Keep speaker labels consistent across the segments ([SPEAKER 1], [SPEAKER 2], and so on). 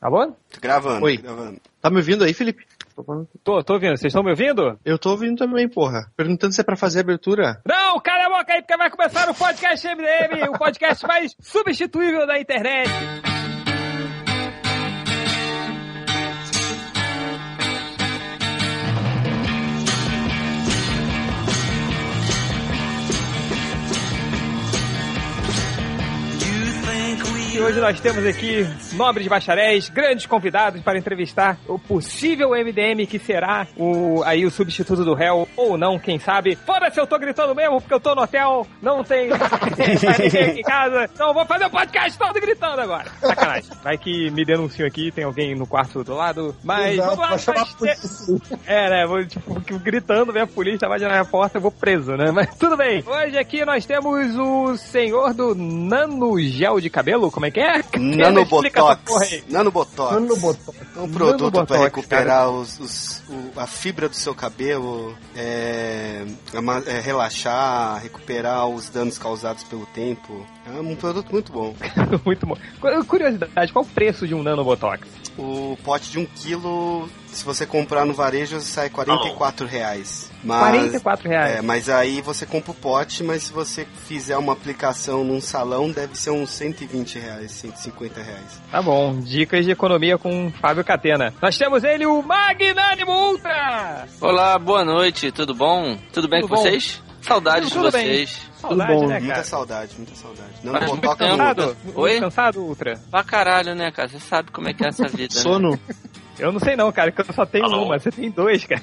[SPEAKER 1] Tá bom?
[SPEAKER 2] Gravando.
[SPEAKER 3] Oi.
[SPEAKER 2] Gravando.
[SPEAKER 3] Tá me ouvindo aí, Felipe? Tô falando-
[SPEAKER 1] Tô, tô ouvindo. Vocês estão me ouvindo?
[SPEAKER 3] Eu tô ouvindo também, porra. Perguntando se é pra fazer a abertura.
[SPEAKER 1] Não, cala a boca aí, porque vai começar o podcast MDM, o podcast mais substituível da internet. E hoje nós temos aqui nobres bacharéis, grandes convidados para entrevistar o possível MDM que será o aí o substituto do réu, ou não, quem sabe. Foda-se, eu tô gritando mesmo, porque eu tô no hotel, não tem mais ninguém aqui em casa, então vou fazer o podcast todo gritando agora. Sacanagem. Vai que me denunciam aqui, tem alguém no quarto do lado, mas
[SPEAKER 4] Exato,
[SPEAKER 1] vamos lá.
[SPEAKER 4] vai chamar
[SPEAKER 1] nós
[SPEAKER 4] a
[SPEAKER 1] te-
[SPEAKER 4] polícia.
[SPEAKER 1] é, né? Vou, tipo, gritando, vem a polícia, vai na minha porta, eu vou preso, né? Mas tudo bem. Hoje aqui nós temos o senhor do nano gel de cabelo, como é que é? Explica essa porra aí.
[SPEAKER 2] Nanobotox. Nanobotox.
[SPEAKER 4] Mano, botou.
[SPEAKER 2] É um produto
[SPEAKER 1] Nanobotox,
[SPEAKER 2] para recuperar os, os- o- a fibra do seu cabelo, é, ama- é, relaxar, recuperar os danos causados pelo tempo. É um produto muito bom.
[SPEAKER 1] Muito bom. Cu- Curiosidade, qual o preço de um nano botox?
[SPEAKER 2] O pote de um quilo, se você comprar no varejo, sai 44 reais. Mas,
[SPEAKER 1] 44 reais.
[SPEAKER 2] É, mas aí você compra o pote, mas se você fizer uma aplicação num salão, deve ser uns 120 reais, 150 reais.
[SPEAKER 1] Tá bom. Dicas de economia com Fábio Catena. Nós temos ele, o Magnânimo Ultra!
[SPEAKER 5] Olá, boa noite, tudo bom? Tudo bem
[SPEAKER 1] Tudo
[SPEAKER 5] com
[SPEAKER 1] bom.
[SPEAKER 5] vocês? Saudades
[SPEAKER 1] Tudo
[SPEAKER 5] de
[SPEAKER 1] bem.
[SPEAKER 5] vocês.
[SPEAKER 1] Saudade,
[SPEAKER 4] bom,
[SPEAKER 1] né,
[SPEAKER 2] muita
[SPEAKER 1] cara?
[SPEAKER 2] saudade, muita saudade. Não,
[SPEAKER 5] Mas muito
[SPEAKER 2] botox
[SPEAKER 5] tempo.
[SPEAKER 2] não.
[SPEAKER 1] Cansado?
[SPEAKER 5] Oi?
[SPEAKER 1] Cansado, Ultra?
[SPEAKER 5] Pra caralho, né, cara? Você sabe como é que é essa vida. né?
[SPEAKER 3] Sono.
[SPEAKER 1] Eu não sei não, cara, que eu só tenho
[SPEAKER 6] Alô?
[SPEAKER 1] uma. Você tem dois, cara.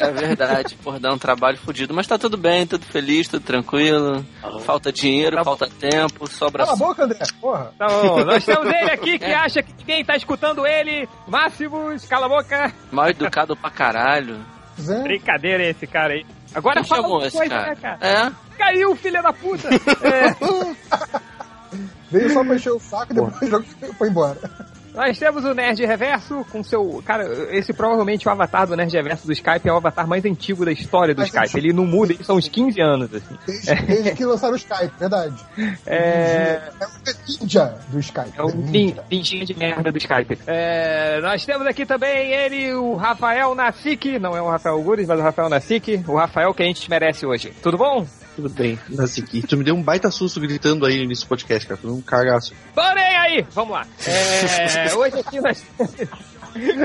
[SPEAKER 5] É verdade, por dar um trabalho fodido. Mas tá tudo bem, tudo feliz, tudo tranquilo. Falta dinheiro,
[SPEAKER 1] Tá bom.
[SPEAKER 5] falta tempo, sobra.
[SPEAKER 4] Cala a boca, André. Porra.
[SPEAKER 1] Então, nós temos ele aqui que acha que ninguém tá escutando ele. Máximos, cala a boca.
[SPEAKER 5] Mal educado pra caralho.
[SPEAKER 4] Zé.
[SPEAKER 1] Brincadeira é esse cara aí. Agora
[SPEAKER 5] Quem
[SPEAKER 1] fala
[SPEAKER 5] chamou
[SPEAKER 1] alguma
[SPEAKER 5] esse
[SPEAKER 1] coisa,
[SPEAKER 5] cara?
[SPEAKER 1] né, cara?
[SPEAKER 5] É,
[SPEAKER 1] Caiu, filha da puta. É,
[SPEAKER 4] Veio só pra encher o saco e depois logo foi embora.
[SPEAKER 1] nós temos o Nerd Reverso com seu... Cara, esse provavelmente o avatar do Nerd Reverso do Skype é o avatar mais antigo da história do
[SPEAKER 4] Mais
[SPEAKER 1] Skype. Ele não muda, isso são uns 15 anos, assim.
[SPEAKER 4] Desde, desde que lançaram o Skype, verdade.
[SPEAKER 1] É...
[SPEAKER 4] É o ninja do Skype.
[SPEAKER 1] É um pin- pintinho de merda do Skype. É, nós temos aqui também ele, o Rafael Nassic. Não é o Rafael Gures, mas o Rafael Nassic. O Rafael que a gente merece hoje. Tudo bom?
[SPEAKER 3] Tudo bem. Nasci aqui. Tu me deu um baita susto gritando aí nesse podcast, cara. Foi um cagaço.
[SPEAKER 1] Porém aí! Vamos lá. É, hoje aqui nós...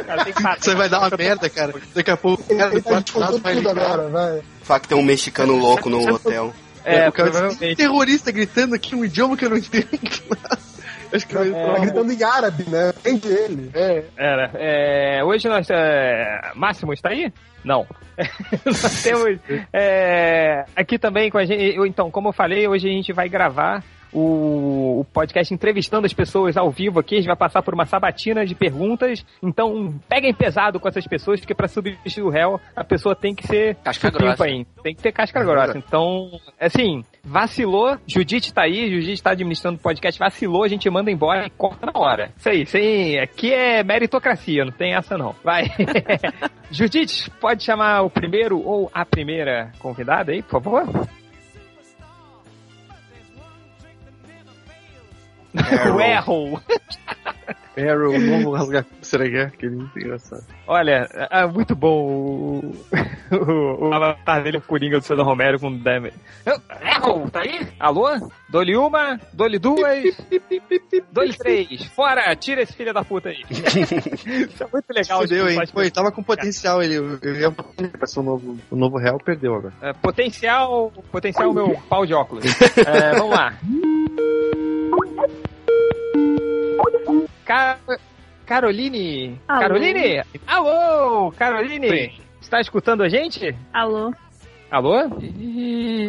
[SPEAKER 1] Cara, tem que parar.
[SPEAKER 3] Você vai dar uma merda, cara. Daqui a pouco o
[SPEAKER 4] Ele,
[SPEAKER 3] cara
[SPEAKER 4] ele
[SPEAKER 3] do
[SPEAKER 4] tá
[SPEAKER 3] quarto lado
[SPEAKER 4] descontando
[SPEAKER 3] vai
[SPEAKER 4] tudo
[SPEAKER 3] ligar.
[SPEAKER 4] agora, vai.
[SPEAKER 2] O fato que tem um mexicano louco no hotel.
[SPEAKER 1] É,
[SPEAKER 3] o cara disse, "Tem
[SPEAKER 1] provavelmente.
[SPEAKER 3] terrorista gritando aqui um idioma que eu não entendo. Acho que eu
[SPEAKER 4] Tá gritando em árabe, né? Entende ele. É.
[SPEAKER 1] Era. É, hoje nós... É, Máximo está aí? Não. nós temos é, aqui também com a gente... eu, Então, como eu falei, hoje a gente vai gravar o, o podcast entrevistando as pessoas ao vivo aqui. A gente vai passar por uma sabatina de perguntas. Então, peguem pesado com essas pessoas, porque para substituir o réu, a pessoa tem que ser
[SPEAKER 5] casca
[SPEAKER 1] Limpa
[SPEAKER 5] grossa.
[SPEAKER 1] aí. Tem que ter casca grossa. Então, assim, vacilou, Judite tá aí, Judite tá administrando o podcast, vacilou, a gente manda embora e corta na hora. Isso aí, isso aí, aqui é meritocracia, não tem essa não. Vai. Judite, pode chamar o primeiro ou a primeira convidada aí, por favor? O Errol.
[SPEAKER 3] Arrow, o novo rasgar. Será que é? Que muito engraçado.
[SPEAKER 1] Olha, é muito bom o, o, o avatar dele, o Coringa do César Romero com o Demer. Errol, tá aí? Alô? Dole uma, dole duas, dole três. Fora, tira esse filho da puta aí. Isso é muito legal.
[SPEAKER 3] Fudeu,
[SPEAKER 1] isso
[SPEAKER 3] hein?
[SPEAKER 1] faz-
[SPEAKER 3] Foi, tava com potencial ele. Eu ia pra ser o novo, o novo réu, perdeu agora.
[SPEAKER 1] É, potencial, potencial meu pau de óculos. É, vamos lá. Ca- Caroline!
[SPEAKER 7] Alô?
[SPEAKER 1] Caroline! Alô! Caroline!
[SPEAKER 3] Sim.
[SPEAKER 1] Está escutando a gente?
[SPEAKER 7] Alô?
[SPEAKER 1] Alô?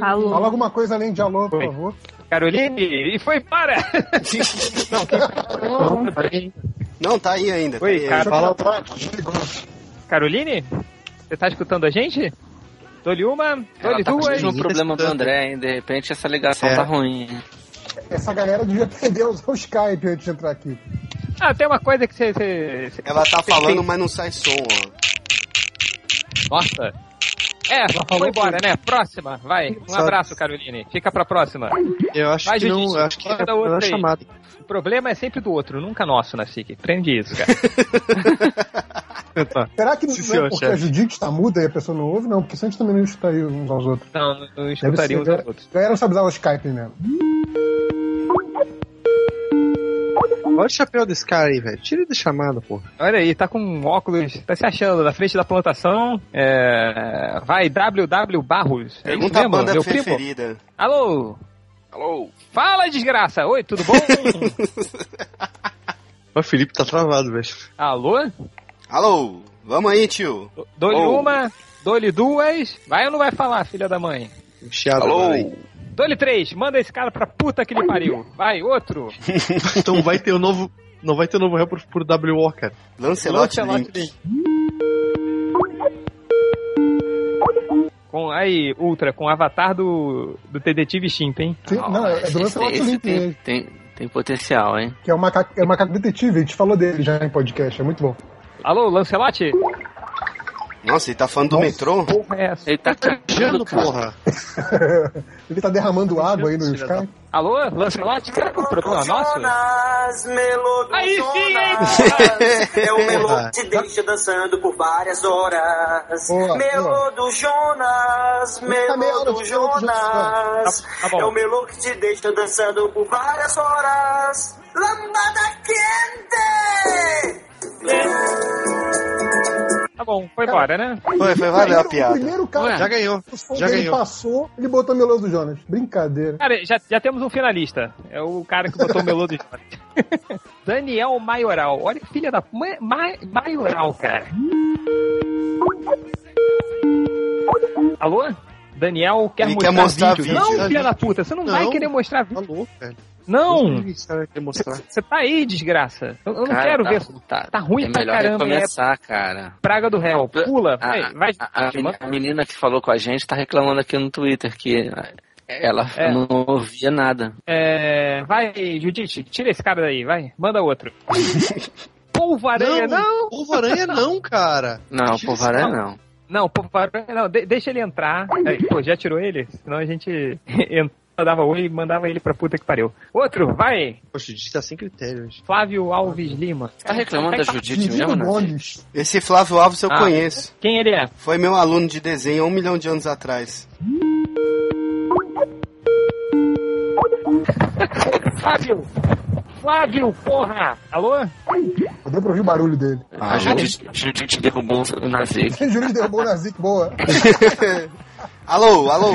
[SPEAKER 7] Alô?
[SPEAKER 4] Fala alguma coisa além de alô, por
[SPEAKER 1] Oi.
[SPEAKER 4] favor.
[SPEAKER 1] Caroline, e foi para!
[SPEAKER 2] Não, tá aí ainda. tá
[SPEAKER 1] Oi,
[SPEAKER 2] aí ainda.
[SPEAKER 1] cara.
[SPEAKER 4] Fala chegou.
[SPEAKER 1] Caroline, você tá escutando a gente? Dou-lhe uma, dou-lhe
[SPEAKER 5] Ela tá com o
[SPEAKER 1] duas.
[SPEAKER 5] mesmo problema do
[SPEAKER 3] Testando.
[SPEAKER 5] André, hein? De repente essa ligação
[SPEAKER 3] É.
[SPEAKER 5] tá ruim.
[SPEAKER 4] Essa galera devia aprender a usar o Skype antes de entrar aqui.
[SPEAKER 1] Ah, tem uma coisa que você. você- você-
[SPEAKER 2] Ela tá falando, mas não sai som, ó.
[SPEAKER 1] Nossa! É, vamos embora, né? Próxima, vai. Um
[SPEAKER 3] Sabe.
[SPEAKER 1] abraço, Caroline. Fica pra próxima.
[SPEAKER 3] Eu acho
[SPEAKER 1] Vai,
[SPEAKER 3] que não.
[SPEAKER 1] Judite,
[SPEAKER 3] Eu acho que
[SPEAKER 1] manda
[SPEAKER 3] é
[SPEAKER 1] outra
[SPEAKER 3] uma
[SPEAKER 1] aí.
[SPEAKER 3] chamada.
[SPEAKER 1] O problema é sempre do outro, nunca nosso, na SIC. Prende isso, cara.
[SPEAKER 3] Tá.
[SPEAKER 4] Será que não
[SPEAKER 3] Sim,
[SPEAKER 4] é
[SPEAKER 3] senhor,
[SPEAKER 4] porque
[SPEAKER 3] chefe.
[SPEAKER 4] a Judite tá muda e a pessoa não ouve? Não, porque sempre também não escuta aí uns aos outros.
[SPEAKER 1] Não, não
[SPEAKER 4] Deve ser,
[SPEAKER 1] escutaria uns aos
[SPEAKER 4] galera,
[SPEAKER 1] outros.
[SPEAKER 4] galera não sabe usar o Skype mesmo.
[SPEAKER 3] Olha o chapéu desse cara aí, velho. Tira ele da chamada, porra.
[SPEAKER 1] Olha aí, tá com um óculos, tá se achando na frente da plantação. É... Vai, WW Barros. É isso
[SPEAKER 2] Pergunta a
[SPEAKER 1] mesmo,
[SPEAKER 2] banda
[SPEAKER 1] meu primo.
[SPEAKER 2] preferida.
[SPEAKER 1] Alô,
[SPEAKER 5] Alô?
[SPEAKER 1] fala desgraça. Oi, tudo bom?
[SPEAKER 3] Ó, O Felipe tá travado, velho.
[SPEAKER 1] Alô?
[SPEAKER 2] Alô, vamos aí, tio.
[SPEAKER 1] Dou-lhe
[SPEAKER 5] Oh.
[SPEAKER 1] uma, dou-lhe duas. Vai ou não vai falar, filha da mãe?
[SPEAKER 3] Enfiado.
[SPEAKER 5] Alô?
[SPEAKER 3] agora aí.
[SPEAKER 1] Dou-lhe três, manda esse cara pra puta que lhe pariu. Vai, outro.
[SPEAKER 3] Então vai ter o novo. Não vai ter o novo réu por, por WO, cara.
[SPEAKER 2] Lancelot,
[SPEAKER 1] Lancelot
[SPEAKER 2] Link.
[SPEAKER 1] Com, aí, Ultra, com o avatar do, do Detetive Shimp, hein?
[SPEAKER 4] Sim, não, é é do
[SPEAKER 5] esse,
[SPEAKER 4] Lancelot
[SPEAKER 5] esse
[SPEAKER 4] Limp,
[SPEAKER 5] tem, tem, tem potencial, hein?
[SPEAKER 4] que é o macaco, é o macaco detetive, a gente falou dele já em podcast, é muito bom.
[SPEAKER 1] Alô, Lancelot?
[SPEAKER 2] Nossa, ele tá falando do
[SPEAKER 4] Nossa.
[SPEAKER 2] metrô?
[SPEAKER 1] Porra, é essa?
[SPEAKER 5] Ele tá
[SPEAKER 3] Jano,
[SPEAKER 5] cagando, cara.
[SPEAKER 3] porra.
[SPEAKER 4] Ele tá derramando água aí no
[SPEAKER 3] Filha da-
[SPEAKER 4] Skype.
[SPEAKER 1] Alô, Lancelot? Será que o problema é nosso?
[SPEAKER 6] Jonas, melodonas.
[SPEAKER 1] Aí sim, hein?
[SPEAKER 6] É o melô que te deixa dançando por várias horas.
[SPEAKER 4] Boa, boa.
[SPEAKER 6] Melô do Jonas,
[SPEAKER 4] tá meia
[SPEAKER 6] melô
[SPEAKER 4] hora
[SPEAKER 6] do
[SPEAKER 4] de jogo, já
[SPEAKER 6] Jonas.
[SPEAKER 1] Tá bom.
[SPEAKER 6] É o melô que te deixa dançando por várias horas. Lambada quente!
[SPEAKER 1] Tá bom, foi embora, né?
[SPEAKER 2] Foi, foi, valeu a
[SPEAKER 4] O
[SPEAKER 2] piada.
[SPEAKER 4] primeiro cara
[SPEAKER 5] Ué.
[SPEAKER 3] Já ganhou.
[SPEAKER 4] que o som
[SPEAKER 3] Já
[SPEAKER 4] dele
[SPEAKER 3] ganhou.
[SPEAKER 4] passou, ele botou a melô do Jonas. Brincadeira.
[SPEAKER 1] Cara, já, já temos um finalista. É o cara que botou o melô do Jonas. Daniel Maioral. Olha que filha da... Ma, Ma- Maioral, cara. Alô? Daniel quer
[SPEAKER 2] Ele
[SPEAKER 1] mostrar,
[SPEAKER 2] quer mostrar
[SPEAKER 1] vídeo.
[SPEAKER 2] vídeo. né?
[SPEAKER 1] Não, filha da puta, você não,
[SPEAKER 3] Não.
[SPEAKER 1] vai querer mostrar
[SPEAKER 3] Tá
[SPEAKER 1] vídeo.
[SPEAKER 3] louco, velho.
[SPEAKER 1] Não!
[SPEAKER 3] O que esse cara quer mostrar?
[SPEAKER 1] Você tá aí, desgraça. Eu, eu não
[SPEAKER 5] Cara,
[SPEAKER 1] quero
[SPEAKER 5] tá-
[SPEAKER 1] ver.
[SPEAKER 5] Tá,
[SPEAKER 1] Tá ruim
[SPEAKER 5] é
[SPEAKER 1] pra
[SPEAKER 5] melhor
[SPEAKER 1] caramba. É
[SPEAKER 5] recomeçar, cara. Ah,
[SPEAKER 1] praga do réu. Pula. vai, vai.
[SPEAKER 5] A, a- ah, a menina que falou com a gente tá reclamando aqui no Twitter que ela
[SPEAKER 1] É.
[SPEAKER 5] não ouvia nada.
[SPEAKER 1] É, vai, Judite, tira esse cara daí, vai. Manda outro. Polvo aranha, não. não.
[SPEAKER 3] Não, povo aranha não, cara.
[SPEAKER 5] Não,
[SPEAKER 3] Tira esse
[SPEAKER 5] Povaré
[SPEAKER 3] cara.
[SPEAKER 5] não.
[SPEAKER 1] polvo aranha, não. de- deixa ele entrar. Aí, pô, já tirou ele? Senão a gente entrava, dava oi e mandava ele pra puta que pariu. Outro, vai.
[SPEAKER 3] Poxa, o Didi tá sem critério hoje.
[SPEAKER 1] Flávio Alves Lima.
[SPEAKER 5] Tá reclamando da Judite
[SPEAKER 4] Dirigo
[SPEAKER 5] mesmo, né?
[SPEAKER 4] Nunes.
[SPEAKER 2] Esse Flávio Alves eu
[SPEAKER 1] Ah.
[SPEAKER 2] conheço.
[SPEAKER 1] Quem ele é?
[SPEAKER 2] Foi meu aluno de desenho há um milhão de anos atrás.
[SPEAKER 1] Flávio! Flávio, porra! Alô?
[SPEAKER 4] Deu pra ouvir o barulho dele.
[SPEAKER 2] Ah,
[SPEAKER 5] A Judite, Judite derrubou o navio.
[SPEAKER 4] Júlio derrubou o Nazik, boa.
[SPEAKER 2] Alô, alô.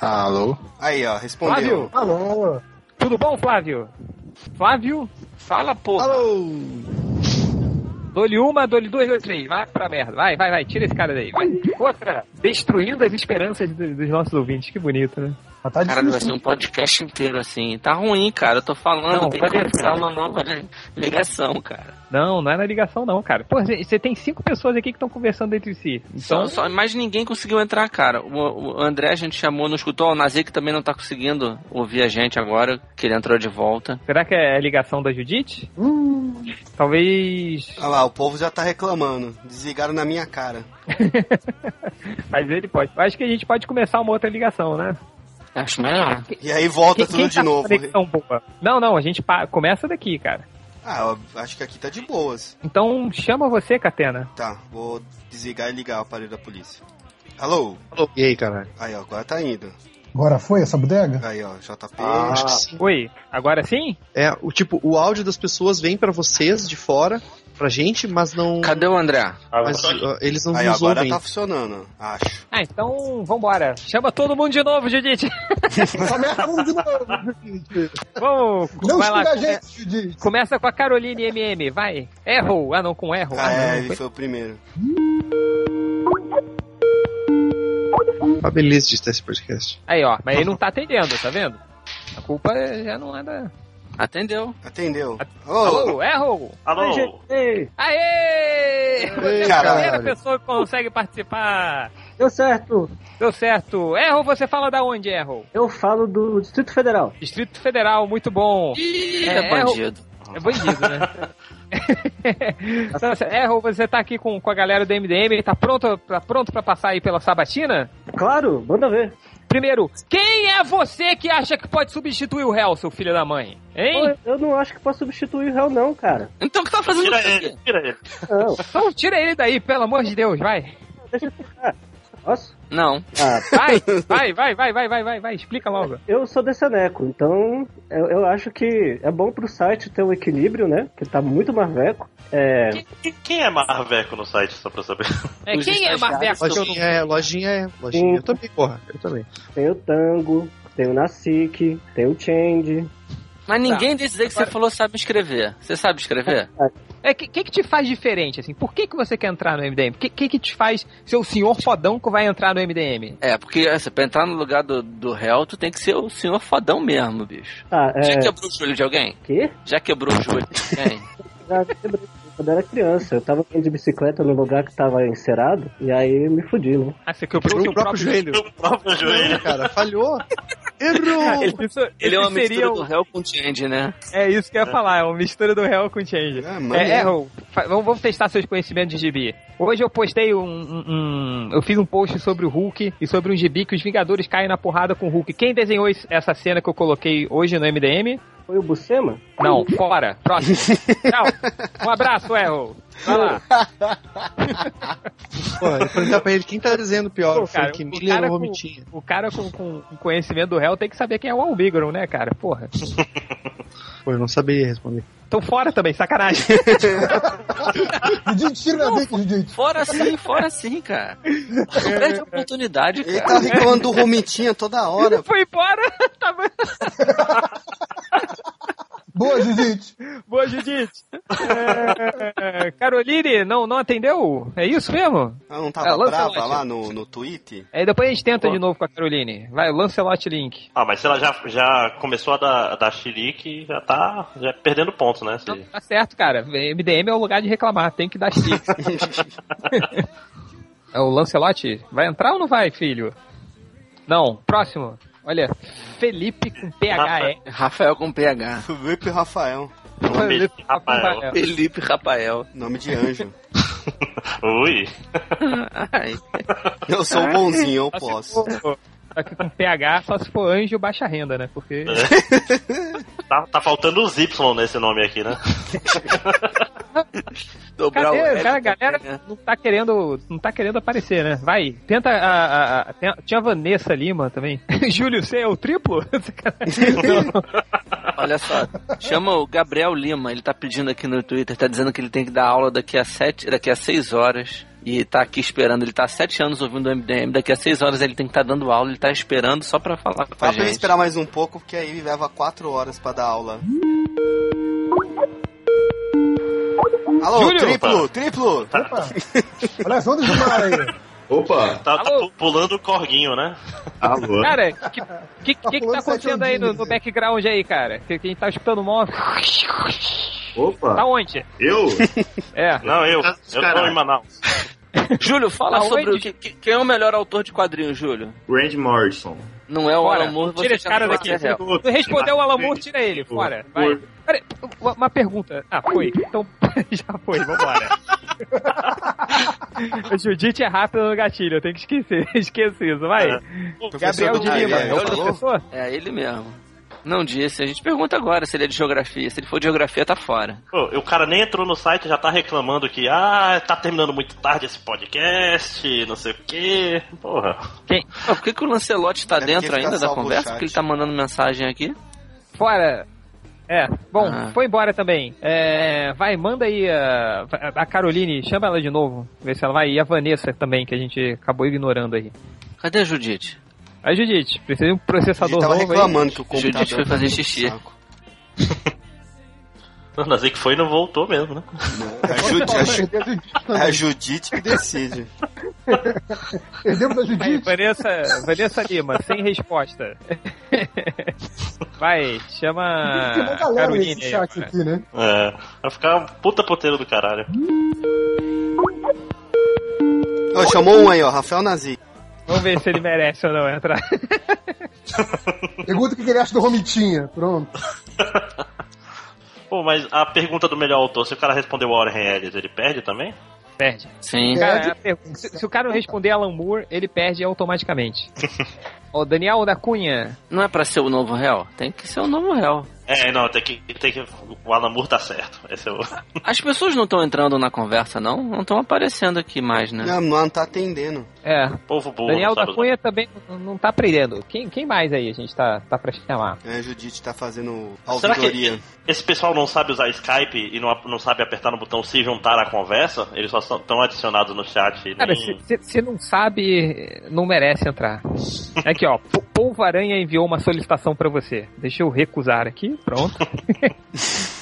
[SPEAKER 7] Alô?
[SPEAKER 2] Aí, ó, respondeu.
[SPEAKER 1] Flávio!
[SPEAKER 4] Alô.
[SPEAKER 1] Tudo bom, Flávio? Flávio,
[SPEAKER 5] Fala, porra.
[SPEAKER 1] dou-lhe uma, dou-lhe duas, dou-lhe três. Vai pra merda. Vai, vai, vai. Tira esse cara daí. Vai. Outra. Destruindo as esperanças do- dos nossos ouvintes. Que bonito, né?
[SPEAKER 4] Mas tá
[SPEAKER 5] Cara, vai
[SPEAKER 4] difícil.
[SPEAKER 5] ser um podcast inteiro assim. Tá ruim, cara. Eu tô falando,
[SPEAKER 1] Não,
[SPEAKER 5] tem
[SPEAKER 1] pode-
[SPEAKER 5] conexão, não, não, ligação, cara.
[SPEAKER 1] Não, não é na ligação, não, cara. Pô, você você tem cinco pessoas aqui que estão conversando entre si.
[SPEAKER 5] Só,
[SPEAKER 1] Então,
[SPEAKER 5] só, mas ninguém conseguiu entrar, cara. O, o André a gente chamou, não escutou. O Nazik também não tá conseguindo ouvir a gente agora, que ele entrou de volta.
[SPEAKER 1] será que é a ligação da Judite? Talvez.
[SPEAKER 2] Olha lá, o povo já tá reclamando. Desligaram na minha cara.
[SPEAKER 1] Mas ele pode. Eu Acho que a gente pode começar uma outra ligação, né?
[SPEAKER 5] Acho melhor.
[SPEAKER 2] E aí volta tudo de
[SPEAKER 1] tá com
[SPEAKER 2] novo.
[SPEAKER 1] Conexão boa? Não, não, a gente pa- começa daqui, cara.
[SPEAKER 2] Ah, eu acho que aqui tá de boas.
[SPEAKER 1] Então chama você, Catena.
[SPEAKER 2] Tá, vou desligar e ligar o aparelho da polícia. Alô?
[SPEAKER 3] Alô, E aí, caralho?
[SPEAKER 2] Aí, ó, agora tá indo.
[SPEAKER 4] Agora foi essa bodega?
[SPEAKER 2] Aí, ó, JP.
[SPEAKER 4] Ah.
[SPEAKER 1] Ah.
[SPEAKER 3] Acho que sim.
[SPEAKER 1] Oi, agora sim?
[SPEAKER 3] É, o tipo, o áudio das pessoas vem pra vocês de fora, pra gente, mas não.
[SPEAKER 5] Cadê o André?
[SPEAKER 3] mas, ó, eles não
[SPEAKER 2] Ah, Aí, ó,
[SPEAKER 3] nos
[SPEAKER 2] agora
[SPEAKER 3] ouvem.
[SPEAKER 2] tá funcionando, acho.
[SPEAKER 1] Ah, então vambora. Chama todo mundo de novo, Judite.
[SPEAKER 4] Essa merda vamos de novo, Judite.
[SPEAKER 1] Vamos,
[SPEAKER 4] Não
[SPEAKER 1] vai lá.
[SPEAKER 4] xinga a
[SPEAKER 1] come-
[SPEAKER 4] gente, Judite.
[SPEAKER 1] Começa com a Caroline MM, vai. Errou. Ah, não, com erro.
[SPEAKER 2] Ah, é,
[SPEAKER 1] não,
[SPEAKER 2] ele
[SPEAKER 1] foi-
[SPEAKER 2] foi o primeiro.
[SPEAKER 3] Ah, beleza de ter esse podcast.
[SPEAKER 1] Aí, ó, mas ele não tá atendendo, tá vendo? A culpa já não é da.
[SPEAKER 5] Atendeu.
[SPEAKER 2] Atendeu. Alô?
[SPEAKER 1] Alô, errou!
[SPEAKER 8] Alô?
[SPEAKER 1] Aê! Aê! Você é a
[SPEAKER 2] caralho.
[SPEAKER 1] primeira pessoa que consegue participar!
[SPEAKER 9] Deu certo.
[SPEAKER 1] Deu certo! Errou, você fala da onde, é, Errol?
[SPEAKER 9] Eu falo do Distrito Federal.
[SPEAKER 1] Distrito Federal, muito bom!
[SPEAKER 5] Ih,
[SPEAKER 1] É,
[SPEAKER 5] é, bandido.
[SPEAKER 1] É bandido, né? Não, você- é, Rô, você tá aqui com, com a galera do MDM, tá pronto, tá pronto pra passar aí pela sabatina?
[SPEAKER 7] Claro, manda ver.
[SPEAKER 1] Primeiro, quem é você que acha que pode substituir o réu, seu filho da mãe? Hein?
[SPEAKER 7] Pô, eu não acho que posso substituir o réu, não, cara.
[SPEAKER 5] Então o que tá fazendo
[SPEAKER 8] Tira
[SPEAKER 5] isso aqui?
[SPEAKER 8] ele, tira ele.
[SPEAKER 7] Não,
[SPEAKER 1] Então tira ele daí, pelo amor de Deus, vai.
[SPEAKER 7] deixa eu explicar. Posso?
[SPEAKER 5] Não.
[SPEAKER 7] Ah,
[SPEAKER 1] Vai, vai, vai, vai, vai, vai, vai, vai, explica logo.
[SPEAKER 7] eu sou deceneco, então eu, eu acho que é bom pro site ter um equilíbrio, né? Que tá muito marveco. É,
[SPEAKER 8] Quem- Quem, quem é Marveco no site, só pra saber?
[SPEAKER 1] É,
[SPEAKER 5] Os
[SPEAKER 1] quem é
[SPEAKER 5] estagiários
[SPEAKER 1] Marveco?
[SPEAKER 5] são-
[SPEAKER 3] Lojinha é, lojinha é, lojinha.
[SPEAKER 7] Sim.
[SPEAKER 3] Eu também, porra. Eu também.
[SPEAKER 7] tem o Tango, tem o Nasik, tem o Change.
[SPEAKER 5] Mas ninguém desses aí que você falou sabe escrever. Você sabe escrever?
[SPEAKER 1] É, que, que que te faz diferente, assim? Por que que você quer entrar no MDM? Que que que te faz ser o senhor fodão que vai entrar no MDM?
[SPEAKER 5] É, porque assim, pra entrar no lugar do, do réu, tu tem que ser o senhor fodão mesmo, bicho.
[SPEAKER 7] Ah,
[SPEAKER 5] Já
[SPEAKER 7] é.
[SPEAKER 5] quebrou o joelho de alguém?
[SPEAKER 7] Que?
[SPEAKER 5] Já quebrou o joelho de alguém?
[SPEAKER 7] Ah, lembrei, Quando eu era criança, eu tava andando de bicicleta num lugar que tava encerado, e aí me fudi, né?
[SPEAKER 1] Ah, você quebrou
[SPEAKER 5] um
[SPEAKER 3] Quebrou o próprio joelho.
[SPEAKER 8] O próprio joelho.
[SPEAKER 3] Cara, falhou. Errou.
[SPEAKER 1] Ele, isso,
[SPEAKER 5] Ele é uma
[SPEAKER 1] seria
[SPEAKER 5] mistura
[SPEAKER 1] o-
[SPEAKER 5] do réu com o Change, né?
[SPEAKER 1] É isso que eu ia falar, é uma mistura do réu com o Change.
[SPEAKER 2] Ah,
[SPEAKER 1] É,
[SPEAKER 2] maneiro.
[SPEAKER 1] é, Raul, fa- vamos, vamos testar seus conhecimentos de gibi. Hoje eu postei um, um- um- Eu fiz um post sobre o Hulk e sobre um gibi que os Vingadores caem na porrada com o Hulk. Quem desenhou esse- essa cena que eu coloquei hoje no MDM?
[SPEAKER 7] Foi o Bucema?
[SPEAKER 1] Não, fora. Próximo. Tchau. Um abraço, Errol. Vai lá.
[SPEAKER 3] Porra, eu perguntar pra ele quem tá dizendo pior,
[SPEAKER 1] Pô, cara,
[SPEAKER 3] foi o que
[SPEAKER 1] o
[SPEAKER 3] Miller
[SPEAKER 1] cara
[SPEAKER 3] ou o
[SPEAKER 1] com-
[SPEAKER 3] Romitinha.
[SPEAKER 1] O cara com, com com conhecimento do réu tem que saber quem é o Almigron, né, cara? Porra.
[SPEAKER 3] Pô, eu não saberia responder.
[SPEAKER 1] Então fora também, sacanagem.
[SPEAKER 4] Didi, tira na zica, Didi.
[SPEAKER 5] Fora sim, fora sim, cara. Não perde a oportunidade,
[SPEAKER 2] Ele
[SPEAKER 5] cara.
[SPEAKER 2] tá reclamando do Romitinha toda hora.
[SPEAKER 1] Foi embora. Tá bom.
[SPEAKER 4] Boa, Didi.
[SPEAKER 1] Boa, Judite. É, Caroline, não, não atendeu? É isso mesmo?
[SPEAKER 2] Ela não
[SPEAKER 1] É,
[SPEAKER 2] tava
[SPEAKER 1] Lancelot.
[SPEAKER 2] brava lá no, no Twitter?
[SPEAKER 1] Aí depois a gente tenta de novo com a Caroline. Vai, Lancelot Link.
[SPEAKER 8] Ah, mas se ela já, já começou a dar, a dar chilique, já tá já é perdendo ponto, né? Se-
[SPEAKER 1] Tá certo, cara. MDM é o lugar de reclamar, tem que dar chique. é o Lancelot? Vai entrar ou não vai, filho? Não, próximo. Olha, Felipe com PH, é.
[SPEAKER 5] Rafael com PH.
[SPEAKER 2] Felipe Rafael,
[SPEAKER 1] tá
[SPEAKER 8] Felipe
[SPEAKER 3] tá
[SPEAKER 8] Rafael.
[SPEAKER 5] Felipe Rafael.
[SPEAKER 2] nome de anjo.
[SPEAKER 8] Ui.
[SPEAKER 5] Ai.
[SPEAKER 2] Eu sou
[SPEAKER 5] Ah.
[SPEAKER 2] bonzinho, eu
[SPEAKER 1] Só se
[SPEAKER 2] posso.
[SPEAKER 1] for- Só que com PH, só se for anjo baixa renda, né? Porque.
[SPEAKER 2] É,
[SPEAKER 8] Tá, tá faltando os Y nesse nome aqui, né?
[SPEAKER 5] Dobrar o
[SPEAKER 1] Cadê?
[SPEAKER 5] L
[SPEAKER 1] Cara, a
[SPEAKER 5] também,
[SPEAKER 1] galera
[SPEAKER 5] né?
[SPEAKER 1] não tá querendo, não tá querendo aparecer, né? Vai, tenta a, a- a- tem- tinha a Vanessa Lima também. Júlio, você é o triplo?
[SPEAKER 5] Olha só, chama o Gabriel Lima, ele tá pedindo aqui no Twitter, tá dizendo que ele tem que dar aula daqui a sete, daqui a seis horas. E tá aqui esperando, ele tá há sete anos ouvindo o MDM, daqui a seis horas ele tem que estar dando aula, ele tá esperando só pra falar com a
[SPEAKER 2] Fala pra ele
[SPEAKER 5] gente.
[SPEAKER 2] esperar mais um pouco, porque aí ele leva quatro horas pra dar aula. Alô,
[SPEAKER 1] Júlio!
[SPEAKER 2] triplo, triplo!
[SPEAKER 4] Opa. Olha as ondas do mar aí.
[SPEAKER 3] Opa!
[SPEAKER 8] Tá, tá
[SPEAKER 1] Alô?
[SPEAKER 8] pu- pulando o corguinho, né?
[SPEAKER 3] Alô?
[SPEAKER 1] Cara, o que, que, que, que tá acontecendo aí
[SPEAKER 2] né?
[SPEAKER 1] no, no background aí, cara? Que, que a gente tá escutando mó. Tá
[SPEAKER 5] tá
[SPEAKER 3] Opa!
[SPEAKER 1] onde?
[SPEAKER 3] Eu?
[SPEAKER 1] É.
[SPEAKER 8] Não, eu.
[SPEAKER 3] Tá
[SPEAKER 8] Eu tô em
[SPEAKER 3] descarado.
[SPEAKER 8] Manaus.
[SPEAKER 5] Júlio, fala
[SPEAKER 1] Aonde?
[SPEAKER 5] sobre o que, que- quem é o melhor autor de quadrinhos, Júlio.
[SPEAKER 9] Randy Morrison.
[SPEAKER 5] Não é o
[SPEAKER 1] Fora,
[SPEAKER 5] Alan Moore, você
[SPEAKER 1] tira esse
[SPEAKER 5] já
[SPEAKER 1] cara
[SPEAKER 5] não
[SPEAKER 1] daqui.
[SPEAKER 5] é réu.
[SPEAKER 1] Tu respondeu o Alamur, tira ele, fora. Vai. Pera aí, uma, uma pergunta. Ah, foi. Então, já foi, vambora. o Judite é rápido no gatilho, eu tenho que esquecer. Esqueci isso, vai. Gabriel
[SPEAKER 2] do
[SPEAKER 1] de
[SPEAKER 2] Caio,
[SPEAKER 1] Lima,
[SPEAKER 2] é,
[SPEAKER 1] é outra
[SPEAKER 2] falou?
[SPEAKER 1] pessoa?
[SPEAKER 5] É ele mesmo. Não disse, a gente pergunta agora se ele é de geografia. Se ele for de geografia, tá fora.
[SPEAKER 8] Pô, o cara nem entrou no site já tá reclamando que, ah, tá terminando muito tarde esse podcast, não sei o quê. Porra.
[SPEAKER 5] Pô, por que, que o Lancelotti tá
[SPEAKER 2] É porque
[SPEAKER 5] dentro
[SPEAKER 2] fica
[SPEAKER 5] ainda da
[SPEAKER 2] salvo o
[SPEAKER 5] conversa?
[SPEAKER 2] chat.
[SPEAKER 5] Porque ele tá mandando mensagem aqui.
[SPEAKER 1] Fora. É, bom,
[SPEAKER 5] Ah.
[SPEAKER 1] foi embora também. É, vai, manda aí a, a Caroline, chama ela de novo, ver se ela vai. E a Vanessa também, que a gente acabou ignorando aí.
[SPEAKER 5] Cadê a Judite?
[SPEAKER 1] Aí, Judite, precisa de um processador
[SPEAKER 2] Ele tava
[SPEAKER 1] novo
[SPEAKER 2] reclamando que o
[SPEAKER 5] Judite
[SPEAKER 2] computador...
[SPEAKER 5] foi fazer
[SPEAKER 2] tá no
[SPEAKER 5] xixi.
[SPEAKER 2] saco.
[SPEAKER 8] Não, Nazi que foi e não voltou mesmo, né?
[SPEAKER 2] A Judite, a Ju- é a Judite que decide.
[SPEAKER 4] Perdemos a
[SPEAKER 1] aí. Vai,
[SPEAKER 4] Judite.
[SPEAKER 1] Vanessa, Vanessa Lima, sem resposta. vai, chama
[SPEAKER 4] Tem uma
[SPEAKER 1] a
[SPEAKER 4] galera
[SPEAKER 1] Caroline.
[SPEAKER 4] nesse
[SPEAKER 1] aí
[SPEAKER 4] chat
[SPEAKER 1] agora.
[SPEAKER 4] aqui, né?
[SPEAKER 8] É. Vai ficar um puta poteiro do caralho.
[SPEAKER 2] Ó, chamou um aí, ó, Rafael Nazi.
[SPEAKER 1] Vamos ver se ele merece ou não entrar.
[SPEAKER 4] Pergunta o que ele acha do Romitinha. Pronto.
[SPEAKER 8] Pô, mas a pergunta do melhor autor, se o cara responder Warren Ellis, ele perde também?
[SPEAKER 1] Perde.
[SPEAKER 5] Sim.
[SPEAKER 1] Cara,
[SPEAKER 4] Perde.
[SPEAKER 1] a pergunta- se, se o cara não responder Alan Moore, ele perde automaticamente. Ó, Daniel da Cunha.
[SPEAKER 5] Não é pra ser o novo réu? Tem que ser o novo réu.
[SPEAKER 8] É, não, tem que. Tem que o Alan Moore tá certo. Esse é o.
[SPEAKER 5] As pessoas não estão entrando na conversa, não? Não estão aparecendo aqui mais, né?
[SPEAKER 2] Não, não tá atendendo.
[SPEAKER 1] É.
[SPEAKER 8] Povo burro.
[SPEAKER 1] Daniel
[SPEAKER 8] não sabe
[SPEAKER 1] da
[SPEAKER 8] usar.
[SPEAKER 1] Cunha também n- não tá aprendendo. Quem, quem mais aí a gente tá, tá pra chamar?
[SPEAKER 2] É, a Judite tá fazendo
[SPEAKER 8] Será que-
[SPEAKER 2] auditoria.
[SPEAKER 8] Esse pessoal não sabe usar Skype e não, não sabe apertar no botão se juntar à conversa? Eles só estão adicionados no chat. e
[SPEAKER 1] Cara,
[SPEAKER 8] nem-
[SPEAKER 1] se- se se não sabe, não merece entrar. Aqui, ó. P- Polvo Aranha enviou uma solicitação pra você. Deixa eu recusar aqui. Pronto.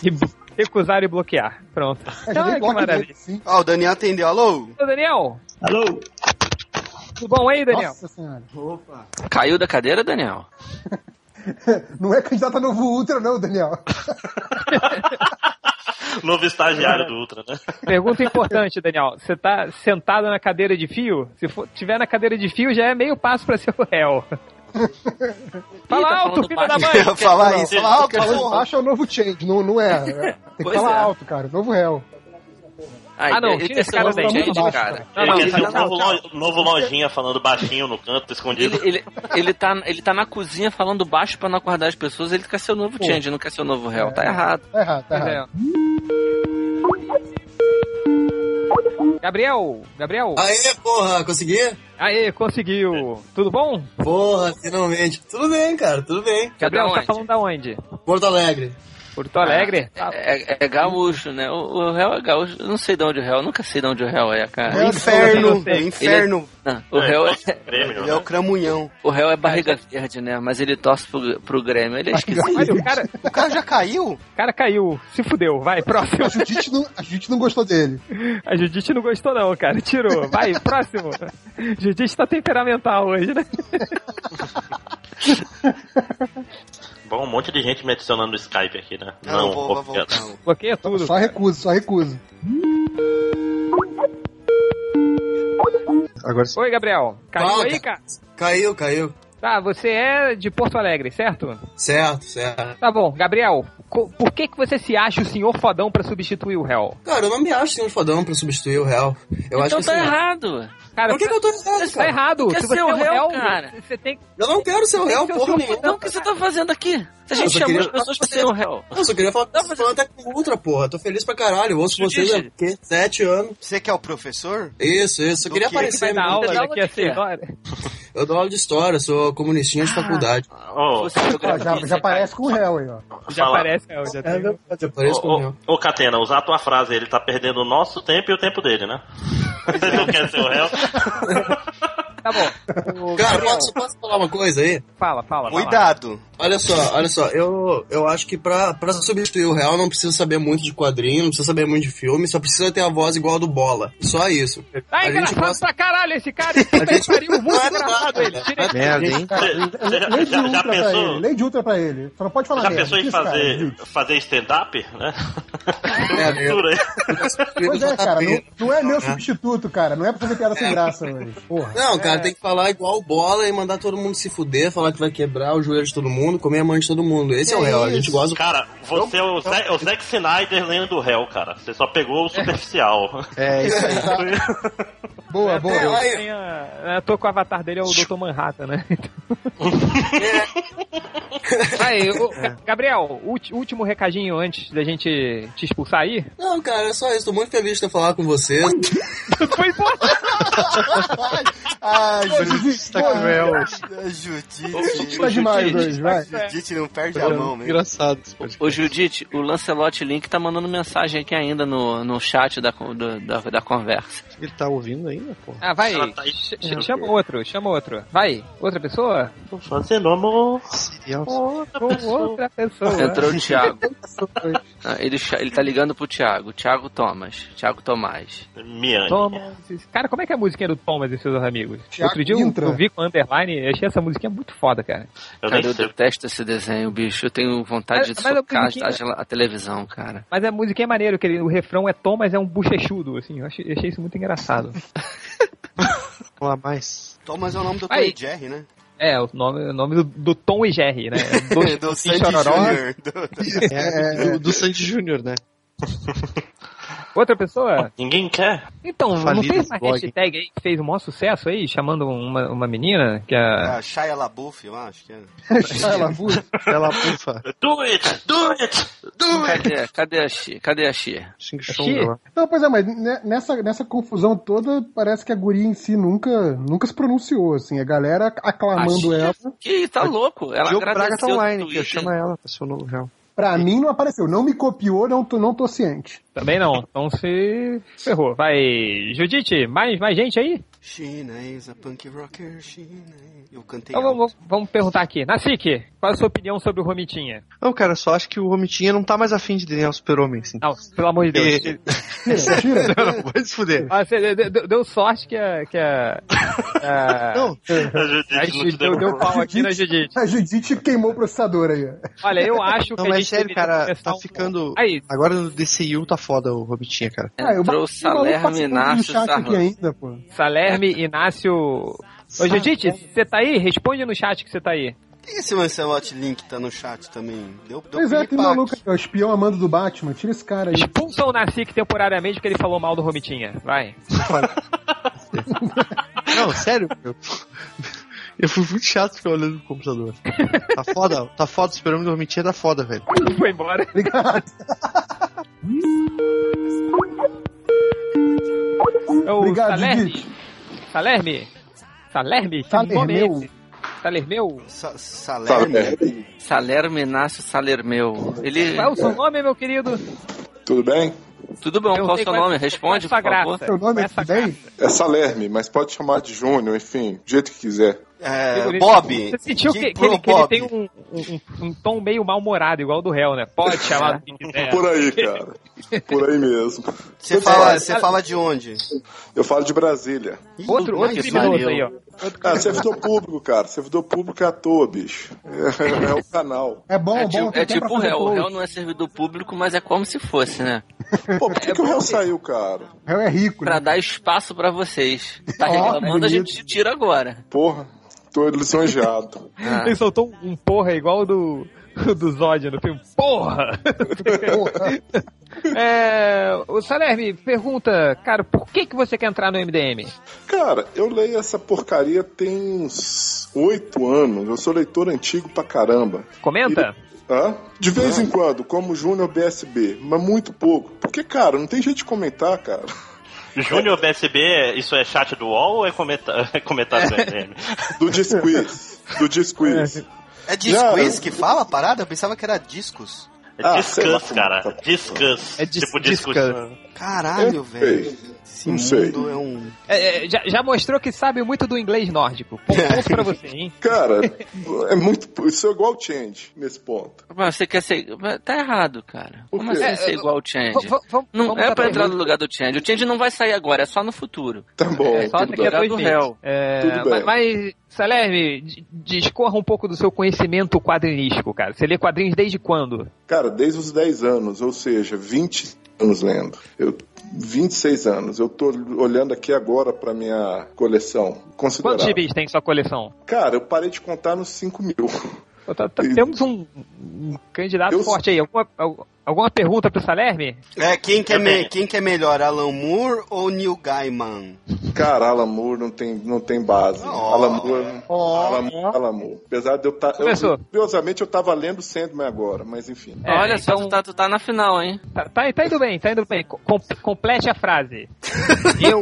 [SPEAKER 1] E b- recusar e bloquear. Pronto.
[SPEAKER 4] É, já
[SPEAKER 1] Ah,
[SPEAKER 4] dei
[SPEAKER 1] que
[SPEAKER 4] bloco
[SPEAKER 1] maravilha.
[SPEAKER 4] nele, sim.
[SPEAKER 2] Ó, o Daniel atendeu. Alô?
[SPEAKER 1] Ô, Daniel,
[SPEAKER 9] Alô?
[SPEAKER 1] tudo bom aí, Daniel?
[SPEAKER 4] Nossa senhora.
[SPEAKER 9] Opa!
[SPEAKER 5] Caiu da cadeira, Daniel?
[SPEAKER 4] Não é candidato a novo Ultra, não, Daniel.
[SPEAKER 8] Novo estagiário do Ultra, né?
[SPEAKER 1] Pergunta importante, Daniel. Você tá sentado na cadeira de fio? Se for, tiver na cadeira de fio, já é meio passo pra ser o réu. Fala
[SPEAKER 5] tá
[SPEAKER 1] alto,
[SPEAKER 5] falando
[SPEAKER 1] filha da
[SPEAKER 5] baixo.
[SPEAKER 1] mãe!
[SPEAKER 2] Fala aí,
[SPEAKER 8] Não,
[SPEAKER 2] fala
[SPEAKER 4] Falando
[SPEAKER 2] alto, fala alto.
[SPEAKER 4] borracha é o novo Change, não, não é. Tem que
[SPEAKER 5] Pois
[SPEAKER 4] falar
[SPEAKER 5] é.
[SPEAKER 4] alto, cara. Novo réu.
[SPEAKER 5] Ai,
[SPEAKER 1] Ah, não,
[SPEAKER 5] ele
[SPEAKER 1] tira
[SPEAKER 5] quer
[SPEAKER 1] esse
[SPEAKER 5] ser
[SPEAKER 1] cara
[SPEAKER 5] o novo
[SPEAKER 1] daí,
[SPEAKER 5] Jade,
[SPEAKER 4] tá muito
[SPEAKER 5] é cara.
[SPEAKER 1] Não,
[SPEAKER 8] ele
[SPEAKER 1] não,
[SPEAKER 8] quer ser
[SPEAKER 1] não,
[SPEAKER 8] o novo, lo- novo lojinha falando baixinho no canto, escondido.
[SPEAKER 5] Ele, ele, ele, tá, ele tá na cozinha falando baixo pra não acordar as pessoas. Ele quer ser o novo Change, não quer ser o novo réu.
[SPEAKER 1] É.
[SPEAKER 5] Tá errado.
[SPEAKER 4] Tá errado, tá
[SPEAKER 1] Pois
[SPEAKER 4] errado.
[SPEAKER 1] é. Gabriel, Gabriel,
[SPEAKER 9] Aê, porra, consegui?
[SPEAKER 1] aê, conseguiu. Tudo bom?
[SPEAKER 9] Porra, finalmente. Tudo bem, cara, tudo bem.
[SPEAKER 1] Gabriel,
[SPEAKER 5] da
[SPEAKER 1] tá
[SPEAKER 5] onde?
[SPEAKER 1] falando da onde?
[SPEAKER 9] Porto Alegre.
[SPEAKER 1] Porto Alegre?
[SPEAKER 4] Ah.
[SPEAKER 1] Tá.
[SPEAKER 5] É, é- é gaúcho, né? O, o réu é gaúcho. Eu não sei de onde o réu, eu nunca sei de onde o réu é, cara.
[SPEAKER 2] É o
[SPEAKER 1] Eu
[SPEAKER 2] inferno,
[SPEAKER 1] sei.
[SPEAKER 2] é o inferno.
[SPEAKER 5] Não, o, réu é,
[SPEAKER 8] Prêmio,
[SPEAKER 2] Ele é o
[SPEAKER 8] né?
[SPEAKER 2] cramunhão.
[SPEAKER 5] o réu é barriga verde, né? Mas ele torce pro, pro Grêmio. Ele é esquisito.
[SPEAKER 1] Olha, o cara,
[SPEAKER 2] O cara já caiu?
[SPEAKER 1] o cara caiu, se fudeu. Vai, próximo.
[SPEAKER 4] A Judite, não, a Judite não gostou dele.
[SPEAKER 1] A Judite não gostou, não, cara. Tirou. Vai, próximo. Judite tá temperamental hoje, né?
[SPEAKER 8] Bom, um monte de gente me adicionando no Skype aqui, né?
[SPEAKER 2] Não, vou, vou
[SPEAKER 8] obrigado.
[SPEAKER 2] voltar.
[SPEAKER 1] Bloqueia tudo.
[SPEAKER 4] Só recuso, só recuso.
[SPEAKER 3] Agora sim.
[SPEAKER 1] Oi, Gabriel. Caiu
[SPEAKER 9] Fala,
[SPEAKER 1] aí, cara?
[SPEAKER 9] Caiu, caiu.
[SPEAKER 1] Tá, você é de Porto Alegre, certo?
[SPEAKER 9] Certo, certo.
[SPEAKER 1] Tá bom, Gabriel, co- por que, que você se acha o senhor fodão pra substituir o réu?
[SPEAKER 9] Cara, eu não me acho senhor fodão pra substituir o réu. Eu acho
[SPEAKER 5] então
[SPEAKER 9] que
[SPEAKER 5] tá
[SPEAKER 9] assim,
[SPEAKER 5] errado.
[SPEAKER 1] Cara,
[SPEAKER 9] Por que, que eu tô errado,
[SPEAKER 1] você tá
[SPEAKER 9] cara?
[SPEAKER 1] errado.
[SPEAKER 5] Quer
[SPEAKER 1] Se você
[SPEAKER 5] ser
[SPEAKER 1] é
[SPEAKER 5] o
[SPEAKER 1] o
[SPEAKER 5] réu,
[SPEAKER 1] réu,
[SPEAKER 5] cara.
[SPEAKER 1] você tem que.
[SPEAKER 9] Eu não quero ser o réu,
[SPEAKER 1] que ser o
[SPEAKER 9] porra
[SPEAKER 1] senhor
[SPEAKER 9] nenhuma.
[SPEAKER 5] Então o que você tá fazendo aqui? Se a
[SPEAKER 9] Eu
[SPEAKER 5] gente
[SPEAKER 9] só
[SPEAKER 5] chamou
[SPEAKER 9] queria-
[SPEAKER 5] as pessoas pra ser o réu.
[SPEAKER 9] Eu só queria falar,
[SPEAKER 5] Não,
[SPEAKER 9] não,
[SPEAKER 5] mas-
[SPEAKER 9] falando até com Ultra, porra. Tô feliz pra caralho. Eu ouço
[SPEAKER 5] Judite.
[SPEAKER 9] vocês há é o quê? sete anos.
[SPEAKER 2] Você que é o professor?
[SPEAKER 9] Isso, isso. Só
[SPEAKER 2] Do
[SPEAKER 9] queria
[SPEAKER 2] quê?
[SPEAKER 1] Você é vai
[SPEAKER 9] aparecer.
[SPEAKER 1] dar
[SPEAKER 9] mesmo.
[SPEAKER 1] aula
[SPEAKER 5] aula
[SPEAKER 1] daqui a
[SPEAKER 5] de quê?
[SPEAKER 1] seis horas?
[SPEAKER 9] Eu dou aula de história, sou comunistinha de faculdade.
[SPEAKER 8] Ô,
[SPEAKER 5] Você é o
[SPEAKER 4] Ó, Ah, já,
[SPEAKER 5] grafista,
[SPEAKER 4] já
[SPEAKER 5] cara.
[SPEAKER 4] parece com o réu aí, ó.
[SPEAKER 1] Já
[SPEAKER 8] tá fala.
[SPEAKER 1] aparece, réu. Já tem.
[SPEAKER 9] verdade, É, eu
[SPEAKER 8] Ô,
[SPEAKER 9] pareço com o réu.
[SPEAKER 8] ô, ô, Catena, usar a tua frase, ele tá perdendo o nosso tempo e o tempo dele, né? Ele não quer ser o réu.
[SPEAKER 1] Tá bom. O
[SPEAKER 9] Cara,
[SPEAKER 1] Gabriel,
[SPEAKER 9] posso, posso falar uma coisa aí?
[SPEAKER 1] fala, fala. fala.
[SPEAKER 2] Cuidado.
[SPEAKER 9] Olha só, olha só, eu, eu acho que pra, pra substituir o real não precisa saber muito de quadrinho, não precisa saber muito de filme, só precisa ter a voz igual a do Bola. Só isso.
[SPEAKER 1] Tá engraçado pra caralho esse cara. Esse
[SPEAKER 9] A gente-
[SPEAKER 1] pariu muito
[SPEAKER 9] Não é
[SPEAKER 1] engraçado
[SPEAKER 9] nada,
[SPEAKER 1] ele.
[SPEAKER 9] cara.
[SPEAKER 1] Tira ele.
[SPEAKER 3] Merda, hein?
[SPEAKER 8] Você já-
[SPEAKER 4] É, Lei de
[SPEAKER 8] já- já
[SPEAKER 4] Ultra pra
[SPEAKER 8] pensou-
[SPEAKER 4] ele. Lei de Ultra pra ele. Só não pode falar
[SPEAKER 8] Já
[SPEAKER 4] merda.
[SPEAKER 8] pensou em
[SPEAKER 4] Isso, cara, é
[SPEAKER 8] fazer,
[SPEAKER 4] Judite.
[SPEAKER 8] fazer stand-up, né?
[SPEAKER 9] É, né?
[SPEAKER 8] Cultura aí.
[SPEAKER 4] Pois é, cara. Não, não é meu
[SPEAKER 9] né?
[SPEAKER 4] substituto, cara. Não é pra fazer piada sem graça, velho. Porra.
[SPEAKER 9] Não, cara,
[SPEAKER 1] É.
[SPEAKER 9] tem que falar igual o Bola e mandar todo mundo se fuder, falar que vai quebrar o joelho de todo mundo, comer a mão de todo mundo. Esse é o real, a gente gosta.
[SPEAKER 8] Cara, você é
[SPEAKER 10] Então,
[SPEAKER 8] o, Zé, é o Zack Snyder lendo o réu, cara. Você só pegou o superficial.
[SPEAKER 3] É, isso aí.
[SPEAKER 4] Boa, boa.
[SPEAKER 9] É, aí,
[SPEAKER 1] Tem a- Eu tô com o avatar dele, é o Dr. Manhattan, né? Aí, o-
[SPEAKER 3] É.
[SPEAKER 1] Gabriel, ulti- último recadinho antes da gente te expulsar aí.
[SPEAKER 9] Não, cara, é só isso. Tô muito feliz de ter falado com vocês.
[SPEAKER 1] Foi embora.
[SPEAKER 2] Ai,
[SPEAKER 4] Ô, Judite,
[SPEAKER 3] Tá
[SPEAKER 4] porra,
[SPEAKER 3] cruel.
[SPEAKER 2] Judite.
[SPEAKER 4] tá demais
[SPEAKER 5] Judite,
[SPEAKER 4] hoje, vai.
[SPEAKER 2] Judite não perde a mão, né? mesmo.
[SPEAKER 3] Engraçado esse podcast.
[SPEAKER 5] Ô Judite, o Lancelot Link tá mandando mensagem aqui ainda no, no chat da, con- do- da, da conversa.
[SPEAKER 3] Ele tá ouvindo ainda, pô.
[SPEAKER 1] Ah, vai.
[SPEAKER 8] Ela tá aí.
[SPEAKER 1] Ch- ch- chama outro, chama outro. Vai, outra pessoa?
[SPEAKER 8] Tô fazendo amor.
[SPEAKER 3] Serial.
[SPEAKER 1] Outra pessoa. Outra pessoa.
[SPEAKER 5] Entrou o Thiago. Ah, Ele, cha- ele tá ligando pro Thiago. Thiago Thomas. Thiago Tomás.
[SPEAKER 8] Miane.
[SPEAKER 1] Thomas. Cara, como é que é a musiquinha do Thomas e seus amigos?
[SPEAKER 4] Thiago
[SPEAKER 1] Outro dia eu,
[SPEAKER 4] Intra.
[SPEAKER 1] eu vi com underline e achei essa musiquinha muito foda, cara.
[SPEAKER 8] Eu
[SPEAKER 5] Cara,
[SPEAKER 8] nem
[SPEAKER 5] eu
[SPEAKER 8] sei.
[SPEAKER 5] detesto esse desenho, bicho. Eu tenho vontade de
[SPEAKER 1] Mas- mas a
[SPEAKER 5] socar
[SPEAKER 1] musiquinha-
[SPEAKER 5] a, a televisão, cara.
[SPEAKER 1] Mas a musiquinha é maneiro, que ele- o refrão é Thomas é um bochechudo, assim. Eu achei, eu achei isso muito engraçado.
[SPEAKER 3] Falar mais.
[SPEAKER 2] Thomas é o nome do
[SPEAKER 1] Aí.
[SPEAKER 2] Tony Jerry, né?
[SPEAKER 1] É, o nome, o nome do, do Tom e Jerry, né? Dois
[SPEAKER 2] do
[SPEAKER 1] Fofinhos
[SPEAKER 2] Sandy
[SPEAKER 1] Chororós.
[SPEAKER 2] Jr. Do-
[SPEAKER 3] É, do, do Sandy Júnior, né?
[SPEAKER 1] Outra pessoa?
[SPEAKER 8] Ninguém quer.
[SPEAKER 1] Então, não
[SPEAKER 3] Falido
[SPEAKER 1] fez uma
[SPEAKER 3] blog.
[SPEAKER 1] hashtag aí que fez o maior sucesso aí, chamando uma, uma menina, que é...
[SPEAKER 2] Ah, Shia LaBeouf, eu acho que é.
[SPEAKER 4] Ela muda.
[SPEAKER 3] Ela pufa.
[SPEAKER 8] Do it! Do it! Do it!
[SPEAKER 5] Cadê, cadê a Xi? Cadê a Xi?
[SPEAKER 3] Xing Chong, lá.
[SPEAKER 4] Não, pois é, mas ne- nessa, nessa confusão toda, parece que a guria em si nunca, nunca se pronunciou, assim. A galera aclamando
[SPEAKER 5] Achei.
[SPEAKER 4] ela.
[SPEAKER 5] Que tá louco. Ela
[SPEAKER 3] Diogo Braga tá
[SPEAKER 5] agradeceu no
[SPEAKER 3] online, que
[SPEAKER 5] Twitter.
[SPEAKER 3] chama ela, tá seu novo real.
[SPEAKER 4] Pra mim não apareceu. Não me copiou, não tô, não tô ciente.
[SPEAKER 1] Também não, então se ferrou. Vai, Judite, mais, mais gente aí?
[SPEAKER 2] China is a punk rocker, China. is- Eu cantei.
[SPEAKER 1] Então vamos, vamos perguntar aqui. Nacique, qual a sua opinião sobre o Romitinha?
[SPEAKER 3] Não, cara, só acho que o Romitinha não tá mais afim de desenhar o super-homem, assim.
[SPEAKER 1] Não, pelo amor de Deus.
[SPEAKER 3] E-
[SPEAKER 4] Tira, tira.
[SPEAKER 3] não, não, pode se fuder.
[SPEAKER 1] Ah, você de- de- deu sorte que a. Que a, a-
[SPEAKER 3] Não,
[SPEAKER 8] A gente
[SPEAKER 1] a
[SPEAKER 8] não te
[SPEAKER 1] Judite deu, deu pau aqui na Judite.
[SPEAKER 4] A Judite queimou o processador aí. ó.
[SPEAKER 1] Olha, eu acho que
[SPEAKER 3] não é
[SPEAKER 1] a gente
[SPEAKER 3] sério,
[SPEAKER 1] deveria
[SPEAKER 3] cara,
[SPEAKER 1] começar
[SPEAKER 3] tá
[SPEAKER 1] um-
[SPEAKER 3] ficando...
[SPEAKER 1] Aí,
[SPEAKER 3] Agora no DCU tá foda o Romitinha, cara.
[SPEAKER 4] Ah, eu
[SPEAKER 5] Entrou
[SPEAKER 4] bati- o maluco
[SPEAKER 5] Salerno,
[SPEAKER 4] participou do
[SPEAKER 5] Inácio,
[SPEAKER 4] chat aqui
[SPEAKER 5] Sarlan.
[SPEAKER 4] ainda, pô.
[SPEAKER 1] Salerme, Inácio. Ô, Judite, você tá aí? Responde no chat que você tá aí.
[SPEAKER 2] E esse Lancelot Link tá no chat também? Deu, deu
[SPEAKER 1] um
[SPEAKER 4] Pois é,
[SPEAKER 2] piripaque.
[SPEAKER 4] aquele maluco aí, ó, espião amando do Batman. Tira esse cara aí.
[SPEAKER 1] Expulsa o Nacique temporariamente porque ele falou mal do Romitinha. Vai.
[SPEAKER 3] Não, sério, meu. Eu fui muito chato ficar olhando pro computador. Tá foda, tá foda, o super-homem do Romitinha tá foda, velho.
[SPEAKER 1] Foi embora.
[SPEAKER 4] Obrigado.
[SPEAKER 1] É o
[SPEAKER 4] Obrigado,
[SPEAKER 1] Salerme.
[SPEAKER 4] Didi.
[SPEAKER 1] Salerme. Salerme? Que
[SPEAKER 4] Salermeu.
[SPEAKER 1] nome é esse? Salermeu?
[SPEAKER 2] Sa Salerno?
[SPEAKER 4] né?
[SPEAKER 5] Salerno Inácio Salermeu. Ele.
[SPEAKER 1] Qual é o seu nome, meu querido?
[SPEAKER 10] Tudo bem?
[SPEAKER 5] Tudo bom,
[SPEAKER 1] Eu
[SPEAKER 5] qual o
[SPEAKER 1] sei
[SPEAKER 5] seu
[SPEAKER 1] qual é-
[SPEAKER 5] nome? Responde,
[SPEAKER 1] qual é
[SPEAKER 5] por
[SPEAKER 1] essa
[SPEAKER 5] favor.
[SPEAKER 1] graça?
[SPEAKER 4] Seu nome é
[SPEAKER 1] Essa
[SPEAKER 4] bem?
[SPEAKER 10] É Salerme, mas pode chamar de Júnior, enfim, do jeito que quiser.
[SPEAKER 2] É,
[SPEAKER 1] Ele-
[SPEAKER 2] Bob.
[SPEAKER 1] Você sentiu que, que ele, que ele tem um, um- um- um tom meio mal-humorado, igual o do réu, né? Pode chamar do que quiser.
[SPEAKER 10] Por aí, cara. Por aí mesmo. É.
[SPEAKER 2] Você fala, você fala de onde?
[SPEAKER 10] Eu falo de Brasília.
[SPEAKER 1] Outro, outro
[SPEAKER 2] que
[SPEAKER 1] criminoso
[SPEAKER 2] pariu.
[SPEAKER 1] aí, ó.
[SPEAKER 10] Ah, servidor público, cara. Servidor público é à toa, bicho. É, é o canal.
[SPEAKER 4] É bom,
[SPEAKER 5] É
[SPEAKER 4] bom.
[SPEAKER 5] tipo,
[SPEAKER 4] até
[SPEAKER 5] é
[SPEAKER 4] pra
[SPEAKER 5] tipo o
[SPEAKER 4] fazer
[SPEAKER 5] réu. O
[SPEAKER 4] post.
[SPEAKER 5] réu não é servidor público, mas é como se fosse, né?
[SPEAKER 10] Pô, por que, que o réu saiu, cara?
[SPEAKER 4] O réu é rico, né?
[SPEAKER 5] Pra dar espaço pra vocês. Tá
[SPEAKER 4] Ó,
[SPEAKER 5] reclamando, a
[SPEAKER 4] bonito.
[SPEAKER 5] gente te tira agora.
[SPEAKER 10] Porra, tô lisonjeado.
[SPEAKER 5] Ah,
[SPEAKER 1] Ele soltou um porra igual o do, do Zod no filme. Porra! É, o Salerme pergunta, cara, por que, que você quer entrar no MDM?
[SPEAKER 10] Cara, eu leio essa porcaria tem uns oito anos. Eu sou leitor antigo pra caramba.
[SPEAKER 1] Comenta.
[SPEAKER 10] Hã? De vez em quando, como Júnior BSB, mas muito pouco. Porque, cara, não tem jeito de comentar, cara.
[SPEAKER 8] Júnior BSB, isso é chat do UOL ou é comentário, é comentário do MDM?
[SPEAKER 10] Do Disquiz. Do Disquiz.
[SPEAKER 2] É Disquiz que fala a parada? Eu pensava que era discos.
[SPEAKER 8] É
[SPEAKER 10] Ah, sei lá
[SPEAKER 8] discuss,
[SPEAKER 10] como
[SPEAKER 8] cara.
[SPEAKER 10] tá.
[SPEAKER 8] Discuss.
[SPEAKER 1] É dis-
[SPEAKER 8] tipo discuss.
[SPEAKER 1] discuss.
[SPEAKER 2] Caralho,
[SPEAKER 10] Eu
[SPEAKER 2] velho.
[SPEAKER 10] sei.
[SPEAKER 2] Esse
[SPEAKER 10] Não sei.
[SPEAKER 2] mundo é um.
[SPEAKER 1] É, é, já, já mostrou que sabe muito do inglês nórdico. Pon-
[SPEAKER 2] É.
[SPEAKER 1] Ponto pra você, hein?
[SPEAKER 10] Cara, é muito. Isso é igual change nesse ponto.
[SPEAKER 5] mas você quer ser. mas Tá errado, cara.
[SPEAKER 10] Por
[SPEAKER 5] Como
[SPEAKER 10] quê?
[SPEAKER 5] assim
[SPEAKER 10] É,
[SPEAKER 5] ser igual o Change?
[SPEAKER 1] V- v-
[SPEAKER 5] Não
[SPEAKER 1] vamos
[SPEAKER 5] é
[SPEAKER 1] à
[SPEAKER 5] pra entrar
[SPEAKER 1] pergunta.
[SPEAKER 5] no lugar do Change. O Change não vai sair agora, é só no futuro.
[SPEAKER 10] Tá bom.
[SPEAKER 5] É,
[SPEAKER 1] Só
[SPEAKER 10] tudo
[SPEAKER 1] daqui a
[SPEAKER 10] bem.
[SPEAKER 5] bem.
[SPEAKER 1] dois
[SPEAKER 5] Do
[SPEAKER 1] meses.
[SPEAKER 5] réu.
[SPEAKER 1] É,
[SPEAKER 10] Tudo bem.
[SPEAKER 1] mas, mas, Salerme, d- discorra um pouco do seu conhecimento quadrinístico, cara. Você lê quadrinhos desde quando?
[SPEAKER 10] Cara, desde os 10 anos, ou seja, 20 anos lendo. Eu 26 anos. Eu tô olhando aqui agora pra minha coleção.
[SPEAKER 1] Quantos
[SPEAKER 10] Considerável.
[SPEAKER 1] gibis tem em sua coleção?
[SPEAKER 10] Cara, eu parei de contar nos 5 mil.
[SPEAKER 1] Pô, tá- tá-
[SPEAKER 10] Eu-
[SPEAKER 1] temos um, um candidato
[SPEAKER 10] Eu-
[SPEAKER 1] forte aí. Alguma, al- alguma pergunta pro Salerme?
[SPEAKER 2] É, quem que é,
[SPEAKER 8] Eu tenho.
[SPEAKER 2] me- quem que é melhor, Alan Moore ou Neil Gaiman?
[SPEAKER 10] Cara, Alan Moore não tem, não tem base.
[SPEAKER 2] Oh.
[SPEAKER 10] Alan Moore. né?
[SPEAKER 4] Ó,
[SPEAKER 10] Alan, Moore, Alan Moore. Apesar de eu estar.
[SPEAKER 1] Professor.
[SPEAKER 10] Curiosamente, eu tava lendo Sandman agora, mas enfim.
[SPEAKER 1] É,
[SPEAKER 5] Olha só,
[SPEAKER 1] então-
[SPEAKER 5] tu tá, tu tá na final, hein?
[SPEAKER 1] Tá, tá, tá indo bem, tá indo bem. Com- complete a frase. Eu.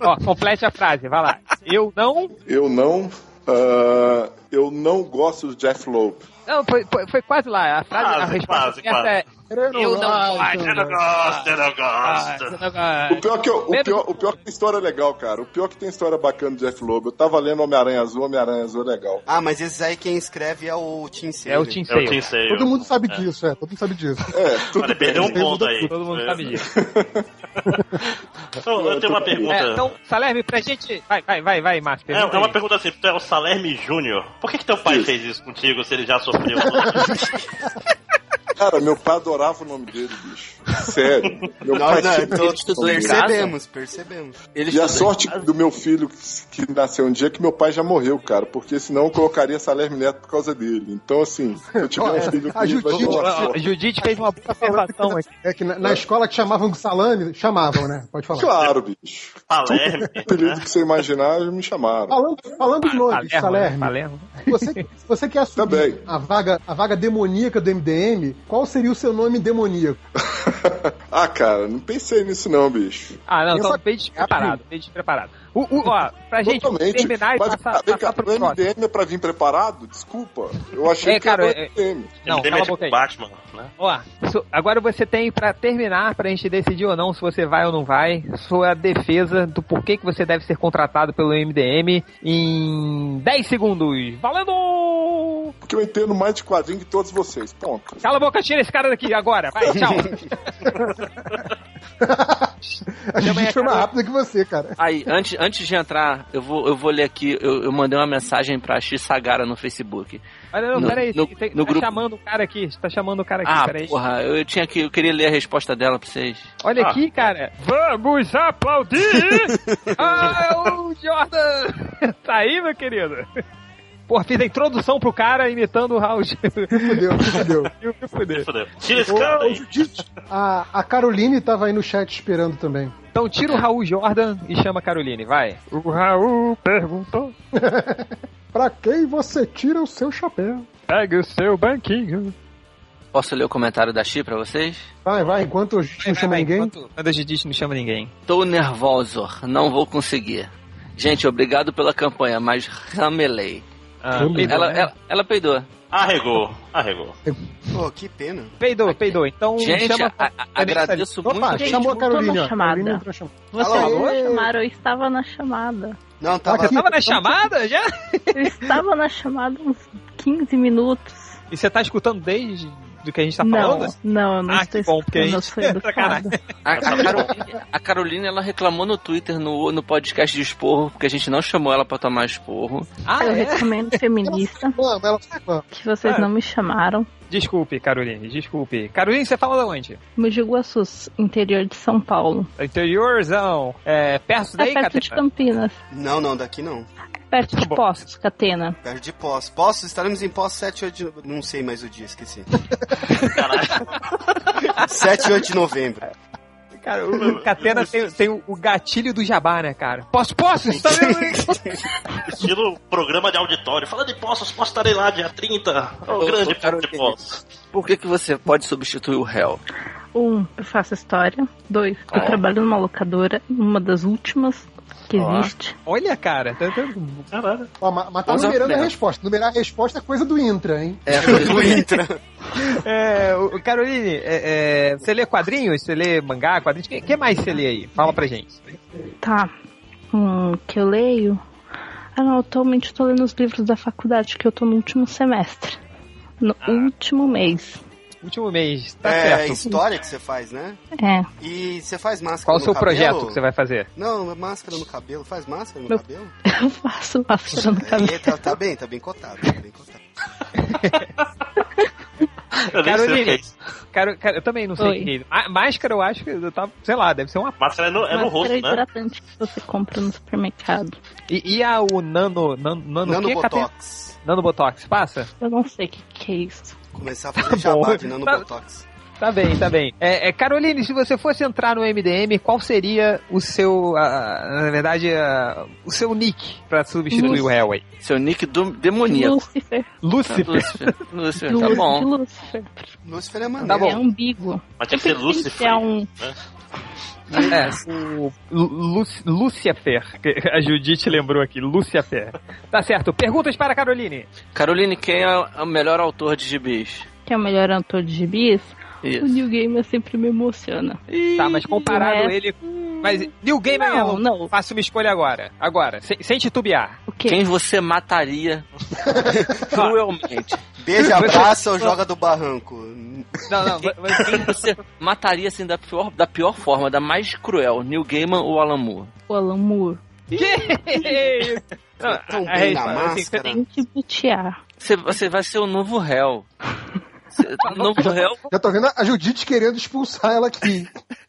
[SPEAKER 1] Ó, complete a frase, vai lá. Eu não.
[SPEAKER 10] Eu não. ah, eu não gosto do Jeff Loeb.
[SPEAKER 1] Não, foi, foi, foi quase lá. A frase, a
[SPEAKER 8] Quase,
[SPEAKER 1] resposta
[SPEAKER 8] quase,
[SPEAKER 1] certa
[SPEAKER 8] quase.
[SPEAKER 1] é.
[SPEAKER 4] eu não
[SPEAKER 1] Eu não
[SPEAKER 4] gosto,
[SPEAKER 1] gosto.
[SPEAKER 8] Eu não gosto, eu não
[SPEAKER 1] Ah,
[SPEAKER 8] gosto.
[SPEAKER 1] você não vai-
[SPEAKER 10] O pior, que eu- o,
[SPEAKER 1] Lembra-
[SPEAKER 10] pior, o pior que tem história legal, cara. O pior que tem história bacana do Jeff Loeb. Eu tava lendo Homem-Aranha Azul, Homem-Aranha Azul é legal.
[SPEAKER 2] Ah, mas esses aí quem escreve é o Tim Sale.
[SPEAKER 1] É o Tim
[SPEAKER 8] É o
[SPEAKER 1] Sale.
[SPEAKER 8] Tim Sale.
[SPEAKER 4] Todo mundo sabe disso, é. Todo mundo sabe disso.
[SPEAKER 10] É, tudo
[SPEAKER 8] Olha, perdeu um
[SPEAKER 10] bem.
[SPEAKER 8] ponto aí.
[SPEAKER 1] Todo mundo
[SPEAKER 8] É.
[SPEAKER 1] sabe disso.
[SPEAKER 8] Então, eu tenho uma pergunta.
[SPEAKER 1] É, então, Salerme, pra gente. Vai, vai, vai, vai, Márcio.
[SPEAKER 8] É,
[SPEAKER 1] pergunta
[SPEAKER 8] é uma
[SPEAKER 1] aí.
[SPEAKER 8] pergunta assim, tu é o Salerme Júnior. Por que, que teu pai
[SPEAKER 10] Isso.
[SPEAKER 8] fez isso contigo se ele já sofreu? tudo?
[SPEAKER 10] Cara, meu pai adorava o nome dele, bicho. Sério. Meu
[SPEAKER 9] Não,
[SPEAKER 10] pai
[SPEAKER 4] né,
[SPEAKER 9] não,
[SPEAKER 10] tinha
[SPEAKER 9] então
[SPEAKER 10] medo
[SPEAKER 9] tu-
[SPEAKER 10] do nome dele.
[SPEAKER 9] percebemos, percebemos.
[SPEAKER 10] e a sorte do meu filho que nasceu um dia é que meu pai já morreu, cara, porque senão eu colocaria Salerno Neto por causa dele. Então, assim, se eu tiver um filho
[SPEAKER 4] É, A
[SPEAKER 10] ele vai
[SPEAKER 4] Judite-
[SPEAKER 10] falar,
[SPEAKER 4] a-
[SPEAKER 10] "Pô,
[SPEAKER 1] A É. Judite fez uma puta afirmação aqui.
[SPEAKER 4] É que na, na escola que chamavam de salame, chamavam, né? Pode falar.
[SPEAKER 10] Claro, bicho.
[SPEAKER 8] Palerme.
[SPEAKER 10] Todo apelido que você imaginar, me chamaram.
[SPEAKER 4] Falando, falando em nomes,
[SPEAKER 1] Palermo. né?
[SPEAKER 4] Salerme,
[SPEAKER 1] Palermo.
[SPEAKER 4] você, se você quer assumir
[SPEAKER 10] Também.
[SPEAKER 4] a vaga, a vaga demoníaca do MDM, qual seria o seu nome demoníaco?
[SPEAKER 10] ah, cara, não pensei nisso não, bicho.
[SPEAKER 1] Ah, não,
[SPEAKER 4] Eu
[SPEAKER 1] então
[SPEAKER 4] só-
[SPEAKER 1] bem despreparado, bem despreparado. O, o, ó, pra gente
[SPEAKER 10] Totalmente.
[SPEAKER 1] terminar e
[SPEAKER 10] Mas,
[SPEAKER 1] passar,
[SPEAKER 10] ah, vem cá,
[SPEAKER 1] passar pro
[SPEAKER 10] o
[SPEAKER 1] próximo.
[SPEAKER 10] MDM é pra vir preparado? Desculpa. Eu achei
[SPEAKER 1] É,
[SPEAKER 10] que
[SPEAKER 1] cara,
[SPEAKER 10] era o MDM.
[SPEAKER 1] Não,
[SPEAKER 8] tem
[SPEAKER 1] cala a
[SPEAKER 8] medo
[SPEAKER 1] boca
[SPEAKER 8] de
[SPEAKER 1] aí.
[SPEAKER 8] Batman, né?
[SPEAKER 1] Ó, so- agora você tem pra terminar, pra gente decidir ou não se você vai ou não vai, sua defesa do porquê que você deve ser contratado pelo MDM em 10 segundos. Valendo!
[SPEAKER 10] Porque eu entendo mais de quadrinho que todos vocês. Ponto.
[SPEAKER 1] Cala a boca, tira esse cara daqui agora. Vai, tchau.
[SPEAKER 4] A
[SPEAKER 10] é
[SPEAKER 4] gente foi mais
[SPEAKER 1] cara.
[SPEAKER 4] rápido que você, cara.
[SPEAKER 5] Aí, antes, antes de entrar, eu vou, eu vou ler aqui. Eu, eu mandei uma mensagem pra X Sagara no Facebook.
[SPEAKER 1] Olha, não,
[SPEAKER 5] No-
[SPEAKER 1] peraí.
[SPEAKER 5] no-
[SPEAKER 1] tem-
[SPEAKER 5] no
[SPEAKER 1] tá
[SPEAKER 5] grupo.
[SPEAKER 1] chamando o cara aqui. Tá chamando o cara aqui,
[SPEAKER 5] ah,
[SPEAKER 1] peraí.
[SPEAKER 5] porra, eu tinha que. Eu queria ler a resposta dela pra vocês.
[SPEAKER 1] Olha
[SPEAKER 8] Ah.
[SPEAKER 1] aqui, cara. Vamos aplaudir! ah, o Jordan! Tá aí, meu querido? Pô, fiz a introdução pro cara imitando o Raul.
[SPEAKER 4] Fudeu, fudeu.
[SPEAKER 1] Eu me fudei.
[SPEAKER 8] Fudeu. Tira esse cara
[SPEAKER 4] Ô, ô,
[SPEAKER 8] aí.
[SPEAKER 4] Judite, a, a Caroline tava aí no chat esperando também.
[SPEAKER 1] Então tira o Raul Jordan e chama a Caroline, vai. O Raul perguntou.
[SPEAKER 4] Pra quem você tira o seu chapéu?
[SPEAKER 1] Pegue o seu banquinho.
[SPEAKER 5] Posso ler o comentário da X pra vocês?
[SPEAKER 4] Vai, vai, enquanto eu não chama ninguém.
[SPEAKER 1] Quando a Judite não chama ninguém.
[SPEAKER 5] Tô nervoso, não vou conseguir. Gente, obrigado pela campanha, mas ramelei.
[SPEAKER 1] Ah,
[SPEAKER 4] Chama.
[SPEAKER 1] peidou,
[SPEAKER 5] Ela,
[SPEAKER 1] né?
[SPEAKER 5] ela, ela peidou.
[SPEAKER 8] Arregou, arregou.
[SPEAKER 2] Pô, que pena.
[SPEAKER 1] peidou, peidou. Então
[SPEAKER 5] Gente,
[SPEAKER 1] chama.
[SPEAKER 5] a- a- agradeço muito.
[SPEAKER 4] Opa,
[SPEAKER 5] gente.
[SPEAKER 4] chamou a Caroline, ó.
[SPEAKER 11] Gente, chamada.
[SPEAKER 4] Caroline entrou na chamada.
[SPEAKER 11] Vocês
[SPEAKER 2] Alô,
[SPEAKER 11] me
[SPEAKER 2] alô?
[SPEAKER 11] chamaram, eu estava na chamada.
[SPEAKER 2] Não, tava...
[SPEAKER 4] Ah, que-
[SPEAKER 1] Tava na chamada já?
[SPEAKER 11] Eu estava na chamada uns 15 minutos.
[SPEAKER 1] E você tá escutando desde do que a gente tá
[SPEAKER 11] não,
[SPEAKER 1] falando?
[SPEAKER 11] não, eu não
[SPEAKER 1] Ah,
[SPEAKER 11] estou
[SPEAKER 1] que bom, porque a
[SPEAKER 11] escutando, eu
[SPEAKER 1] gente-
[SPEAKER 11] sou educada.
[SPEAKER 1] Sacanagem.
[SPEAKER 5] A, a Caroline, a Caroline, ela reclamou no Twitter, no, no podcast de esporro, porque a gente não chamou ela pra tomar esporro.
[SPEAKER 1] Ah,
[SPEAKER 11] eu
[SPEAKER 1] é?
[SPEAKER 11] recomendo feminista,
[SPEAKER 2] tá
[SPEAKER 4] Mano, ela fala,
[SPEAKER 11] que vocês
[SPEAKER 1] Ah.
[SPEAKER 11] não me chamaram.
[SPEAKER 1] Desculpe, Caroline, desculpe. Caroline, você fala de onde?
[SPEAKER 11] Mogi Guaçu, interior de São Paulo.
[SPEAKER 1] Interiorzão. É, perto
[SPEAKER 11] É
[SPEAKER 1] daí,
[SPEAKER 11] perto de
[SPEAKER 1] Catena? Tá
[SPEAKER 11] Campinas,
[SPEAKER 2] Não, não, daqui não.
[SPEAKER 11] perto de
[SPEAKER 1] Bom.
[SPEAKER 11] Poços, Catena.
[SPEAKER 2] Perto de Poços. Poços, estaremos em Poços 7 e 8 de... no- Não sei mais o dia, esqueci. 7 e 8 de novembro.
[SPEAKER 1] Cara, o o Catena tem, tem o o gatilho do jabá, né, cara? Posso, posso? Você tá vendo?
[SPEAKER 8] Estilo programa de auditório. Falando em postos, posso estarei lá dia 30. O
[SPEAKER 5] Ô,
[SPEAKER 8] grande
[SPEAKER 5] ô, Carol,
[SPEAKER 8] posto de
[SPEAKER 5] que-
[SPEAKER 8] postos.
[SPEAKER 5] Por que, que você pode substituir o réu?
[SPEAKER 11] Um, eu faço história. Dois, eu
[SPEAKER 1] Tá.
[SPEAKER 5] Ó.
[SPEAKER 11] trabalho numa locadora, uma das últimas que
[SPEAKER 5] Ó.
[SPEAKER 11] existe.
[SPEAKER 1] Olha, cara. Tá, tá-
[SPEAKER 8] Caralho.
[SPEAKER 4] ó, mas mas tá
[SPEAKER 5] Vamos
[SPEAKER 4] numerando a
[SPEAKER 5] ampliar.
[SPEAKER 4] resposta. Numerar a resposta é coisa do Intra, hein?
[SPEAKER 5] É, foi
[SPEAKER 2] Do Intra.
[SPEAKER 1] É, o- Caroline, é, é, você lê quadrinhos? Você lê mangá, quadrinhos? O que, que mais você lê aí? Fala pra gente.
[SPEAKER 11] Tá. Hum, que eu leio. Ah, não, atualmente eu tô lendo os livros da faculdade, que eu tô no último semestre. No
[SPEAKER 8] Ah.
[SPEAKER 11] último mês.
[SPEAKER 1] Último mês, tá
[SPEAKER 2] é
[SPEAKER 1] certo.
[SPEAKER 2] história que você faz, né?
[SPEAKER 11] É.
[SPEAKER 2] E você faz máscara
[SPEAKER 1] Qual o
[SPEAKER 2] no
[SPEAKER 1] seu
[SPEAKER 2] cabelo?
[SPEAKER 1] projeto que você vai fazer?
[SPEAKER 2] Não, é máscara no cabelo. Faz máscara no
[SPEAKER 11] Meu-
[SPEAKER 2] cabelo?
[SPEAKER 11] Eu faço máscara no cabelo.
[SPEAKER 2] É, tá, tá bem, tá bem cotado. Tá bem cotado.
[SPEAKER 8] Eu nem sei o que é
[SPEAKER 1] Caroline,
[SPEAKER 8] isso.
[SPEAKER 1] cara, cara, eu também não sei
[SPEAKER 11] Oi.
[SPEAKER 1] o que é. Má- Máscara, eu acho que eu tava, sei lá, deve ser uma.
[SPEAKER 8] Máscara é no, é no rosto,
[SPEAKER 11] máscara
[SPEAKER 8] né?
[SPEAKER 11] hidratante que você compra no supermercado.
[SPEAKER 1] E, e a o nano. Nano, nano,
[SPEAKER 2] Nano
[SPEAKER 1] que, Catena?
[SPEAKER 2] Botox.
[SPEAKER 1] nano Botox, passa?
[SPEAKER 11] Eu não sei o que, que é isso.
[SPEAKER 2] Começar a fazer jabá de
[SPEAKER 1] bom.
[SPEAKER 2] Nano
[SPEAKER 1] Tá-
[SPEAKER 2] Botox.
[SPEAKER 1] Tá bem, tá bem. É, é, Caroline, se você fosse entrar no MDM, qual seria o seu. ah, na verdade, ah, o seu nick pra substituir
[SPEAKER 11] Luz.
[SPEAKER 1] o Hellway?
[SPEAKER 5] Seu nick do, demoníaco.
[SPEAKER 11] Lucifer.
[SPEAKER 1] Lúcifer.
[SPEAKER 5] Lúcifer. Lúcifer, tá
[SPEAKER 11] Lu-
[SPEAKER 5] bom.
[SPEAKER 11] Lucifer.
[SPEAKER 2] Lúcifer é maneiro.
[SPEAKER 1] Tá bom.
[SPEAKER 11] É umbigo.
[SPEAKER 8] Mas tinha que
[SPEAKER 11] Tem
[SPEAKER 8] ser
[SPEAKER 11] que ter
[SPEAKER 8] Lúcifer.
[SPEAKER 11] um
[SPEAKER 1] É, o Lu- Lu- Lucifer. que A Judite lembrou aqui, Lucifer. Tá certo. Perguntas para a Caroline.
[SPEAKER 5] Caroline, quem é o melhor autor de gibis?
[SPEAKER 11] que é o melhor autor de gibis. O
[SPEAKER 5] Isso.
[SPEAKER 11] New Gamer sempre me emociona.
[SPEAKER 1] Tá, mas comparado
[SPEAKER 11] o resto-
[SPEAKER 1] ele. Mas New Game
[SPEAKER 11] né? Não,
[SPEAKER 1] é
[SPEAKER 11] não.
[SPEAKER 1] Faça uma escolha agora. Agora, sem, sem titubear.
[SPEAKER 11] O quê?
[SPEAKER 5] Quem você mataria cruelmente?
[SPEAKER 2] Beija, abraça ou joga do barranco?
[SPEAKER 1] Não, não, mas- mas
[SPEAKER 5] Quem você mataria assim da pior, da pior forma, da mais cruel? Neil Gaiman ou Alan Moore?
[SPEAKER 11] O Alan Moore.
[SPEAKER 8] É
[SPEAKER 1] que isso? Não, é,
[SPEAKER 2] Tão
[SPEAKER 1] a- a
[SPEAKER 2] bem na
[SPEAKER 1] resposta, assim, você
[SPEAKER 2] máscara.
[SPEAKER 11] Tem que butear.
[SPEAKER 5] Você, você vai ser o novo réu. Novo réu.
[SPEAKER 4] Já tô vendo a Judite querendo expulsar ela aqui.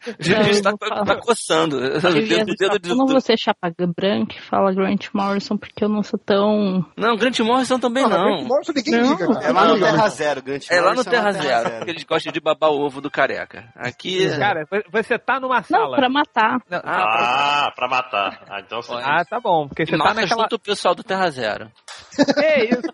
[SPEAKER 1] É,
[SPEAKER 5] Judite tá, co- tá coçando. O dedo, o dedo do-
[SPEAKER 11] Como
[SPEAKER 5] do-
[SPEAKER 11] você chapa branca e fala Grant Morrison porque eu não sou tão.
[SPEAKER 5] Não, Grant Morrison também
[SPEAKER 11] Ah,
[SPEAKER 5] não.
[SPEAKER 11] Grant Morrison ninguém liga, cara.
[SPEAKER 2] É lá no Terra Zero, Grant
[SPEAKER 5] É lá no
[SPEAKER 2] Morrison é
[SPEAKER 5] Terra
[SPEAKER 2] lá Terra
[SPEAKER 5] Zero,
[SPEAKER 2] Zero.
[SPEAKER 5] porque eles gostam de babar o ovo do careca. Aqui. é-
[SPEAKER 1] Cara, vo- você tá numa sala.
[SPEAKER 11] pra matar.
[SPEAKER 8] Ah, pra matar. Ah, então sim.
[SPEAKER 1] Ah, tá bom, porque você
[SPEAKER 5] Nossa,
[SPEAKER 1] tá naquela.
[SPEAKER 5] chuta o pessoal do Terra Zero.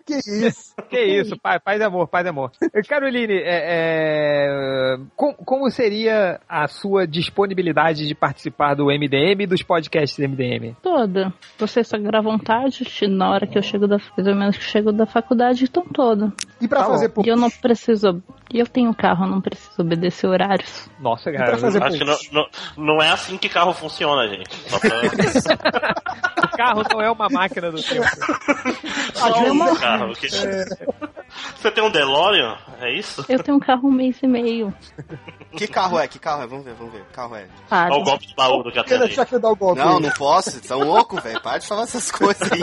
[SPEAKER 1] Que isso?
[SPEAKER 4] que isso?
[SPEAKER 1] Que isso, pai, paz e amor, paz e amor. Eh, Caroline, é, é, com- como seria a sua disponibilidade de participar do MDM e dos podcasts do MDM?
[SPEAKER 11] Toda. Você só grava à vontade, na hora que eu chego da, mais ou menos que eu chego da faculdade, então toda.
[SPEAKER 4] E pra fazer
[SPEAKER 11] pouco? Eu não preciso. Eu tenho carro, eu não preciso obedecer horários.
[SPEAKER 1] Nossa,
[SPEAKER 11] pra
[SPEAKER 8] cara.
[SPEAKER 11] fazer
[SPEAKER 8] Acho que não, não, não é assim que carro funciona, gente. Só pra...
[SPEAKER 1] O carro não é uma máquina do tempo.
[SPEAKER 8] Só
[SPEAKER 11] Às
[SPEAKER 8] um
[SPEAKER 11] vezes-
[SPEAKER 8] carro. que- Você tem um DeLorean? É isso?
[SPEAKER 11] Eu tenho um carro um mês e meio.
[SPEAKER 2] Que carro é? Que carro é? Vamos ver, vamos ver. Que carro é?
[SPEAKER 11] Para.
[SPEAKER 8] Olha o golpe do baú do
[SPEAKER 4] Quer
[SPEAKER 8] Catarina.
[SPEAKER 4] deixar que eu dar o golpe?
[SPEAKER 2] Não, não posso. Vocês são loucos, velho. Para de falar essas coisas aí.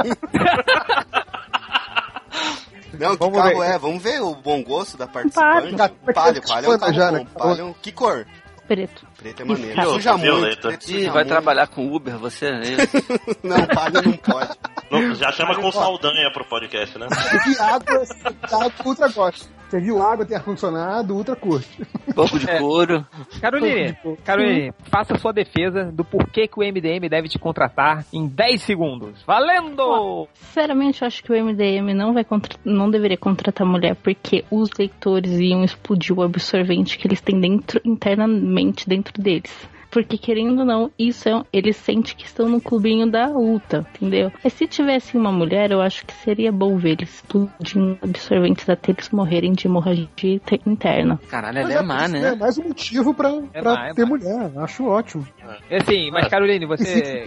[SPEAKER 2] Não, que
[SPEAKER 1] Vamos
[SPEAKER 2] carro
[SPEAKER 1] ver. Tá
[SPEAKER 2] é? Vamos ver o bom gosto da participante. Palio, palio, é um carro
[SPEAKER 4] Já, né?
[SPEAKER 2] bom. Palio, que cor?
[SPEAKER 11] Preto.
[SPEAKER 2] Preto é maneiro.
[SPEAKER 11] Isso,
[SPEAKER 2] Suja muito.
[SPEAKER 8] violeta.
[SPEAKER 2] Preto
[SPEAKER 5] Ih,
[SPEAKER 2] suja
[SPEAKER 5] vai
[SPEAKER 2] muito.
[SPEAKER 5] trabalhar com Uber, você? É isso?
[SPEAKER 2] Não, palio não pode.
[SPEAKER 8] Não, já chama com saudanha pro podcast, né?
[SPEAKER 4] Que água, que água que o Ultra gosta. Serviu água, tem ar-condicionado, o Ultra curte.
[SPEAKER 5] Pouco de couro.
[SPEAKER 1] É. Caroline, Caroline, faça sua defesa do porquê que o MDM deve te contratar em 10 segundos. Valendo!
[SPEAKER 11] Sinceramente, eu acho que o MDM não, vai contra- não deveria contratar mulher, porque os leitores iam explodir o absorvente que eles têm dentro, internamente dentro deles. Porque, querendo ou não, isso é, um- eles sentem que estão no clubinho da luta, entendeu? Mas se tivesse uma mulher, eu acho que seria bom ver eles explodindo absorventes até eles morrerem de hemorragia inter- interna.
[SPEAKER 5] Caralho,
[SPEAKER 4] Mas
[SPEAKER 5] ela é má,
[SPEAKER 4] por isso, né?
[SPEAKER 5] né? Ah,
[SPEAKER 4] Mais um motivo pra,
[SPEAKER 1] É
[SPEAKER 4] pra
[SPEAKER 1] má, é
[SPEAKER 4] ter
[SPEAKER 1] má.
[SPEAKER 4] mulher. Acho ótimo.
[SPEAKER 1] Assim, mas Caroline,
[SPEAKER 5] É,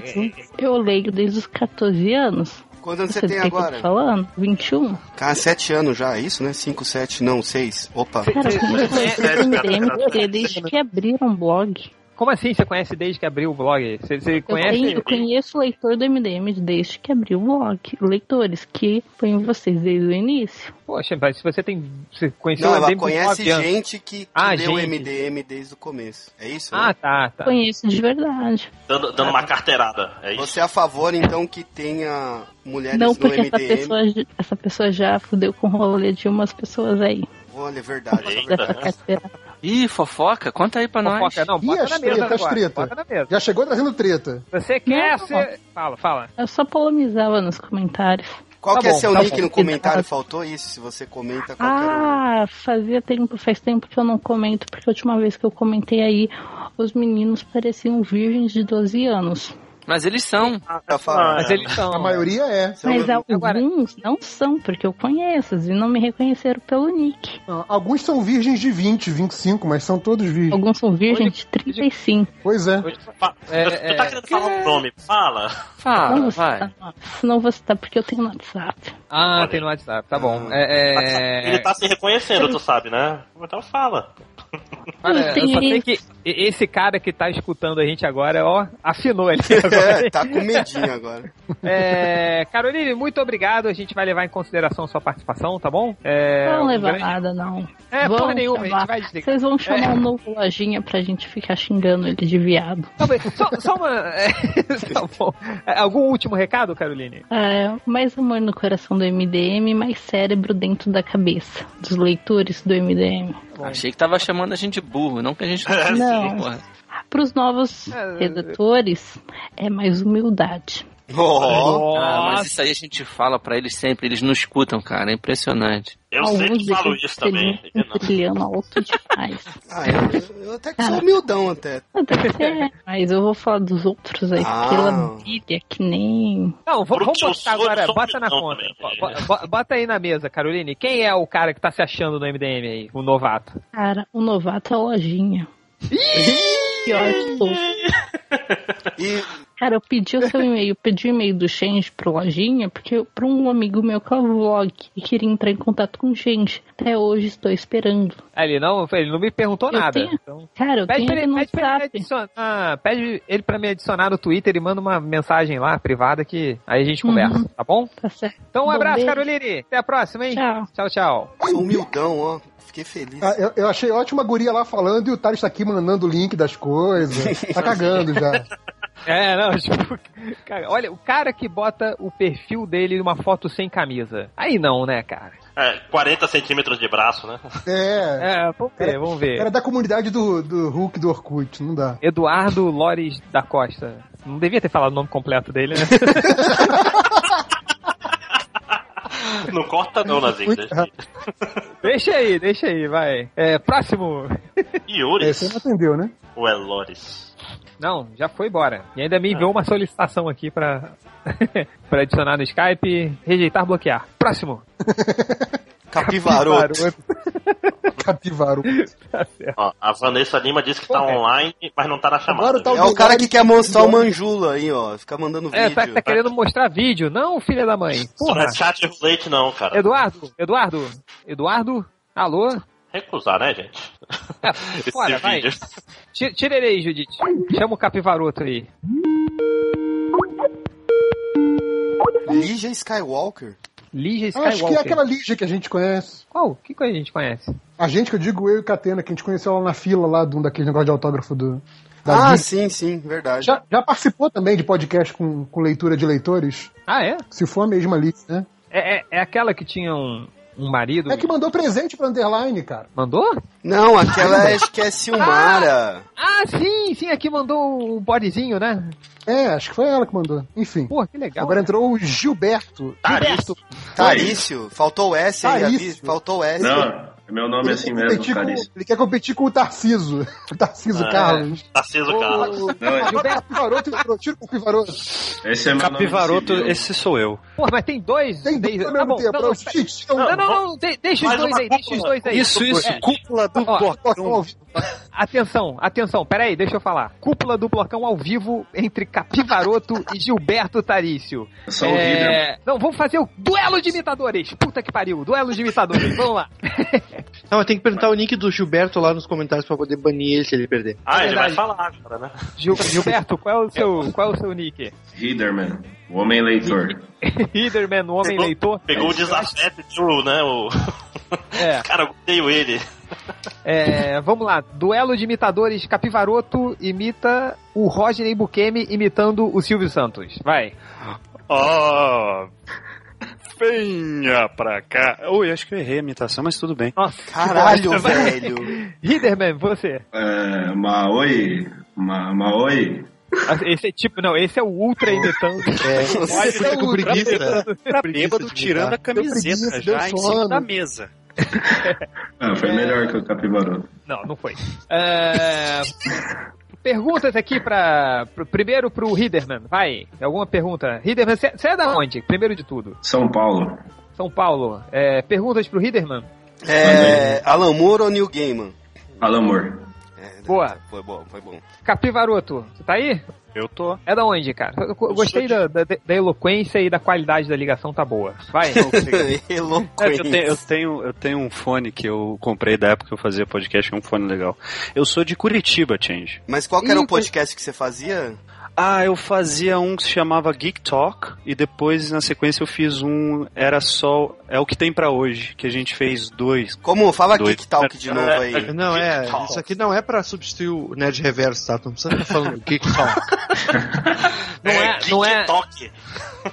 [SPEAKER 4] Sim,
[SPEAKER 1] você.
[SPEAKER 11] Eu leio desde os 14 anos.
[SPEAKER 2] Quantos anos você
[SPEAKER 11] Sabe
[SPEAKER 2] tem
[SPEAKER 11] do que
[SPEAKER 2] agora?
[SPEAKER 11] Eu tô falando? 21?
[SPEAKER 2] Cara, sete anos já, é isso, né? Cinco, sete, não, seis. Opa.
[SPEAKER 11] Cara, eu conheço um
[SPEAKER 8] É,
[SPEAKER 11] o MDM porque desde que abriram o blog,
[SPEAKER 1] Como assim você conhece desde que abriu o blog? Você, você
[SPEAKER 11] Eu, tenho-
[SPEAKER 1] conhece?
[SPEAKER 11] eu conheço o leitor do MDM desde que abriu o blog. Leitores que põem vocês desde o início.
[SPEAKER 1] Poxa, mas se você tem. Você conheceu um
[SPEAKER 2] Não,
[SPEAKER 1] o
[SPEAKER 2] ela
[SPEAKER 1] MDM por
[SPEAKER 2] conhece
[SPEAKER 1] nove anos.
[SPEAKER 2] gente que, que
[SPEAKER 1] Ah,
[SPEAKER 2] leu
[SPEAKER 1] gente.
[SPEAKER 2] MDM desde o começo. É isso? né?
[SPEAKER 1] Ah, tá, tá.
[SPEAKER 11] Conheço de verdade.
[SPEAKER 8] Dando, dando uma carteirada. É isso?
[SPEAKER 2] Você é a favor, então, que tenha mulheres
[SPEAKER 11] Não
[SPEAKER 2] no
[SPEAKER 11] porque essa
[SPEAKER 2] MDM?
[SPEAKER 11] pessoa, j- essa pessoa já fudeu com o rolê de umas pessoas aí. tá
[SPEAKER 2] Olha, é verdade. é
[SPEAKER 8] Eita.
[SPEAKER 11] Dessa
[SPEAKER 2] verdade.
[SPEAKER 11] carteira.
[SPEAKER 5] Ih, fofoca? Conta aí pra nós.
[SPEAKER 1] Fofoca, não, bota
[SPEAKER 4] as
[SPEAKER 1] na mesa
[SPEAKER 4] tretas, as
[SPEAKER 1] agora.
[SPEAKER 4] tretas?
[SPEAKER 1] Bota na mesa.
[SPEAKER 4] Já chegou trazendo treta.
[SPEAKER 1] Você quer
[SPEAKER 11] Não.
[SPEAKER 1] ser. Fala, fala.
[SPEAKER 11] Eu só polemizava nos comentários.
[SPEAKER 2] Qual
[SPEAKER 1] Tá
[SPEAKER 2] que é
[SPEAKER 1] bom,
[SPEAKER 2] seu
[SPEAKER 1] tá
[SPEAKER 2] nick
[SPEAKER 1] bom.
[SPEAKER 2] no comentário? Faltou isso? Se você comenta qualquer um.
[SPEAKER 11] Ah, fazia tempo, faz tempo que eu não comento, porque a última vez que eu comentei aí, os meninos pareciam virgens de 12 anos.
[SPEAKER 5] Mas eles são.
[SPEAKER 2] Tá falando.
[SPEAKER 1] Mas eles são.
[SPEAKER 4] A maioria é.
[SPEAKER 11] Mas
[SPEAKER 2] Então,
[SPEAKER 1] agora-
[SPEAKER 11] alguns não são, porque eu conheço, e não me reconheceram pelo nick.
[SPEAKER 4] Não, Alguns são virgens de 20, 25, mas são todos virgens.
[SPEAKER 11] Alguns são virgens de 35.
[SPEAKER 4] Pois é.
[SPEAKER 8] Fa-
[SPEAKER 1] É,
[SPEAKER 8] tu, tu tá
[SPEAKER 1] é,
[SPEAKER 8] querendo falar o nome? Fala.
[SPEAKER 5] Fala,
[SPEAKER 11] não
[SPEAKER 5] vai.
[SPEAKER 11] Senão vou citar, porque eu tenho no WhatsApp.
[SPEAKER 1] Ah, tem no WhatsApp, tá bom.
[SPEAKER 2] Ah.
[SPEAKER 1] É, é...
[SPEAKER 8] Ele tá se reconhecendo, tu sabe, né? Então fala.
[SPEAKER 1] Olha, eu só sei que e- esse cara que tá escutando a gente agora, ó, afinou ali agora.
[SPEAKER 2] É, tá com medinho agora.
[SPEAKER 1] É, Caroline, muito obrigado. A gente vai levar em consideração sua participação, tá bom? É,
[SPEAKER 11] não
[SPEAKER 1] um
[SPEAKER 11] leva
[SPEAKER 1] grande-
[SPEAKER 11] nada, não.
[SPEAKER 1] É,
[SPEAKER 11] Vão
[SPEAKER 1] porra nenhuma, a
[SPEAKER 11] chamar.
[SPEAKER 1] gente vai desligar. É.
[SPEAKER 11] Vocês vão chamar um novo lojinha pra gente ficar xingando ele de viado.
[SPEAKER 1] Talvez, só, só uma. é, tá bom. É, Algum último recado, Caroline?
[SPEAKER 11] É, mais amor no coração do MDM, mais cérebro dentro da cabeça dos leitores do MDM.
[SPEAKER 5] Achei que tava chamando a gente de burro, não que a gente
[SPEAKER 11] Não.
[SPEAKER 5] porra.
[SPEAKER 11] Para os novos
[SPEAKER 1] É.
[SPEAKER 11] redatores, é mais humildade.
[SPEAKER 2] Oh,
[SPEAKER 5] Ah,
[SPEAKER 1] Nossa.
[SPEAKER 5] mas isso aí a gente fala pra eles sempre, eles não escutam, cara, é impressionante.
[SPEAKER 8] Eu sempre
[SPEAKER 11] deles
[SPEAKER 8] falo isso também.
[SPEAKER 11] brilham-
[SPEAKER 8] Eu não.
[SPEAKER 11] brilham um alto demais.
[SPEAKER 2] ah, eu, eu até que sou humildão até.
[SPEAKER 11] Até que é, mas eu vou falar dos outros aí,
[SPEAKER 2] Ah.
[SPEAKER 11] porque ela brilha que nem.
[SPEAKER 1] Não, vamos, vamos
[SPEAKER 8] Porque eu
[SPEAKER 1] botar
[SPEAKER 8] sou-
[SPEAKER 1] agora,
[SPEAKER 8] sou
[SPEAKER 1] bota na
[SPEAKER 8] bonitão
[SPEAKER 1] conta.
[SPEAKER 8] também.
[SPEAKER 1] Bo- bo- Bota aí na mesa, Caroline. Quem é o cara que tá se achando no MDM aí? O novato.
[SPEAKER 11] Cara, o novato é a lojinha. Pior que sou.
[SPEAKER 2] E
[SPEAKER 11] Cara, eu pedi o seu e-mail, pedi o e-mail do Change pro lojinha, porque eu- pra um amigo meu que é vlog e queria entrar em contato com o Change. Até hoje estou esperando.
[SPEAKER 1] Ah, Ele não, ele não me perguntou
[SPEAKER 11] Eu
[SPEAKER 1] nada.
[SPEAKER 11] tenho-
[SPEAKER 1] Então,
[SPEAKER 11] Cara, eu
[SPEAKER 1] pede
[SPEAKER 11] tenho
[SPEAKER 1] pra
[SPEAKER 11] ele
[SPEAKER 1] ele,
[SPEAKER 11] no
[SPEAKER 1] pede pra ele
[SPEAKER 11] WhatsApp.
[SPEAKER 1] adicionar- ah, pede ele pra me adicionar no Twitter e manda uma mensagem lá, privada, que aí a gente conversa, tá bom?
[SPEAKER 11] Uhum. Tá certo.
[SPEAKER 1] Então um abraço,
[SPEAKER 4] beijo.
[SPEAKER 1] Caroline. Até a próxima, hein? Tchau, tchau.
[SPEAKER 2] Humildão, ó. Fiquei feliz.
[SPEAKER 4] Ah, eu, eu achei ótima a guria lá falando e o Thales tá aqui mandando o link das coisas. Tá cagando já.
[SPEAKER 1] É, não, tipo, cara, olha, o cara que bota o perfil dele numa foto sem camisa. Aí não, né, cara?
[SPEAKER 8] É, 40 centímetros de braço, né?
[SPEAKER 4] É.
[SPEAKER 1] É, vamos ver, vamos ver.
[SPEAKER 4] Era da comunidade do, do Hulk do Orkut, não dá.
[SPEAKER 1] Eduardo Lores da Costa. Não devia ter falado o nome completo dele, né?
[SPEAKER 8] Não corta não, Nazinho.
[SPEAKER 1] Muito deixa aí, deixa aí, vai. É, próximo.
[SPEAKER 8] Iores.
[SPEAKER 4] Você não atendeu, né?
[SPEAKER 8] Ou é Lores?
[SPEAKER 1] Não, já foi embora. E ainda me enviou uma solicitação aqui pra, pra adicionar no Skype, rejeitar, bloquear. Próximo.
[SPEAKER 2] Capivaroto.
[SPEAKER 4] Capivaroto.
[SPEAKER 8] Ó, a Vanessa Lima disse que tá online, mas não tá na chamada. viu?
[SPEAKER 2] é o cara que quer mostrar o manjula aí, ó. Fica mandando vídeo.
[SPEAKER 1] É, tá, tá querendo mostrar vídeo, não, filha da mãe. Porra.
[SPEAKER 8] Não é chat roulette não, cara.
[SPEAKER 1] Eduardo, Eduardo, Eduardo, alô?
[SPEAKER 8] Recusar, né, gente? Esse
[SPEAKER 1] Fora, vai.
[SPEAKER 8] vídeo.
[SPEAKER 1] Ti- Tira ele aí, Judite. Chama o capivaroto aí.
[SPEAKER 2] Lígia Skywalker.
[SPEAKER 1] Lígia
[SPEAKER 4] Acho que é aquela Lígia que a gente conhece.
[SPEAKER 1] Qual? Que coisa a gente conhece?
[SPEAKER 4] A gente, que eu digo eu e Catena, que a gente conheceu lá na fila lá de um daquele negócio de autógrafo do. da
[SPEAKER 2] Ah,
[SPEAKER 4] Disney.
[SPEAKER 2] sim, sim, verdade.
[SPEAKER 4] Já, já participou também de podcast com, com leitura de leitores?
[SPEAKER 1] Ah, é?
[SPEAKER 4] Se for a mesma lista, né?
[SPEAKER 1] É, é- é aquela que tinha um, um marido.
[SPEAKER 4] É que mandou presente pra Underline, cara.
[SPEAKER 1] Mandou?
[SPEAKER 2] Não, aquela é, acho que é Silmara.
[SPEAKER 1] Ah, sim, sim, aqui mandou o bodezinho, né?
[SPEAKER 4] É, acho que foi ela que mandou. Enfim.
[SPEAKER 1] Pô, que legal. né?
[SPEAKER 4] Agora entrou o Gilberto.
[SPEAKER 1] Tarício.
[SPEAKER 2] Tarício. Faltou o S aí,
[SPEAKER 4] Tarício.
[SPEAKER 2] avisa. Faltou o S.
[SPEAKER 12] Não, meu nome é assim mesmo,
[SPEAKER 4] Competir com-
[SPEAKER 12] Carício.
[SPEAKER 4] ele quer competir com o Tarciso. O Tarciso
[SPEAKER 8] É,
[SPEAKER 4] Carlos.
[SPEAKER 8] Tarciso
[SPEAKER 12] Carlos. é. Não, é-
[SPEAKER 4] Gilberto Pivaroto entrou, tiro com o Pivaroto.
[SPEAKER 12] Esse é meu
[SPEAKER 13] Capivaroto,
[SPEAKER 12] nome civil.
[SPEAKER 13] esse sou eu.
[SPEAKER 1] Porra, mas tem dois. Tem dois tá bom, não, não,
[SPEAKER 4] é
[SPEAKER 1] Então,
[SPEAKER 4] um-
[SPEAKER 1] não, não, não, de- deixa os
[SPEAKER 13] Mais
[SPEAKER 1] dois
[SPEAKER 13] uma
[SPEAKER 1] aí, deixa os dois aí.
[SPEAKER 13] Isso, isso, cúpula do
[SPEAKER 1] blocão. Atenção, atenção, peraí, deixa eu falar. Cúpula do blocão ao vivo entre Capivaroto e Gilberto Tarício. É,
[SPEAKER 12] Só ouvi, né?
[SPEAKER 1] Não, vamos fazer o duelo de imitadores. Puta que pariu, duelo de imitadores, vamos lá.
[SPEAKER 3] Não, mas tem que perguntar o nick do Gilberto lá nos comentários pra poder banir ele se ele perder.
[SPEAKER 8] Ah,
[SPEAKER 1] É
[SPEAKER 8] ele vai
[SPEAKER 1] verdade.
[SPEAKER 8] falar agora, né?
[SPEAKER 1] Gil- Gilberto, qual é o seu, qual é o seu nick?
[SPEAKER 12] Riderman, o homem leitor.
[SPEAKER 1] Hiderman, o homem leitor.
[SPEAKER 8] Pegou o desafeto True, né? O...
[SPEAKER 1] É.
[SPEAKER 8] Cara, eu odeio ele.
[SPEAKER 1] É, vamos lá, duelo de imitadores. Capivaroto imita o Rodney Bukemi imitando o Silvio Santos. Vai.
[SPEAKER 13] Ó, Ah, venha pra cá. Oi, acho que eu errei a imitação, mas tudo bem.
[SPEAKER 1] Nossa,
[SPEAKER 2] Caralho,
[SPEAKER 1] Vai.
[SPEAKER 2] velho.
[SPEAKER 1] Riderman, você.
[SPEAKER 12] É, Maoi, Ma- Maoi.
[SPEAKER 1] Esse é tipo, não, esse é o ultra imitando. é
[SPEAKER 13] Olha, ele tá com preguiça. Tá bêbado tirando a camiseta
[SPEAKER 1] preguiça, deu
[SPEAKER 13] já em
[SPEAKER 1] sono.
[SPEAKER 13] cima da mesa.
[SPEAKER 12] Ah,
[SPEAKER 1] É.
[SPEAKER 12] foi melhor que o Capivaroto.
[SPEAKER 1] Não, não foi. É, Perguntas aqui pra. pro- primeiro pro Riderman, vai. Alguma pergunta? Riderman, você é da onde? Primeiro de tudo.
[SPEAKER 12] São Paulo.
[SPEAKER 1] São Paulo. É, perguntas pro Riderman?
[SPEAKER 2] É, Alan Moore ou Neil Gaiman?
[SPEAKER 12] Alan Moore.
[SPEAKER 1] Boa.
[SPEAKER 2] É, Foi bom, foi bom.
[SPEAKER 1] Capivaroto, você tá aí?
[SPEAKER 13] Eu tô.
[SPEAKER 1] É da onde, cara? Eu go- gostei da, da, da eloquência e da qualidade da ligação, tá boa. Vai.
[SPEAKER 13] É que eu, tenho, eu, tenho, eu tenho um fone que eu comprei da época que eu fazia podcast, é um fone legal. Eu sou de Curitiba, Change.
[SPEAKER 2] Mas qual que era o podcast que você fazia?
[SPEAKER 13] Ah, eu fazia um que se chamava Geek Talk e depois na sequência eu fiz um era só é o que tem pra hoje que a gente fez dois.
[SPEAKER 2] Como fala
[SPEAKER 13] dois.
[SPEAKER 2] Geek Talk de novo aí.
[SPEAKER 3] Não, é. Isso aqui não é pra substituir o Nerd Reverso, tá? Não precisa ficar falando Geek Talk.
[SPEAKER 1] Não é, não é,
[SPEAKER 8] Toque.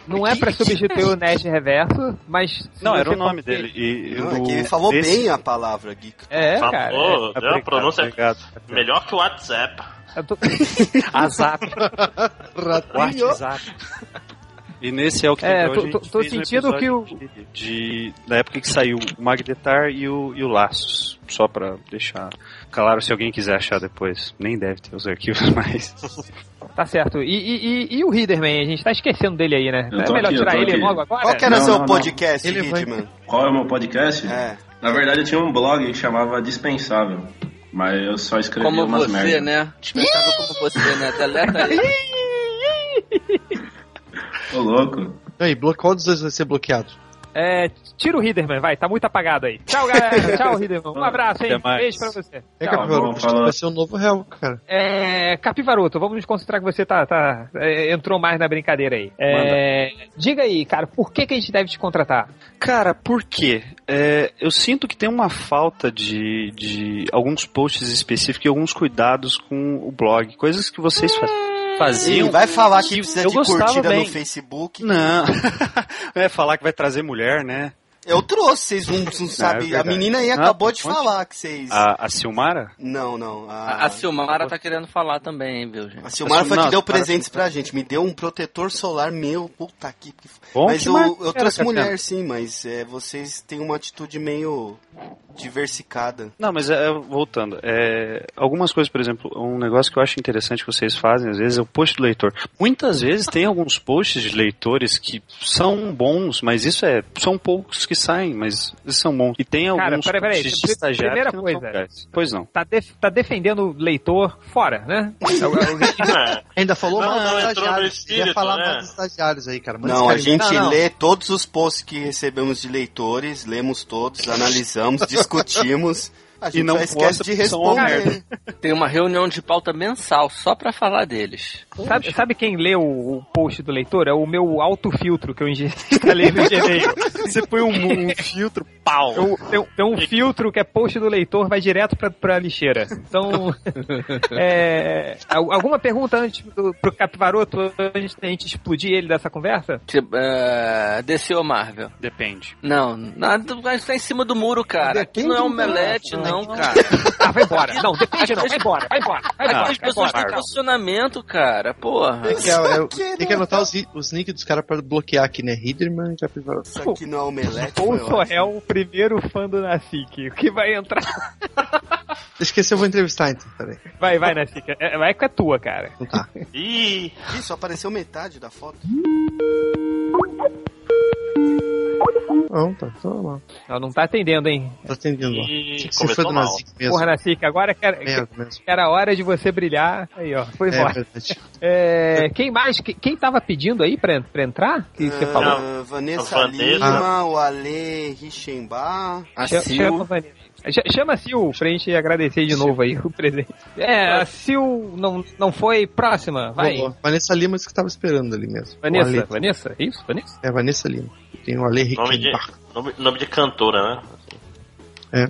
[SPEAKER 1] não é pra substituir o Nerd Reverso, mas. se
[SPEAKER 13] Não, era
[SPEAKER 1] você
[SPEAKER 13] o nome
[SPEAKER 1] conseguir-
[SPEAKER 13] dele. E,
[SPEAKER 2] Não, é
[SPEAKER 13] do-
[SPEAKER 2] que ele falou
[SPEAKER 13] desse-
[SPEAKER 2] bem a palavra geek.
[SPEAKER 1] É,
[SPEAKER 8] Falou,
[SPEAKER 1] cara.
[SPEAKER 13] é,
[SPEAKER 8] deu uma
[SPEAKER 13] obrigado,
[SPEAKER 8] pronúncia
[SPEAKER 13] obrigado.
[SPEAKER 8] melhor que o WhatsApp.
[SPEAKER 1] Eu tô-
[SPEAKER 13] Azap. WhatsApp. E nesse é o que tem
[SPEAKER 1] É,
[SPEAKER 13] pra
[SPEAKER 1] tô-
[SPEAKER 13] hoje. a
[SPEAKER 1] tô-
[SPEAKER 13] gente
[SPEAKER 1] tô
[SPEAKER 13] fez um
[SPEAKER 1] sentindo que o-
[SPEAKER 13] episódio De, de- da época que saiu o Magnetar e o, e o Laços. Só pra deixar claro se alguém quiser achar depois. Nem deve ter os arquivos, mas.
[SPEAKER 1] Tá certo. E, e, e, e o Riderman? A gente tá esquecendo dele aí, né?
[SPEAKER 12] Eu
[SPEAKER 1] é
[SPEAKER 12] tô
[SPEAKER 1] melhor
[SPEAKER 12] aqui, eu
[SPEAKER 1] tirar
[SPEAKER 12] tô
[SPEAKER 1] ele
[SPEAKER 12] aqui.
[SPEAKER 1] logo agora?
[SPEAKER 2] Qual que era seu podcast,
[SPEAKER 12] Ele vai-
[SPEAKER 2] Hitman?
[SPEAKER 12] Qual é o meu podcast?
[SPEAKER 2] É.
[SPEAKER 12] Na verdade, eu tinha um blog que chamava Dispensável. Mas eu só escrevi um.
[SPEAKER 5] Como
[SPEAKER 12] umas
[SPEAKER 5] você,
[SPEAKER 12] merdas.
[SPEAKER 5] né? Dispensável como você, né? Deleta aí.
[SPEAKER 12] Ô, louco.
[SPEAKER 3] E aí, blo- qual dos dois vai ser bloqueado?
[SPEAKER 1] É, tira o Riderman, vai, tá muito apagado aí. Tchau, galera. Tchau, Riderman. Um abraço, hein?
[SPEAKER 3] Até mais.
[SPEAKER 1] Beijo pra você.
[SPEAKER 3] É,
[SPEAKER 1] Tchau.
[SPEAKER 3] Capivaru, vai ser o novo réu, cara.
[SPEAKER 1] É, Capivaroto, vamos nos concentrar que você tá, tá, é, entrou mais na brincadeira aí. É, diga aí, cara, por que, que a gente deve te contratar?
[SPEAKER 13] Cara, por quê? É, eu sinto que tem uma falta de, de alguns posts específicos e alguns cuidados com o blog. Coisas que vocês fa- faziam.
[SPEAKER 2] Ele vai falar que precisa
[SPEAKER 13] eu
[SPEAKER 2] de
[SPEAKER 13] gostava
[SPEAKER 2] curtida
[SPEAKER 13] bem.
[SPEAKER 2] no Facebook.
[SPEAKER 13] Não. é falar que vai trazer mulher, né?
[SPEAKER 2] Eu trouxe, vocês não, não
[SPEAKER 13] É,
[SPEAKER 2] sabem. a
[SPEAKER 13] verdade.
[SPEAKER 2] menina aí
[SPEAKER 13] Ah,
[SPEAKER 2] acabou de
[SPEAKER 13] onde?
[SPEAKER 2] falar que vocês.
[SPEAKER 13] A, a Silmara?
[SPEAKER 2] Não, não.
[SPEAKER 5] A, a Silmara tá querendo falar também, hein, viu, gente?
[SPEAKER 2] A Silmara foi a que
[SPEAKER 5] Nossa,
[SPEAKER 2] deu
[SPEAKER 5] para-
[SPEAKER 2] presentes pra gente. Me deu um protetor solar meu. Puta que.
[SPEAKER 5] Bom
[SPEAKER 2] mas
[SPEAKER 5] que
[SPEAKER 2] eu,
[SPEAKER 5] mar-
[SPEAKER 2] eu
[SPEAKER 5] era,
[SPEAKER 2] trouxe
[SPEAKER 5] Capiano.
[SPEAKER 2] mulher, sim, mas é, vocês têm uma atitude meio diversificada.
[SPEAKER 13] Não, mas é, voltando, é, algumas coisas, por exemplo, um negócio que eu acho interessante que vocês fazem, às vezes, é o post do leitor. Muitas vezes tem alguns posts de leitores que são bons, mas isso é, são poucos que saem, mas eles são bons. E tem alguns
[SPEAKER 1] Cara, peraí, peraí.
[SPEAKER 13] posts de
[SPEAKER 1] Pri-
[SPEAKER 13] estagiário
[SPEAKER 1] primeira
[SPEAKER 13] que não
[SPEAKER 1] coisa.
[SPEAKER 13] são legais. Pois não.
[SPEAKER 1] Tá, def- tá defendendo o leitor fora, né?
[SPEAKER 3] Ainda falou
[SPEAKER 1] Não,
[SPEAKER 3] mal
[SPEAKER 1] não,
[SPEAKER 3] dos
[SPEAKER 1] entrou no
[SPEAKER 3] estagiários.
[SPEAKER 1] espírito,
[SPEAKER 3] Ia falar
[SPEAKER 1] né?
[SPEAKER 3] mal dos estagiários aí, cara. Manda
[SPEAKER 2] Não, a
[SPEAKER 3] esse cara
[SPEAKER 2] gente
[SPEAKER 3] embora.
[SPEAKER 2] lê todos os posts que recebemos de leitores, lemos todos, analisamos, discutimos. A gente só esquece de responder.
[SPEAKER 5] Tem uma reunião de pauta mensal só pra falar deles.
[SPEAKER 1] Sabe, sabe quem leu o post do leitor? É o meu autofiltro que eu inge- instalei no Gmail.
[SPEAKER 13] Você põe um, um filtro, pau.
[SPEAKER 1] Eu- tem, tem um filtro que é post do leitor, vai direto pra, pra lixeira. Então, é, al- alguma pergunta antes do, pro Capivaroto, antes da gente explodir ele dessa conversa?
[SPEAKER 5] Tipo, é, DC ou Marvel?
[SPEAKER 13] Depende.
[SPEAKER 5] Não, nada, a gente tá em cima do muro, cara. Aqui não é
[SPEAKER 1] do
[SPEAKER 5] omelete,
[SPEAKER 1] braço,
[SPEAKER 5] não,
[SPEAKER 1] né?
[SPEAKER 5] cara.
[SPEAKER 1] Ah, vai embora. Não, depende não. Vai embora, vai embora. Vai
[SPEAKER 5] Aqui
[SPEAKER 1] embora,
[SPEAKER 5] as
[SPEAKER 1] vai
[SPEAKER 5] pessoas
[SPEAKER 1] embora.
[SPEAKER 5] têm posicionanamento, cara, porra.
[SPEAKER 3] Tem que, é, é, tem que anotar os, ri- os nicks dos caras pra bloquear aqui, né? Hiderman e Capivara.
[SPEAKER 2] Isso aqui não é omelete.
[SPEAKER 1] Ou
[SPEAKER 2] foi
[SPEAKER 1] só
[SPEAKER 2] ótimo.
[SPEAKER 1] é o primeiro fã do Nasik, que vai entrar.
[SPEAKER 3] Esqueci, eu vou entrevistar então, peraí.
[SPEAKER 1] Vai, vai, Nasik. É, vai que é tua, cara.
[SPEAKER 2] Ih, só Ah. apareceu metade da foto.
[SPEAKER 3] Não, tá, tá normal.
[SPEAKER 1] Ela não tá atendendo, hein?
[SPEAKER 3] Tá atendendo lá.
[SPEAKER 1] Ih,
[SPEAKER 3] Você foi do Nazik mesmo.
[SPEAKER 1] Porra, Nasik, agora que era,
[SPEAKER 3] Mesmo,
[SPEAKER 1] que-
[SPEAKER 3] mesmo.
[SPEAKER 1] que era a hora de você brilhar. Aí, ó, foi
[SPEAKER 3] É,
[SPEAKER 1] embora.
[SPEAKER 3] verdade.
[SPEAKER 1] É, quem mais? Que- Quem tava pedindo aí pra, en- pra entrar? Que você
[SPEAKER 2] Ah,
[SPEAKER 1] falou?
[SPEAKER 2] Vanessa,
[SPEAKER 1] A Vanessa.
[SPEAKER 2] Lima, o Ale Richembar.
[SPEAKER 1] Cha- Chama, Vanessa. Cha- chama a Sil pra gente agradecer de novo aí o presente. É, a Sil não, não foi próxima, vai.
[SPEAKER 3] Boa. Vanessa Lima disse que tava esperando ali mesmo.
[SPEAKER 1] Vanessa,
[SPEAKER 3] O Ale-
[SPEAKER 1] Vanessa, isso, Vanessa?
[SPEAKER 3] É, Vanessa Lima. Tem o Ale
[SPEAKER 8] Nome de,
[SPEAKER 3] Riquimbar.
[SPEAKER 8] nome, nome de cantora, né?
[SPEAKER 3] É.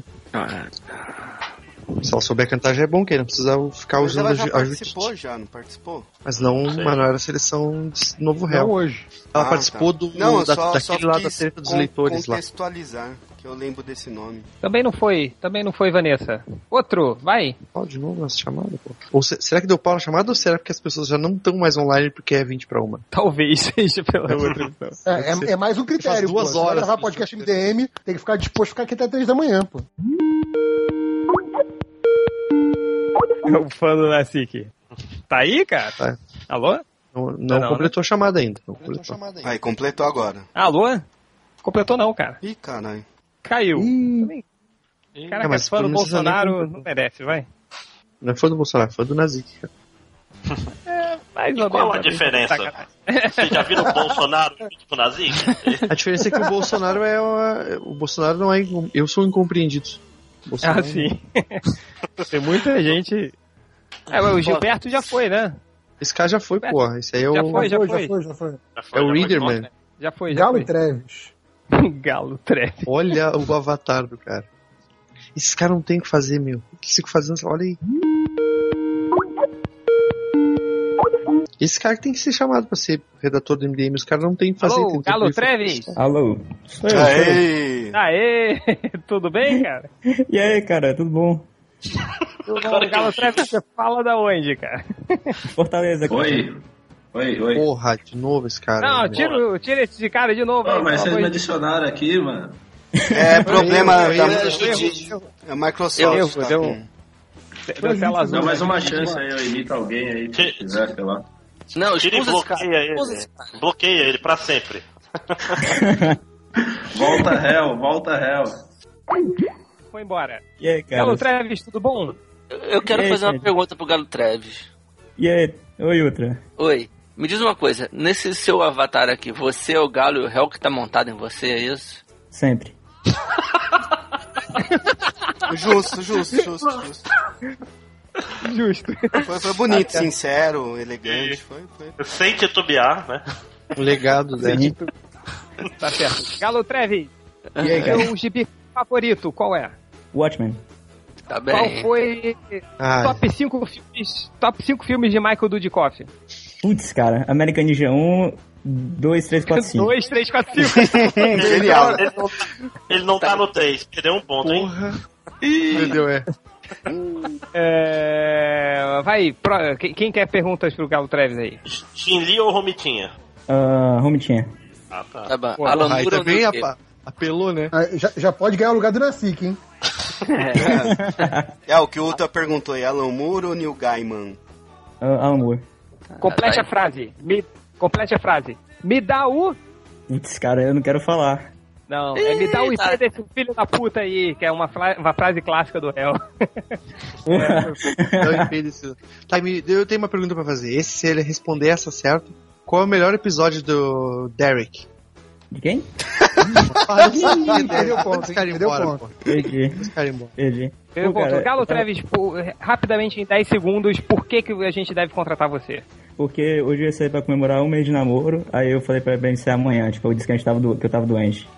[SPEAKER 3] Se ela souber cantar já é bom, que ele não precisava ficar
[SPEAKER 2] Mas
[SPEAKER 3] usando
[SPEAKER 2] ela
[SPEAKER 3] a
[SPEAKER 2] já
[SPEAKER 3] ju- a ju-
[SPEAKER 2] participou já, não participou?
[SPEAKER 3] Mas não,
[SPEAKER 2] Sei.
[SPEAKER 3] mas não era a seleção de novo
[SPEAKER 2] Não
[SPEAKER 3] réu.
[SPEAKER 2] hoje.
[SPEAKER 3] Ela
[SPEAKER 2] Ah,
[SPEAKER 3] participou
[SPEAKER 2] tá.
[SPEAKER 3] do,
[SPEAKER 2] Não, eu
[SPEAKER 3] da,
[SPEAKER 2] só-
[SPEAKER 3] daquele
[SPEAKER 2] só
[SPEAKER 3] lá da
[SPEAKER 2] quis
[SPEAKER 3] treta dos
[SPEAKER 2] con-
[SPEAKER 3] leitores lá.
[SPEAKER 2] contextualizar, que eu lembro desse nome.
[SPEAKER 1] Também não foi, também não foi, Vanessa. Outro, vai.
[SPEAKER 3] Pau de novo nessa chamada, pô. Ou se- será que deu pau na chamada ou será porque as pessoas já não estão mais online porque é 20 pra uma?
[SPEAKER 1] Talvez seja pela outra.
[SPEAKER 4] É, é- é mais um critério.
[SPEAKER 3] Faz duas
[SPEAKER 4] pô. Você vai
[SPEAKER 3] horas.
[SPEAKER 4] gravar podcast MDM, tem que ficar disposto a ficar aqui até 3 da manhã, pô.
[SPEAKER 1] É o fã do Nasik. Tá aí, cara? Alô?
[SPEAKER 3] Não, não,
[SPEAKER 1] não,
[SPEAKER 3] completou a chamada ainda. Não completou.
[SPEAKER 2] Aí, completou agora.
[SPEAKER 1] Alô? Completou não, cara.
[SPEAKER 2] Ih, caralho.
[SPEAKER 1] Caiu. Também.
[SPEAKER 3] É,
[SPEAKER 1] Cara, que é
[SPEAKER 3] mas
[SPEAKER 1] fã do
[SPEAKER 3] pelo menos já não
[SPEAKER 1] Bolsonaro
[SPEAKER 3] completou.
[SPEAKER 1] não merece, vai.
[SPEAKER 3] Não é fã do Bolsonaro, é fã do Nazik, cara.
[SPEAKER 1] Mais
[SPEAKER 8] E
[SPEAKER 1] ou
[SPEAKER 8] qual
[SPEAKER 1] menos,
[SPEAKER 8] a
[SPEAKER 1] né?
[SPEAKER 8] diferença? Vocês já viram o Bolsonaro tipo nazi?
[SPEAKER 3] A diferença é que o Bolsonaro é. uma- O Bolsonaro não é. incom- Eu sou incompreendido. O Bolsonaro- é.
[SPEAKER 1] Ah, sim. Tem muita gente. É, mas o Gilberto já foi, né?
[SPEAKER 3] Esse cara já foi, porra. Esse aí é
[SPEAKER 1] Já
[SPEAKER 3] o.
[SPEAKER 1] foi, já
[SPEAKER 4] já
[SPEAKER 1] foi.
[SPEAKER 4] foi, já foi.
[SPEAKER 3] É o Readerman.
[SPEAKER 1] Já foi, já
[SPEAKER 4] Galo
[SPEAKER 1] foi.
[SPEAKER 4] e Treves.
[SPEAKER 1] Galo Treves.
[SPEAKER 3] Olha o avatar do cara. Esse cara não tem o que fazer, meu. O que fica fazendo? Olha aí. Esse cara que tem que ser chamado pra ser redator do MDM. Os caras não tem o que fazer.
[SPEAKER 1] Alô,
[SPEAKER 3] tem que
[SPEAKER 1] Galo
[SPEAKER 3] ter-
[SPEAKER 1] Treves?
[SPEAKER 14] Alô? Sou eu, sou eu.
[SPEAKER 2] Aê!
[SPEAKER 1] Aê! Tudo bem, cara?
[SPEAKER 14] E aí, cara, tudo bom?
[SPEAKER 1] Tudo bom, Galo Treves, você fala da onde, cara?
[SPEAKER 14] Fortaleza, cara.
[SPEAKER 12] Oi. Oi, oi.
[SPEAKER 3] Porra, de novo esse cara.
[SPEAKER 1] Não,
[SPEAKER 3] aí,
[SPEAKER 1] tira, o- tira esse de cara de novo.
[SPEAKER 12] Pô,
[SPEAKER 1] aí,
[SPEAKER 12] mas
[SPEAKER 1] pelo
[SPEAKER 12] vocês me
[SPEAKER 1] amor de
[SPEAKER 12] adicionaram aqui, mano.
[SPEAKER 2] É problema
[SPEAKER 12] Eu- eu-
[SPEAKER 2] da
[SPEAKER 12] eu-
[SPEAKER 2] é Microsoft.
[SPEAKER 12] Eu- eu-
[SPEAKER 2] tá
[SPEAKER 12] deu-
[SPEAKER 2] com-
[SPEAKER 1] deu tela azul.
[SPEAKER 12] Não, mais uma chance aí, eu imito alguém aí, se quiser, sei lá.
[SPEAKER 5] Não,
[SPEAKER 8] Tira e
[SPEAKER 5] expulsa esse cara.
[SPEAKER 8] bloqueia
[SPEAKER 5] Expulsa
[SPEAKER 8] ele.
[SPEAKER 5] esse
[SPEAKER 8] Bloqueia ele pra sempre.
[SPEAKER 12] Volta réu, volta réu.
[SPEAKER 1] Deus, Foi embora.
[SPEAKER 14] E aí, cara?
[SPEAKER 1] Galo Treves, tudo bom?
[SPEAKER 5] Eu quero
[SPEAKER 14] E aí,
[SPEAKER 5] fazer uma
[SPEAKER 14] gente?
[SPEAKER 5] pergunta pro Galo Treves.
[SPEAKER 14] E aí? Oi, Ultra.
[SPEAKER 5] Oi. Me diz uma coisa, nesse seu avatar aqui, você é o galo e o réu que tá montado em você, é isso?
[SPEAKER 14] Sempre.
[SPEAKER 2] Justo, justo, justo, justo.
[SPEAKER 1] Justo.
[SPEAKER 2] Foi, foi bonito,
[SPEAKER 3] É.
[SPEAKER 2] sincero, elegante. Foi, foi.
[SPEAKER 8] Sem titubear, né?
[SPEAKER 3] O legado dele.
[SPEAKER 1] Tá certo. Galo Trevi,
[SPEAKER 14] E aí, cara?
[SPEAKER 1] seu gibi favorito, qual é?
[SPEAKER 14] Watchmen.
[SPEAKER 5] Tá
[SPEAKER 1] Qual foi
[SPEAKER 14] Ai.
[SPEAKER 1] top 5 filmes, top 5 filmes de Michael Dudikoff?
[SPEAKER 14] Putz, cara. American Ninja 1, 2, 3, 4, 5.
[SPEAKER 1] 2, 3, 4, 5.
[SPEAKER 8] Genial. Ele não, ele não tá no 3, perdeu um ponto, hein?
[SPEAKER 3] Entendeu, é.
[SPEAKER 1] É, vai, pro- quem- quem quer perguntas pro Galo Treves aí?
[SPEAKER 8] Shinli ou Romitinha?
[SPEAKER 14] Ah, Romitinha.
[SPEAKER 8] Ah, tá.
[SPEAKER 5] Tá bom.
[SPEAKER 4] Porra, Alan aí Moore também, ou Neil
[SPEAKER 3] rapaz. Apelou, né?
[SPEAKER 4] Ah, já, já pode ganhar o lugar do Nacique, hein?
[SPEAKER 2] É, o que o Uta perguntou aí, Alan Moore ou Neil Gaiman?
[SPEAKER 14] Ah, Alan Moore.
[SPEAKER 1] Complete a frase. Me, complete a frase. Me dá o.
[SPEAKER 14] Putz, cara, eu não quero falar.
[SPEAKER 1] Não, é me dá o IP desse filho da puta aí, que é uma, fra- uma frase clássica do réu. É,
[SPEAKER 3] Não entendo isso. Tá, me- eu tenho uma pergunta pra fazer. Esse, se ele responder essa certo, qual é o melhor episódio do Derek?
[SPEAKER 14] De quem?
[SPEAKER 3] Ah, eu sabia,
[SPEAKER 4] Perdeu
[SPEAKER 3] Derek.
[SPEAKER 4] ponto,
[SPEAKER 3] Os caras
[SPEAKER 4] hein?
[SPEAKER 3] iam
[SPEAKER 4] Perdeu
[SPEAKER 3] embora,
[SPEAKER 4] ponto.
[SPEAKER 3] pô.
[SPEAKER 14] Perdi.
[SPEAKER 3] Os caras iam embora.
[SPEAKER 14] Perdi.
[SPEAKER 1] Eu
[SPEAKER 14] Pô, cara,
[SPEAKER 1] volto. Galo
[SPEAKER 14] eu tava-
[SPEAKER 1] Treves, pô, rapidamente em 10 segundos, por que, que a gente deve contratar você?
[SPEAKER 14] Porque hoje eu ia sair pra comemorar um mês de namoro, aí eu falei pra ela pra gente ser amanhã, tipo, eu disse que, a gente tava do... que eu tava doente.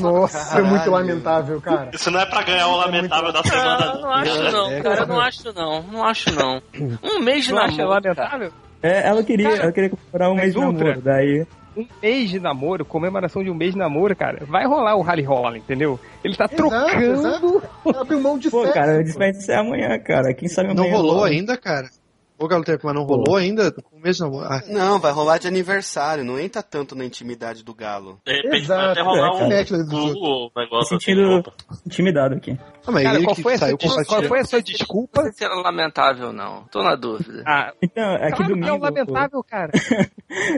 [SPEAKER 4] Nossa, é muito lamentável, cara.
[SPEAKER 8] Isso não é pra ganhar o lamentável da semana.
[SPEAKER 5] Não acho não, cara, eu não acho não, não acho não. Um mês de
[SPEAKER 1] Não acha
[SPEAKER 5] namoro, cara.
[SPEAKER 1] lamentável?
[SPEAKER 14] É, ela queria,
[SPEAKER 1] Cara,
[SPEAKER 14] ela queria comemorar um mês de
[SPEAKER 1] Ultra.
[SPEAKER 14] namoro, daí...
[SPEAKER 1] Um mês de namoro, comemoração de um mês de namoro, cara, vai rolar o rally rola, entendeu? Ele tá trocando.
[SPEAKER 4] exato. Abre mão de
[SPEAKER 14] Pô,
[SPEAKER 4] sexo.
[SPEAKER 14] cara, eu disse pra gente ser amanhã, cara, quem sabe
[SPEAKER 3] Não
[SPEAKER 14] amanhã...
[SPEAKER 3] rolou
[SPEAKER 14] rola.
[SPEAKER 3] ainda, cara? Ô, Galo Tempo, mas não rolou ainda? No começo não. Ah,
[SPEAKER 2] Não, vai rolar de aniversário, não entra tanto na intimidade do galo.
[SPEAKER 8] De repente vai
[SPEAKER 4] Exato,
[SPEAKER 8] até rolar
[SPEAKER 14] é, cara.
[SPEAKER 8] um Google, um
[SPEAKER 14] Tô
[SPEAKER 8] negócio assim.
[SPEAKER 14] sentindo intimidado aqui.
[SPEAKER 3] Ah, mas
[SPEAKER 1] Cara,
[SPEAKER 3] ele
[SPEAKER 1] qual
[SPEAKER 3] que
[SPEAKER 1] foi, a
[SPEAKER 3] saiu
[SPEAKER 1] sua, des- qual
[SPEAKER 3] compartilhando.
[SPEAKER 1] foi a sua desculpa?
[SPEAKER 5] Não sei se era lamentável não, tô na dúvida.
[SPEAKER 1] Ah,
[SPEAKER 14] Então, aqui
[SPEAKER 1] claro que
[SPEAKER 14] domingo...
[SPEAKER 1] é um lamentável, cara.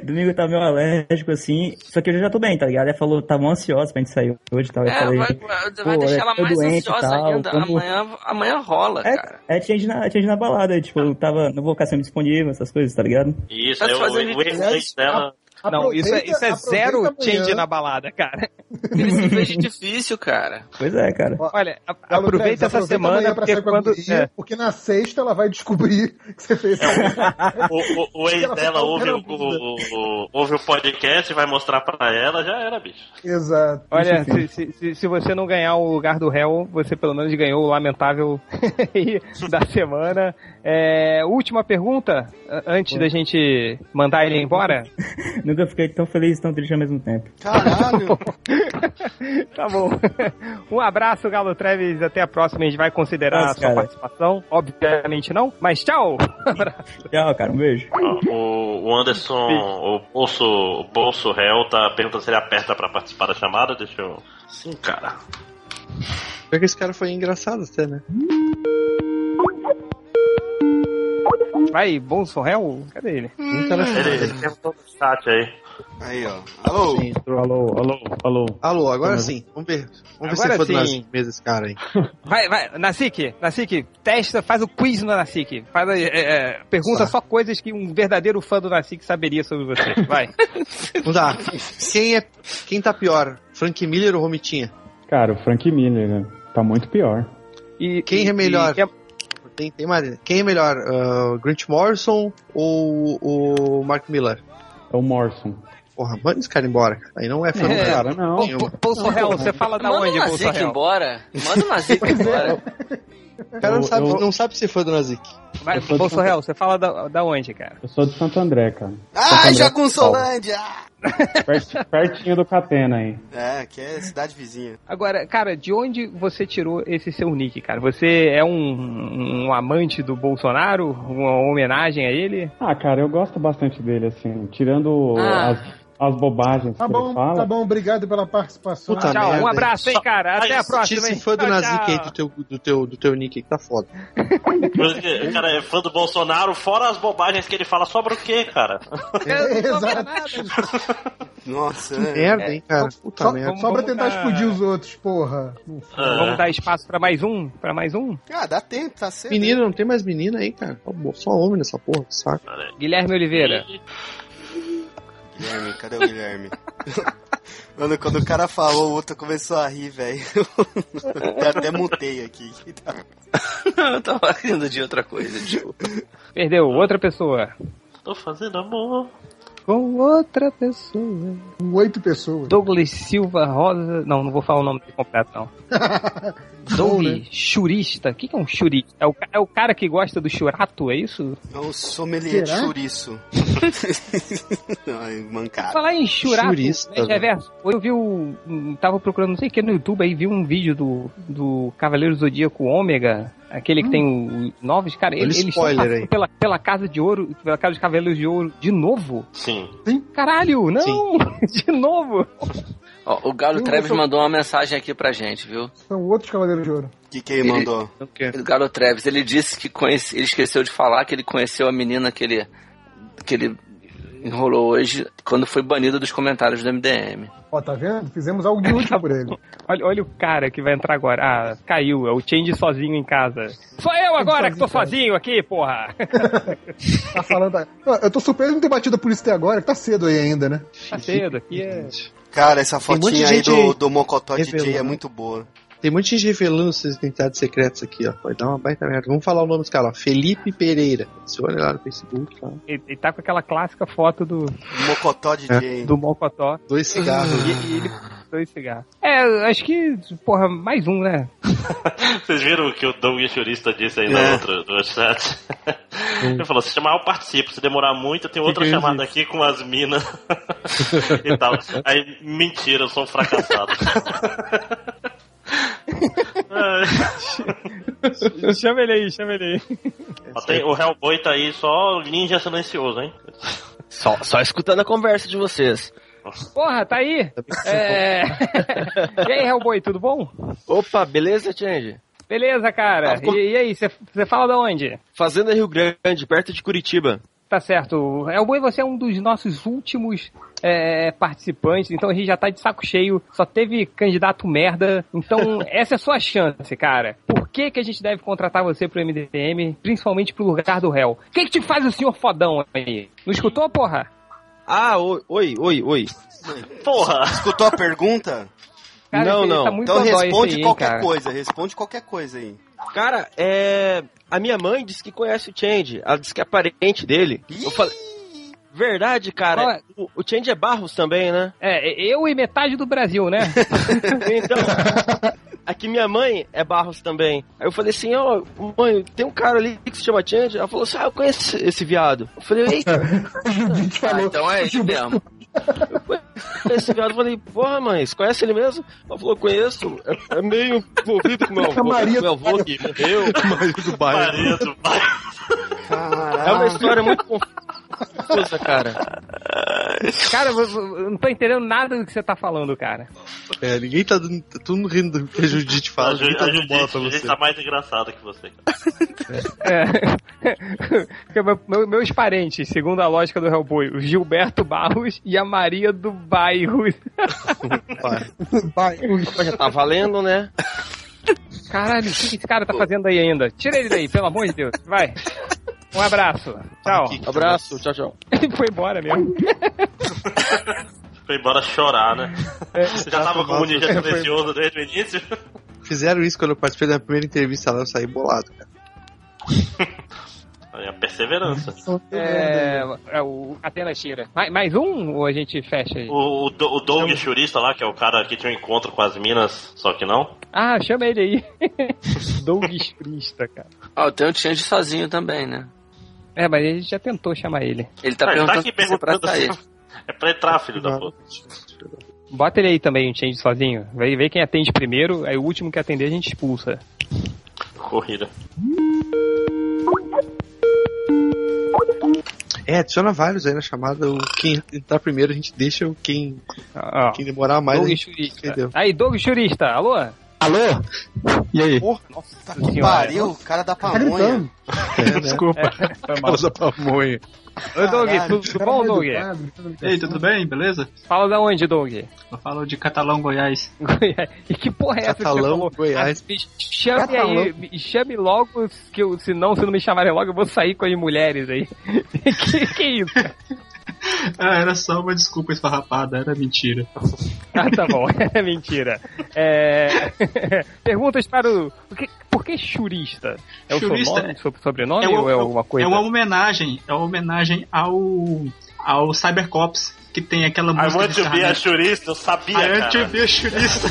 [SPEAKER 14] Domingo eu tava meio alérgico, assim. Só que eu já tô bem, tá ligado? Ela falou, tava ansiosa pra gente sair hoje e tal. Eu
[SPEAKER 5] É,
[SPEAKER 14] falei,
[SPEAKER 5] vai, vai
[SPEAKER 14] pô,
[SPEAKER 5] deixar
[SPEAKER 14] eu
[SPEAKER 5] ela
[SPEAKER 14] tô
[SPEAKER 5] mais
[SPEAKER 14] doente e
[SPEAKER 5] ansiosa
[SPEAKER 14] tal,
[SPEAKER 5] ainda.
[SPEAKER 14] como-
[SPEAKER 5] Amanhã, amanhã rola, cara.
[SPEAKER 14] É, é tinha gente na, tinha gente na balada, tipo, eu tava, não vou ficar sempre disponível, essas coisas, tá ligado?
[SPEAKER 8] Isso,
[SPEAKER 5] Tá
[SPEAKER 8] é o, o
[SPEAKER 5] fazendo
[SPEAKER 8] erro
[SPEAKER 5] diferença.
[SPEAKER 8] dela.
[SPEAKER 1] Não, isso é, isso é
[SPEAKER 4] Aproveita-
[SPEAKER 1] zero
[SPEAKER 4] aproveita
[SPEAKER 1] change
[SPEAKER 4] amanhã.
[SPEAKER 1] na balada, cara.
[SPEAKER 5] Ele se fez de difícil, cara.
[SPEAKER 14] Pois é, cara.
[SPEAKER 1] Olha, a-
[SPEAKER 4] Galo Treves,
[SPEAKER 1] aproveita essa
[SPEAKER 4] aproveita
[SPEAKER 1] semana,
[SPEAKER 4] amanhã pra
[SPEAKER 1] porque
[SPEAKER 4] sair com a
[SPEAKER 1] quando.
[SPEAKER 4] guria,
[SPEAKER 1] é.
[SPEAKER 4] Porque na sexta ela vai descobrir que você fez
[SPEAKER 8] É um
[SPEAKER 4] isso.
[SPEAKER 8] O, o- o ex
[SPEAKER 4] Ela
[SPEAKER 8] dela
[SPEAKER 4] ficou
[SPEAKER 8] ouve o,
[SPEAKER 4] pela vida.
[SPEAKER 8] o- o- ouve o podcast, vai mostrar pra ela, já era, bicho.
[SPEAKER 4] Exato.
[SPEAKER 1] Olha, se, se, se- se você não ganhar o lugar do réu, você pelo menos ganhou o lamentável aí da semana. É, última pergunta, a- antes da gente mandar ele embora.
[SPEAKER 14] Nunca fiquei tão feliz e tão triste ao mesmo tempo.
[SPEAKER 2] Caralho!
[SPEAKER 1] Tá bom. Um abraço, Galo Treves. Até a próxima. A gente vai considerar a
[SPEAKER 14] Nossa,
[SPEAKER 1] sua
[SPEAKER 14] cara.
[SPEAKER 1] participação. Obviamente não, mas tchau! Um
[SPEAKER 14] Tchau, cara, um beijo.
[SPEAKER 8] Ó, O, o Anderson, o bolso, o bolso réu, tá perguntando se ele aperta pra participar da chamada. Deixa eu. Sim, cara.
[SPEAKER 3] Pior que esse cara foi engraçado até, né?
[SPEAKER 1] Vai, bom sorréu? Cadê ele? tá
[SPEAKER 3] Um cara
[SPEAKER 8] Ele,
[SPEAKER 3] chamado.
[SPEAKER 8] ele perguntou no chat aí.
[SPEAKER 2] Aí, ó. Alô?
[SPEAKER 12] Alô, alô, alô. é
[SPEAKER 3] Alô, agora sim. Vamos ver. Vamos ver
[SPEAKER 1] Agora
[SPEAKER 3] se foi do
[SPEAKER 1] sim.
[SPEAKER 3] nas mesas esse cara, hein?
[SPEAKER 1] Vai, vai, Nasik, Nasik, testa, faz o quiz no Nasik. Faz, é, é, pergunta
[SPEAKER 3] Tá.
[SPEAKER 1] só coisas que um verdadeiro fã do Nasik saberia sobre você. Vai.
[SPEAKER 3] Vamos lá. Quem, é, quem tá pior? Frank Miller ou Romitinha?
[SPEAKER 12] Cara, o Frank Miller, né? Tá muito pior.
[SPEAKER 1] E,
[SPEAKER 3] Quem é
[SPEAKER 1] e-
[SPEAKER 3] melhor?
[SPEAKER 1] e-
[SPEAKER 3] Tem, tem mais. Quem é melhor? ah, Grant Morrison ou o Mark Miller?
[SPEAKER 12] É o Morrison.
[SPEAKER 3] Porra, manda esse cara embora, cara. Aí não é fã do
[SPEAKER 1] É.
[SPEAKER 12] Cara,
[SPEAKER 3] cara.
[SPEAKER 12] não.
[SPEAKER 1] Pô, pô, pô, Sorrel, você fala da
[SPEAKER 5] Manda
[SPEAKER 1] onde,
[SPEAKER 5] o
[SPEAKER 1] pô,
[SPEAKER 5] Nazik
[SPEAKER 1] Sorrel? é.
[SPEAKER 5] embora. Manda o Nazik embora.
[SPEAKER 3] O cara não
[SPEAKER 12] Eu-
[SPEAKER 3] sabe,
[SPEAKER 12] eu-
[SPEAKER 3] não sabe se foi do Nazik.
[SPEAKER 1] Vai,
[SPEAKER 12] Eu sou de
[SPEAKER 1] pô,
[SPEAKER 12] São
[SPEAKER 1] Sorrel, você fala da, da onde, cara?
[SPEAKER 12] Eu sou de Santo André, cara.
[SPEAKER 2] Ah,
[SPEAKER 12] Santo André,
[SPEAKER 2] Jacunsolândia!
[SPEAKER 12] Perti- Pertinho do Catena aí.
[SPEAKER 2] É, que é cidade vizinha.
[SPEAKER 1] Agora, cara, de onde você tirou esse seu nick, cara? Você é um, um amante do Bolsonaro? Uma homenagem a ele?
[SPEAKER 12] Ah, cara, eu gosto bastante dele, assim. Tirando
[SPEAKER 5] Ah.
[SPEAKER 12] as, as bobagens
[SPEAKER 4] Tá
[SPEAKER 12] que
[SPEAKER 4] bom,
[SPEAKER 12] ele fala.
[SPEAKER 4] tá bom, obrigado pela participação.
[SPEAKER 3] Puta
[SPEAKER 1] Tchau,
[SPEAKER 3] merda,
[SPEAKER 1] um abraço, hein, cara? Até a
[SPEAKER 3] Tira
[SPEAKER 1] próxima,
[SPEAKER 3] esse
[SPEAKER 1] hein?
[SPEAKER 3] fã do
[SPEAKER 1] Tchau,
[SPEAKER 3] Nazik aí
[SPEAKER 1] tchau.
[SPEAKER 3] do teu, do, teu, do teu nick aí, que tá foda.
[SPEAKER 8] O cara é fã do Bolsonaro, fora as bobagens que ele fala, sobra o quê, cara?
[SPEAKER 1] Eu não sou
[SPEAKER 4] Exato.
[SPEAKER 1] nada.
[SPEAKER 2] Nossa,
[SPEAKER 4] Que
[SPEAKER 12] É.
[SPEAKER 4] merda,
[SPEAKER 8] é.
[SPEAKER 4] hein, cara?
[SPEAKER 2] Puta
[SPEAKER 4] só, só
[SPEAKER 2] merda.
[SPEAKER 4] pra
[SPEAKER 2] Vamos
[SPEAKER 4] tentar
[SPEAKER 2] dar-
[SPEAKER 4] explodir os outros, porra.
[SPEAKER 1] Vamos dar espaço pra mais um? Pra mais um?
[SPEAKER 2] Ah, dá tempo, tá cedo.
[SPEAKER 3] Menina, não tem mais menina aí, cara. Só, só homem nessa porra, que saco.
[SPEAKER 1] Guilherme Oliveira.
[SPEAKER 2] Guilherme, cadê o Guilherme? Mano, quando o cara falou, o outro começou a rir, velho. Eu até mutei aqui.
[SPEAKER 5] Eu tava rindo de outra coisa, tipo. desculpa.
[SPEAKER 1] Perdeu, outra pessoa.
[SPEAKER 8] Tô fazendo amor.
[SPEAKER 1] Com outra pessoa.
[SPEAKER 4] Com Um oito pessoas.
[SPEAKER 1] Douglas Silva Rosa. Não, não vou falar o nome dele completo, não. Douglas Churista. O que que é um churista? É o, ca- é o cara que gosta do churato, é isso?
[SPEAKER 2] É o sommelier de
[SPEAKER 1] Será?
[SPEAKER 2] chouriço. Ai, mancada.
[SPEAKER 1] Falar em churato,
[SPEAKER 2] Churista,
[SPEAKER 1] né, reverso. Eu vi o. hum, Tava procurando, não sei o que, no YouTube aí, vi um vídeo do, do Cavaleiro Zodíaco Ômega. Aquele que
[SPEAKER 3] Hum.
[SPEAKER 1] tem o novos, cara,
[SPEAKER 3] Olha
[SPEAKER 1] eles, eles estão
[SPEAKER 3] spoiler
[SPEAKER 1] passando
[SPEAKER 3] aí.
[SPEAKER 1] pela, pela casa de ouro, pela casa de cavaleiros de ouro de novo.
[SPEAKER 8] Sim.
[SPEAKER 1] Caralho, não! De novo!
[SPEAKER 5] Ó, o Galo
[SPEAKER 4] Sim,
[SPEAKER 5] Treves
[SPEAKER 4] eu sou-
[SPEAKER 5] mandou uma mensagem aqui pra gente, viu?
[SPEAKER 4] São outros Cavaleiros de Ouro.
[SPEAKER 2] O que, que
[SPEAKER 5] Ele- O Galo Treves, ele disse que conhece, ele esqueceu de falar que ele conheceu a menina que ele, que ele enrolou hoje quando foi banido dos comentários do MDM.
[SPEAKER 4] Ó, tá vendo? Fizemos algo de útil Tá por ele.
[SPEAKER 1] Olha, olha o cara que vai entrar agora. Ah, caiu. É o Change sozinho em casa. Sou eu agora que tô sozinho aqui, porra.
[SPEAKER 4] Tá falando. Ah, Eu tô surpreso de não ter batido a polícia até agora, que tá cedo aí ainda, né?
[SPEAKER 1] Tá cedo aqui. É...
[SPEAKER 2] Cara, essa
[SPEAKER 3] Tem muita
[SPEAKER 2] fotinha aí
[SPEAKER 3] gente
[SPEAKER 2] do, do Mocotó DJ é
[SPEAKER 3] revelando.
[SPEAKER 2] muito boa.
[SPEAKER 3] Tem muita gente revelando suas identidades secretas aqui, ó. Vai dar uma baita merda. Vamos falar o nome dos caras, ó. Felipe Pereira. Você olha lá no Facebook, lá.
[SPEAKER 1] Ele, ele tá com aquela clássica foto do
[SPEAKER 2] Mocotó DJ.
[SPEAKER 1] do Mocotó.
[SPEAKER 3] Dois
[SPEAKER 4] É.
[SPEAKER 3] cigarros.
[SPEAKER 1] E, e ele dois cigarros. É, eu acho que, porra, mais um, né?
[SPEAKER 8] Vocês viram o que o Doug Churista disse aí
[SPEAKER 3] É.
[SPEAKER 8] na outra, no chat? Ele falou, se chamar eu participo, se demorar muito, eu tenho outra
[SPEAKER 12] Que que é
[SPEAKER 8] chamada aqui com as minas e tal. Aí, mentira, eu sou um fracassado.
[SPEAKER 1] chama ele aí, chama ele aí.
[SPEAKER 8] Ó, tem- o Hellboy tá aí só ninja silencioso, hein?
[SPEAKER 15] Só, só escutando a conversa de vocês.
[SPEAKER 1] Porra, tá aí. É... e aí, Hellboy, tudo bom?
[SPEAKER 15] Opa, beleza, Change?
[SPEAKER 1] Beleza, cara. E, e aí, você fala de onde?
[SPEAKER 15] Fazenda Rio Grande, perto de Curitiba.
[SPEAKER 1] Tá certo. Elboy, você é um dos nossos últimos é, participantes, então a gente já tá de saco cheio, só teve candidato merda. Então, essa é a sua chance, cara. Por que, que a gente deve contratar você pro MDM, principalmente pro lugar do réu? O que, que te faz o senhor fodão aí? Não escutou, porra?
[SPEAKER 15] Ah, oi, oi, oi, oi.
[SPEAKER 8] Porra!
[SPEAKER 2] Escutou a pergunta?
[SPEAKER 15] Cara, Não, esse aí não. tá muito
[SPEAKER 2] então
[SPEAKER 15] dodói
[SPEAKER 2] responde
[SPEAKER 15] esse aí,
[SPEAKER 2] qualquer
[SPEAKER 15] cara.
[SPEAKER 2] coisa, responde qualquer coisa aí.
[SPEAKER 15] Cara, é. A minha mãe disse que conhece o Change. Ela disse que é parente dele. Eu falei. Verdade, cara. O, o Change é Barros também, né?
[SPEAKER 1] É, eu e metade do Brasil, né?
[SPEAKER 15] então. Aqui minha mãe é Barros também. Aí eu falei assim, ó, mãe, tem um cara ali que se chama Change. Ela falou assim, ah, eu conheço esse viado. Eu falei, eita.
[SPEAKER 5] Ah, então é isso mesmo.
[SPEAKER 15] Esse viado, eu falei, porra, mãe, você conhece ele mesmo? Ela falou, conheço, é, é meio envolvido com meu avô,
[SPEAKER 3] Maria
[SPEAKER 15] meu avô que morreu.
[SPEAKER 3] do bairro.
[SPEAKER 8] Maria do
[SPEAKER 15] É uma história muito confusa, cara.
[SPEAKER 1] Cara, eu- eu eu não tô entendendo nada do que você tá falando, cara.
[SPEAKER 3] É, ninguém tá dando. tá Todo mundo rindo do que a Judite
[SPEAKER 8] A,
[SPEAKER 3] fala.
[SPEAKER 8] Ju-
[SPEAKER 3] Ninguém
[SPEAKER 8] a
[SPEAKER 3] tá dando bola pra
[SPEAKER 8] Judite, Judite
[SPEAKER 3] você.
[SPEAKER 8] tá mais engraçada que você.
[SPEAKER 1] É. Porque meu- meu- meus parentes, segundo a lógica do Hellboy, o Gilberto Barros e a Maria do Bairro.
[SPEAKER 15] Já tá valendo, né?
[SPEAKER 1] Caralho, o que que esse cara tá fazendo aí ainda? Tira ele daí, pelo amor de Deus. Vai. Um abraço. Tchau.
[SPEAKER 15] Um Abraço, tchau, tchau.
[SPEAKER 1] Ele foi embora mesmo.
[SPEAKER 8] Foi embora chorar, né?
[SPEAKER 3] É.
[SPEAKER 8] Você já tava com o ninja
[SPEAKER 3] assim, Foi-
[SPEAKER 8] silencioso desde o início?
[SPEAKER 3] Fizeram isso quando eu participei da primeira entrevista lá, eu saí bolado, cara.
[SPEAKER 8] Aí a perseverança.
[SPEAKER 1] É, é o Atenas tira. Mais, mais um ou a gente fecha aí?
[SPEAKER 8] O, o, Do- o Doug Churista lá, que é o cara que tinha um encontro com as minas, só que não.
[SPEAKER 1] Ah, chama ele aí. Doug Sprista, cara.
[SPEAKER 5] Ó, tem o Ah, Change sozinho também, né?
[SPEAKER 1] É, mas a gente já tentou chamar ele.
[SPEAKER 5] Ele tá
[SPEAKER 8] Ah, ele tá
[SPEAKER 5] perguntando
[SPEAKER 8] aqui
[SPEAKER 5] se é pra
[SPEAKER 8] perguntando
[SPEAKER 5] sair.
[SPEAKER 8] se- É pra entrar, filho da puta. Tipo,
[SPEAKER 1] Bota ele aí também, o Change sozinho. Vê, vê quem atende primeiro, aí o último que atender a gente expulsa.
[SPEAKER 8] Corrida.
[SPEAKER 3] É, adiciona vários aí na chamada. O quem entrar primeiro a gente deixa, o quem,
[SPEAKER 1] Ah,
[SPEAKER 3] quem demorar mais.
[SPEAKER 1] Doug
[SPEAKER 3] a gente
[SPEAKER 1] Churista.
[SPEAKER 3] entendeu.
[SPEAKER 1] Aí, Doug Churista, alô?
[SPEAKER 16] Alô? E aí?
[SPEAKER 2] Nossa, que pariu, o cara tá da
[SPEAKER 1] Tá
[SPEAKER 2] pamonha.
[SPEAKER 1] É, né?
[SPEAKER 16] Desculpa.
[SPEAKER 3] Foi mal. Usa pamonha.
[SPEAKER 1] Oi, Doug,
[SPEAKER 3] Caralho,
[SPEAKER 1] tudo
[SPEAKER 3] cara
[SPEAKER 1] bom,
[SPEAKER 3] mal
[SPEAKER 1] Doug?
[SPEAKER 3] educado, cara
[SPEAKER 1] Ei, tudo bem? Beleza? Fala da onde, Doug?
[SPEAKER 16] Eu falo de Catalão Goiás.
[SPEAKER 1] E que porra é essa que você
[SPEAKER 16] Catalão,
[SPEAKER 1] falou?
[SPEAKER 16] Goiás.
[SPEAKER 1] Ah, me Chame
[SPEAKER 16] Catalão.
[SPEAKER 1] aí, me chame logo, que eu, se não, se não me chamarem logo, eu vou sair com as mulheres aí. que, que isso? cara?
[SPEAKER 16] Ah, era só uma desculpa esfarrapada, era mentira.
[SPEAKER 1] Ah, tá bom, é mentira. É... Perguntas para o. o que- Por que churista? É o seu
[SPEAKER 16] Churista
[SPEAKER 1] nome,
[SPEAKER 16] é-
[SPEAKER 1] seu sobrenome
[SPEAKER 16] é o-
[SPEAKER 1] ou é alguma coisa?
[SPEAKER 16] É uma homenagem, é uma homenagem ao ao Cybercops que tem aquela
[SPEAKER 8] I
[SPEAKER 16] música.
[SPEAKER 8] want to be a churista, eu sabia,
[SPEAKER 16] I want
[SPEAKER 8] cara.
[SPEAKER 16] to be a churista.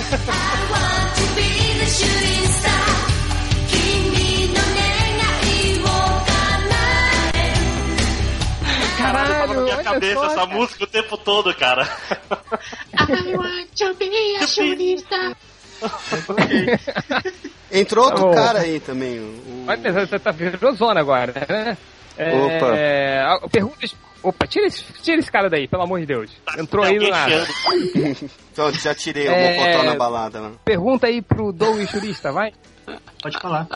[SPEAKER 8] Caralho, tava na minha
[SPEAKER 6] olha
[SPEAKER 8] cabeça
[SPEAKER 6] só,
[SPEAKER 8] essa
[SPEAKER 6] cara.
[SPEAKER 8] música o tempo todo, cara.
[SPEAKER 2] Entrou outro
[SPEAKER 1] Tá bom.
[SPEAKER 2] cara aí também. o-
[SPEAKER 1] Mas você tá virou zona agora, né? É, a- Perguntas. Opa, tira esse, tira esse cara daí, pelo amor de Deus.
[SPEAKER 2] Tá
[SPEAKER 1] Entrou aí do nada.
[SPEAKER 2] Então, já tirei o
[SPEAKER 1] É.
[SPEAKER 2] mocotó na balada, né? mano.
[SPEAKER 1] Pergunta aí pro Doug Churista, vai.
[SPEAKER 16] Pode falar.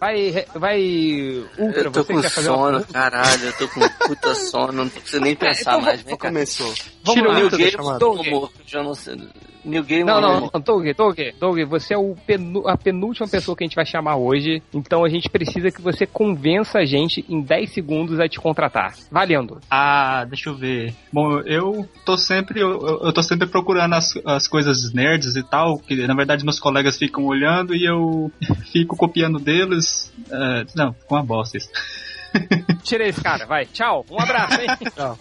[SPEAKER 1] Vai, re- vai, Ultra,
[SPEAKER 5] Eu tô
[SPEAKER 1] você
[SPEAKER 5] com
[SPEAKER 1] quer fazer uma
[SPEAKER 5] sono, caralho, eu tô com um puta sono, não preciso nem pensar
[SPEAKER 1] Então,
[SPEAKER 5] mais,
[SPEAKER 1] vamos-
[SPEAKER 5] vem cá.
[SPEAKER 2] Começou.
[SPEAKER 5] Tira o
[SPEAKER 1] lá,
[SPEAKER 5] New
[SPEAKER 1] Ultra,
[SPEAKER 5] Game,
[SPEAKER 1] chamada.
[SPEAKER 5] tô morto, já não sei. New Game,
[SPEAKER 1] Não,
[SPEAKER 5] morreu.
[SPEAKER 1] não, não, Doug, Doug, Doug, você é o penu- a penúltima pessoa que a gente vai chamar hoje, então a gente precisa que você convença a gente em 10 segundos a te contratar. Valendo.
[SPEAKER 16] Ah, deixa eu ver. Bom, eu tô sempre eu, eu- eu tô sempre procurando as, as coisas nerds e tal, que na verdade meus colegas ficam olhando e eu fico copiando deles. Ah, não, com uma bosta isso.
[SPEAKER 1] Tira esse cara, vai. Tchau. Um abraço, hein? Tchau.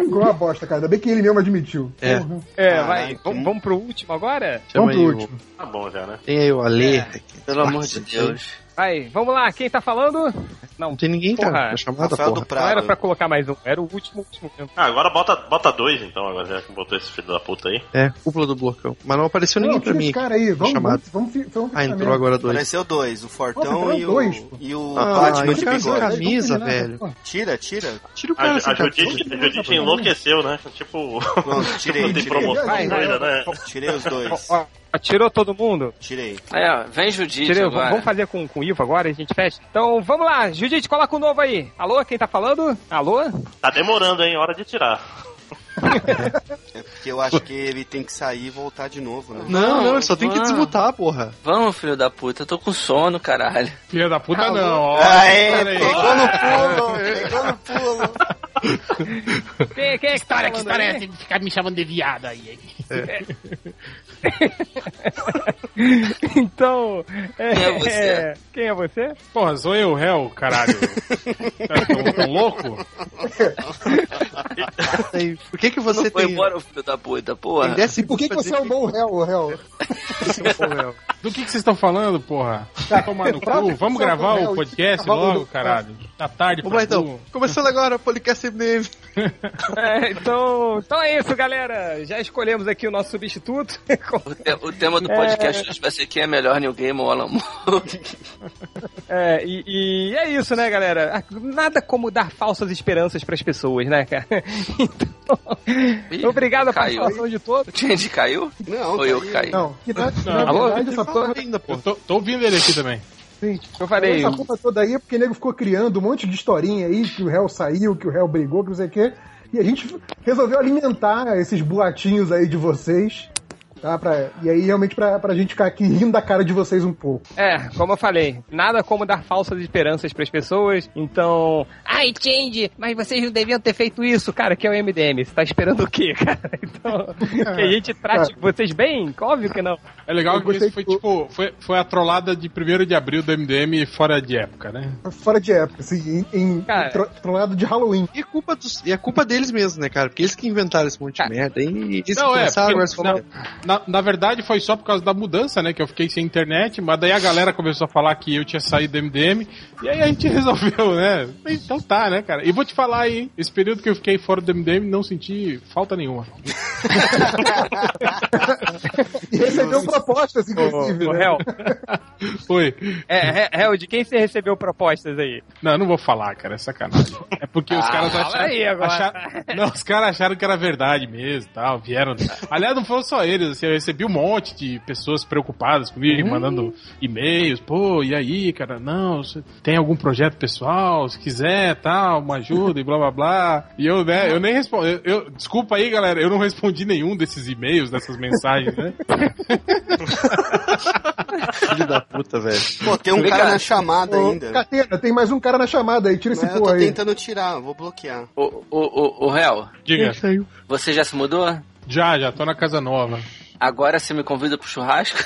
[SPEAKER 4] Igual a bosta, cara. Ainda bem que ele mesmo admitiu.
[SPEAKER 3] É.
[SPEAKER 4] Porra.
[SPEAKER 1] É, vai. Vamos vamos pro último agora?
[SPEAKER 3] Chama aí o-
[SPEAKER 8] Tá bom já, né?
[SPEAKER 3] Tem aí o Ale.
[SPEAKER 5] É, Pelo amor de Deus.
[SPEAKER 1] Vai, vamos lá. Quem tá falando?
[SPEAKER 3] Não tem ninguém, cara. Tá chamada,
[SPEAKER 8] Rafael
[SPEAKER 3] porra.
[SPEAKER 8] do Prado.
[SPEAKER 1] Não era pra colocar mais um. Era o último, último mesmo.
[SPEAKER 8] Ah, agora bota, bota dois, então, agora já que botou esse filho da puta aí.
[SPEAKER 3] É, cúpula do blocão. Mas não apareceu ninguém
[SPEAKER 4] Não,
[SPEAKER 3] pra
[SPEAKER 4] tira
[SPEAKER 3] mim.
[SPEAKER 4] esse cara aí. Vamos,
[SPEAKER 3] chamado.
[SPEAKER 4] vamos, vamos, fi- vamos
[SPEAKER 3] Ah,
[SPEAKER 4] fixar
[SPEAKER 3] entrou
[SPEAKER 4] mesmo.
[SPEAKER 3] agora dois.
[SPEAKER 2] Apareceu dois, o
[SPEAKER 3] Então,
[SPEAKER 2] Fortão
[SPEAKER 4] Pô, tá
[SPEAKER 2] e o,
[SPEAKER 4] dois, pô.
[SPEAKER 2] e o
[SPEAKER 3] Ah,
[SPEAKER 2] Batman
[SPEAKER 3] ele
[SPEAKER 2] de
[SPEAKER 3] tá sem
[SPEAKER 2] bigode.
[SPEAKER 3] camisa, Eles não combinam, velho. pô.
[SPEAKER 2] Tira, tira.
[SPEAKER 3] Tira o
[SPEAKER 8] A, a Judite, a Judite enlouqueceu, né? Tipo,
[SPEAKER 2] Não, tirei,
[SPEAKER 8] tem
[SPEAKER 2] tirei.
[SPEAKER 8] promoção
[SPEAKER 2] Vai, vai,
[SPEAKER 8] doida, né?
[SPEAKER 2] Tirei os dois.
[SPEAKER 1] Ó, ó, Ah, tirou todo mundo?
[SPEAKER 2] Tirei.
[SPEAKER 5] Aí, ó, vem Judite
[SPEAKER 1] Tirei.
[SPEAKER 5] agora.
[SPEAKER 1] Vamos fazer com, com o Ivo agora e a gente fecha? Então vamos lá. Judite, coloca o novo aí. Alô, quem tá falando? Alô?
[SPEAKER 8] Tá demorando, hein? Hora de tirar.
[SPEAKER 2] Porque eu acho que ele tem que sair e voltar de novo, né?
[SPEAKER 5] Não, não, ele só tem
[SPEAKER 4] é.
[SPEAKER 5] que vamos.
[SPEAKER 3] desmutar, porra.
[SPEAKER 5] Vamos, filho da puta, eu tô com sono, caralho.
[SPEAKER 1] Filho da puta não,
[SPEAKER 2] Aê, pegou no pulo, pegou no pulo.
[SPEAKER 1] Quem, quem é que tá
[SPEAKER 17] Cara, que
[SPEAKER 1] falando
[SPEAKER 17] história é
[SPEAKER 1] aí?
[SPEAKER 17] essa de ficar me chamando de viado aí?
[SPEAKER 18] É.
[SPEAKER 1] Então, é,
[SPEAKER 17] Quem é você?
[SPEAKER 1] é, quem é você?
[SPEAKER 18] Porra, sou eu, réu, caralho. Tá tão louco?
[SPEAKER 3] Por que, que você
[SPEAKER 5] não foi
[SPEAKER 3] tem-
[SPEAKER 5] embora, o filho da puta, porra.
[SPEAKER 3] Tem dez
[SPEAKER 4] E por que, que você é um bom réu, réu?
[SPEAKER 18] Do que, que vocês estão falando, porra? Tá tomando no
[SPEAKER 3] Prova
[SPEAKER 18] cu?
[SPEAKER 3] que
[SPEAKER 18] Vamos
[SPEAKER 3] você é
[SPEAKER 18] gravar
[SPEAKER 3] um
[SPEAKER 18] o
[SPEAKER 3] réu,
[SPEAKER 18] podcast
[SPEAKER 3] cavalo
[SPEAKER 18] logo,
[SPEAKER 3] do-
[SPEAKER 18] caralho. Tá tarde,
[SPEAKER 3] Vamos lá
[SPEAKER 18] pra
[SPEAKER 3] então.
[SPEAKER 18] tu.
[SPEAKER 3] Começando agora o Podcast MDM.
[SPEAKER 1] É, então, então é isso, galera. Já escolhemos aqui o nosso substituto.
[SPEAKER 5] O tema do podcast hoje vai ser quem é melhor New Game ou Alan Moore.
[SPEAKER 1] É, e, e é isso, né, galera? Ah, Nada como dar falsas esperanças pras pessoas, né, cara? Então, obrigado pela
[SPEAKER 5] caiu.
[SPEAKER 1] participação de todos.
[SPEAKER 5] Gente, caiu?
[SPEAKER 2] Não,
[SPEAKER 18] tá
[SPEAKER 5] Ou eu que caí?
[SPEAKER 4] Não, que na, na
[SPEAKER 18] Alô?
[SPEAKER 4] verdade essa porra,
[SPEAKER 18] Eu tô, tô ouvindo ele aqui também.
[SPEAKER 4] sim.
[SPEAKER 1] Eu falei-
[SPEAKER 4] Essa culpa toda aí é porque o nego ficou criando um monte de historinha aí, que o réu saiu, que o réu brigou, que não sei o quê. E a gente resolveu alimentar esses boatinhos aí de vocês. Tá, pra, e aí, realmente, pra, pra gente ficar aqui rindo da cara de vocês um pouco.
[SPEAKER 1] É, como eu falei, nada como dar falsas esperanças pras pessoas. Então, ai, change, mas vocês não deviam ter feito isso, cara, que é o MDM. Você tá esperando o quê, cara? Então, que a gente trate vocês bem? Óbvio que não.
[SPEAKER 18] É legal que isso foi tipo, foi, foi a trollada de 1 de abril do MDM fora de época, né?
[SPEAKER 4] Fora de época, assim, em, em
[SPEAKER 1] Cara.
[SPEAKER 4] tro- tronado de Halloween.
[SPEAKER 3] E é culpa, dos, e é culpa deles mesmo, né, cara? Porque eles que inventaram esse monte de merda. E, e
[SPEAKER 18] Ah. Não, é,
[SPEAKER 3] começaram, agora
[SPEAKER 18] porque,
[SPEAKER 3] se
[SPEAKER 18] na, na, na verdade foi só por causa da mudança, né? Que eu fiquei sem internet, mas daí a galera começou a falar que eu tinha saído do MDM, e aí a gente resolveu, né? Então tá, né, cara? E vou te falar aí, esse período que eu fiquei fora do MDM, não senti falta nenhuma.
[SPEAKER 4] E recebeu propostas, inclusive.
[SPEAKER 1] Ô,
[SPEAKER 4] né?
[SPEAKER 1] réu.
[SPEAKER 18] Oi.
[SPEAKER 1] É, é, réu, de quem você recebeu propostas aí?
[SPEAKER 18] Não, eu não vou falar, cara, é sacanagem. É porque os
[SPEAKER 1] Ah,
[SPEAKER 18] caras
[SPEAKER 1] fala
[SPEAKER 18] acharam,
[SPEAKER 1] aí agora.
[SPEAKER 18] acharam- Não, os caras acharam que era verdade mesmo, tal, vieram. Aliás, não foram só eles, assim, eu recebi um monte de pessoas preocupadas comigo,
[SPEAKER 10] Hum.
[SPEAKER 18] mandando e-mails, pô, e aí, cara, não, você tem algum projeto pessoal, se quiser, tal, uma ajuda e blá blá blá. E eu, né, eu nem respondi, eu, eu- desculpa aí, galera, eu não respondi nenhum desses e-mails, dessas mensagens, né?
[SPEAKER 3] Filho da puta, velho.
[SPEAKER 2] Pô, tem um
[SPEAKER 4] Vem
[SPEAKER 2] cara
[SPEAKER 4] cá.
[SPEAKER 2] na chamada
[SPEAKER 4] Ô,
[SPEAKER 2] ainda.
[SPEAKER 4] Catena, tem mais um cara na chamada aí, tira esse
[SPEAKER 2] Mas eu tô
[SPEAKER 4] porra aí.
[SPEAKER 2] tentando tirar, vou bloquear.
[SPEAKER 5] O, o, o, o Réu.
[SPEAKER 18] Diga.
[SPEAKER 5] Você já se mudou?
[SPEAKER 18] Já, já, tô na casa nova.
[SPEAKER 5] Agora você me convida pro churrasco?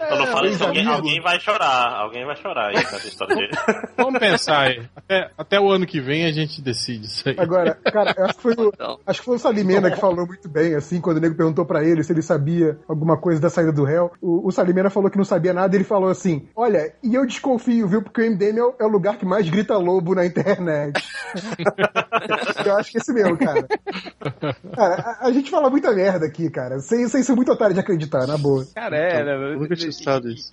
[SPEAKER 8] Eu não falo
[SPEAKER 18] É,
[SPEAKER 8] isso, alguém,
[SPEAKER 18] amigo.
[SPEAKER 8] alguém vai chorar. Alguém vai chorar aí nessa história dele.
[SPEAKER 18] Vamos pensar aí. Até, até o ano que vem a gente decide isso aí.
[SPEAKER 4] Agora, cara, eu acho que foi o, acho que foi o Salimena que falou muito bem, assim, quando o nego perguntou pra ele se ele sabia alguma coisa da saída do réu. O, o Salimena falou que não sabia nada e ele falou assim: Olha, e eu desconfio, viu? Porque o MDM é o, é o lugar que mais grita lobo na internet. eu acho que é esse mesmo, cara. Cara, a, a gente fala muita merda aqui, cara. Vocês vocês são muito otários de acreditar, na boa.
[SPEAKER 1] Cara,
[SPEAKER 3] então,
[SPEAKER 1] é.
[SPEAKER 3] isso.
[SPEAKER 1] né?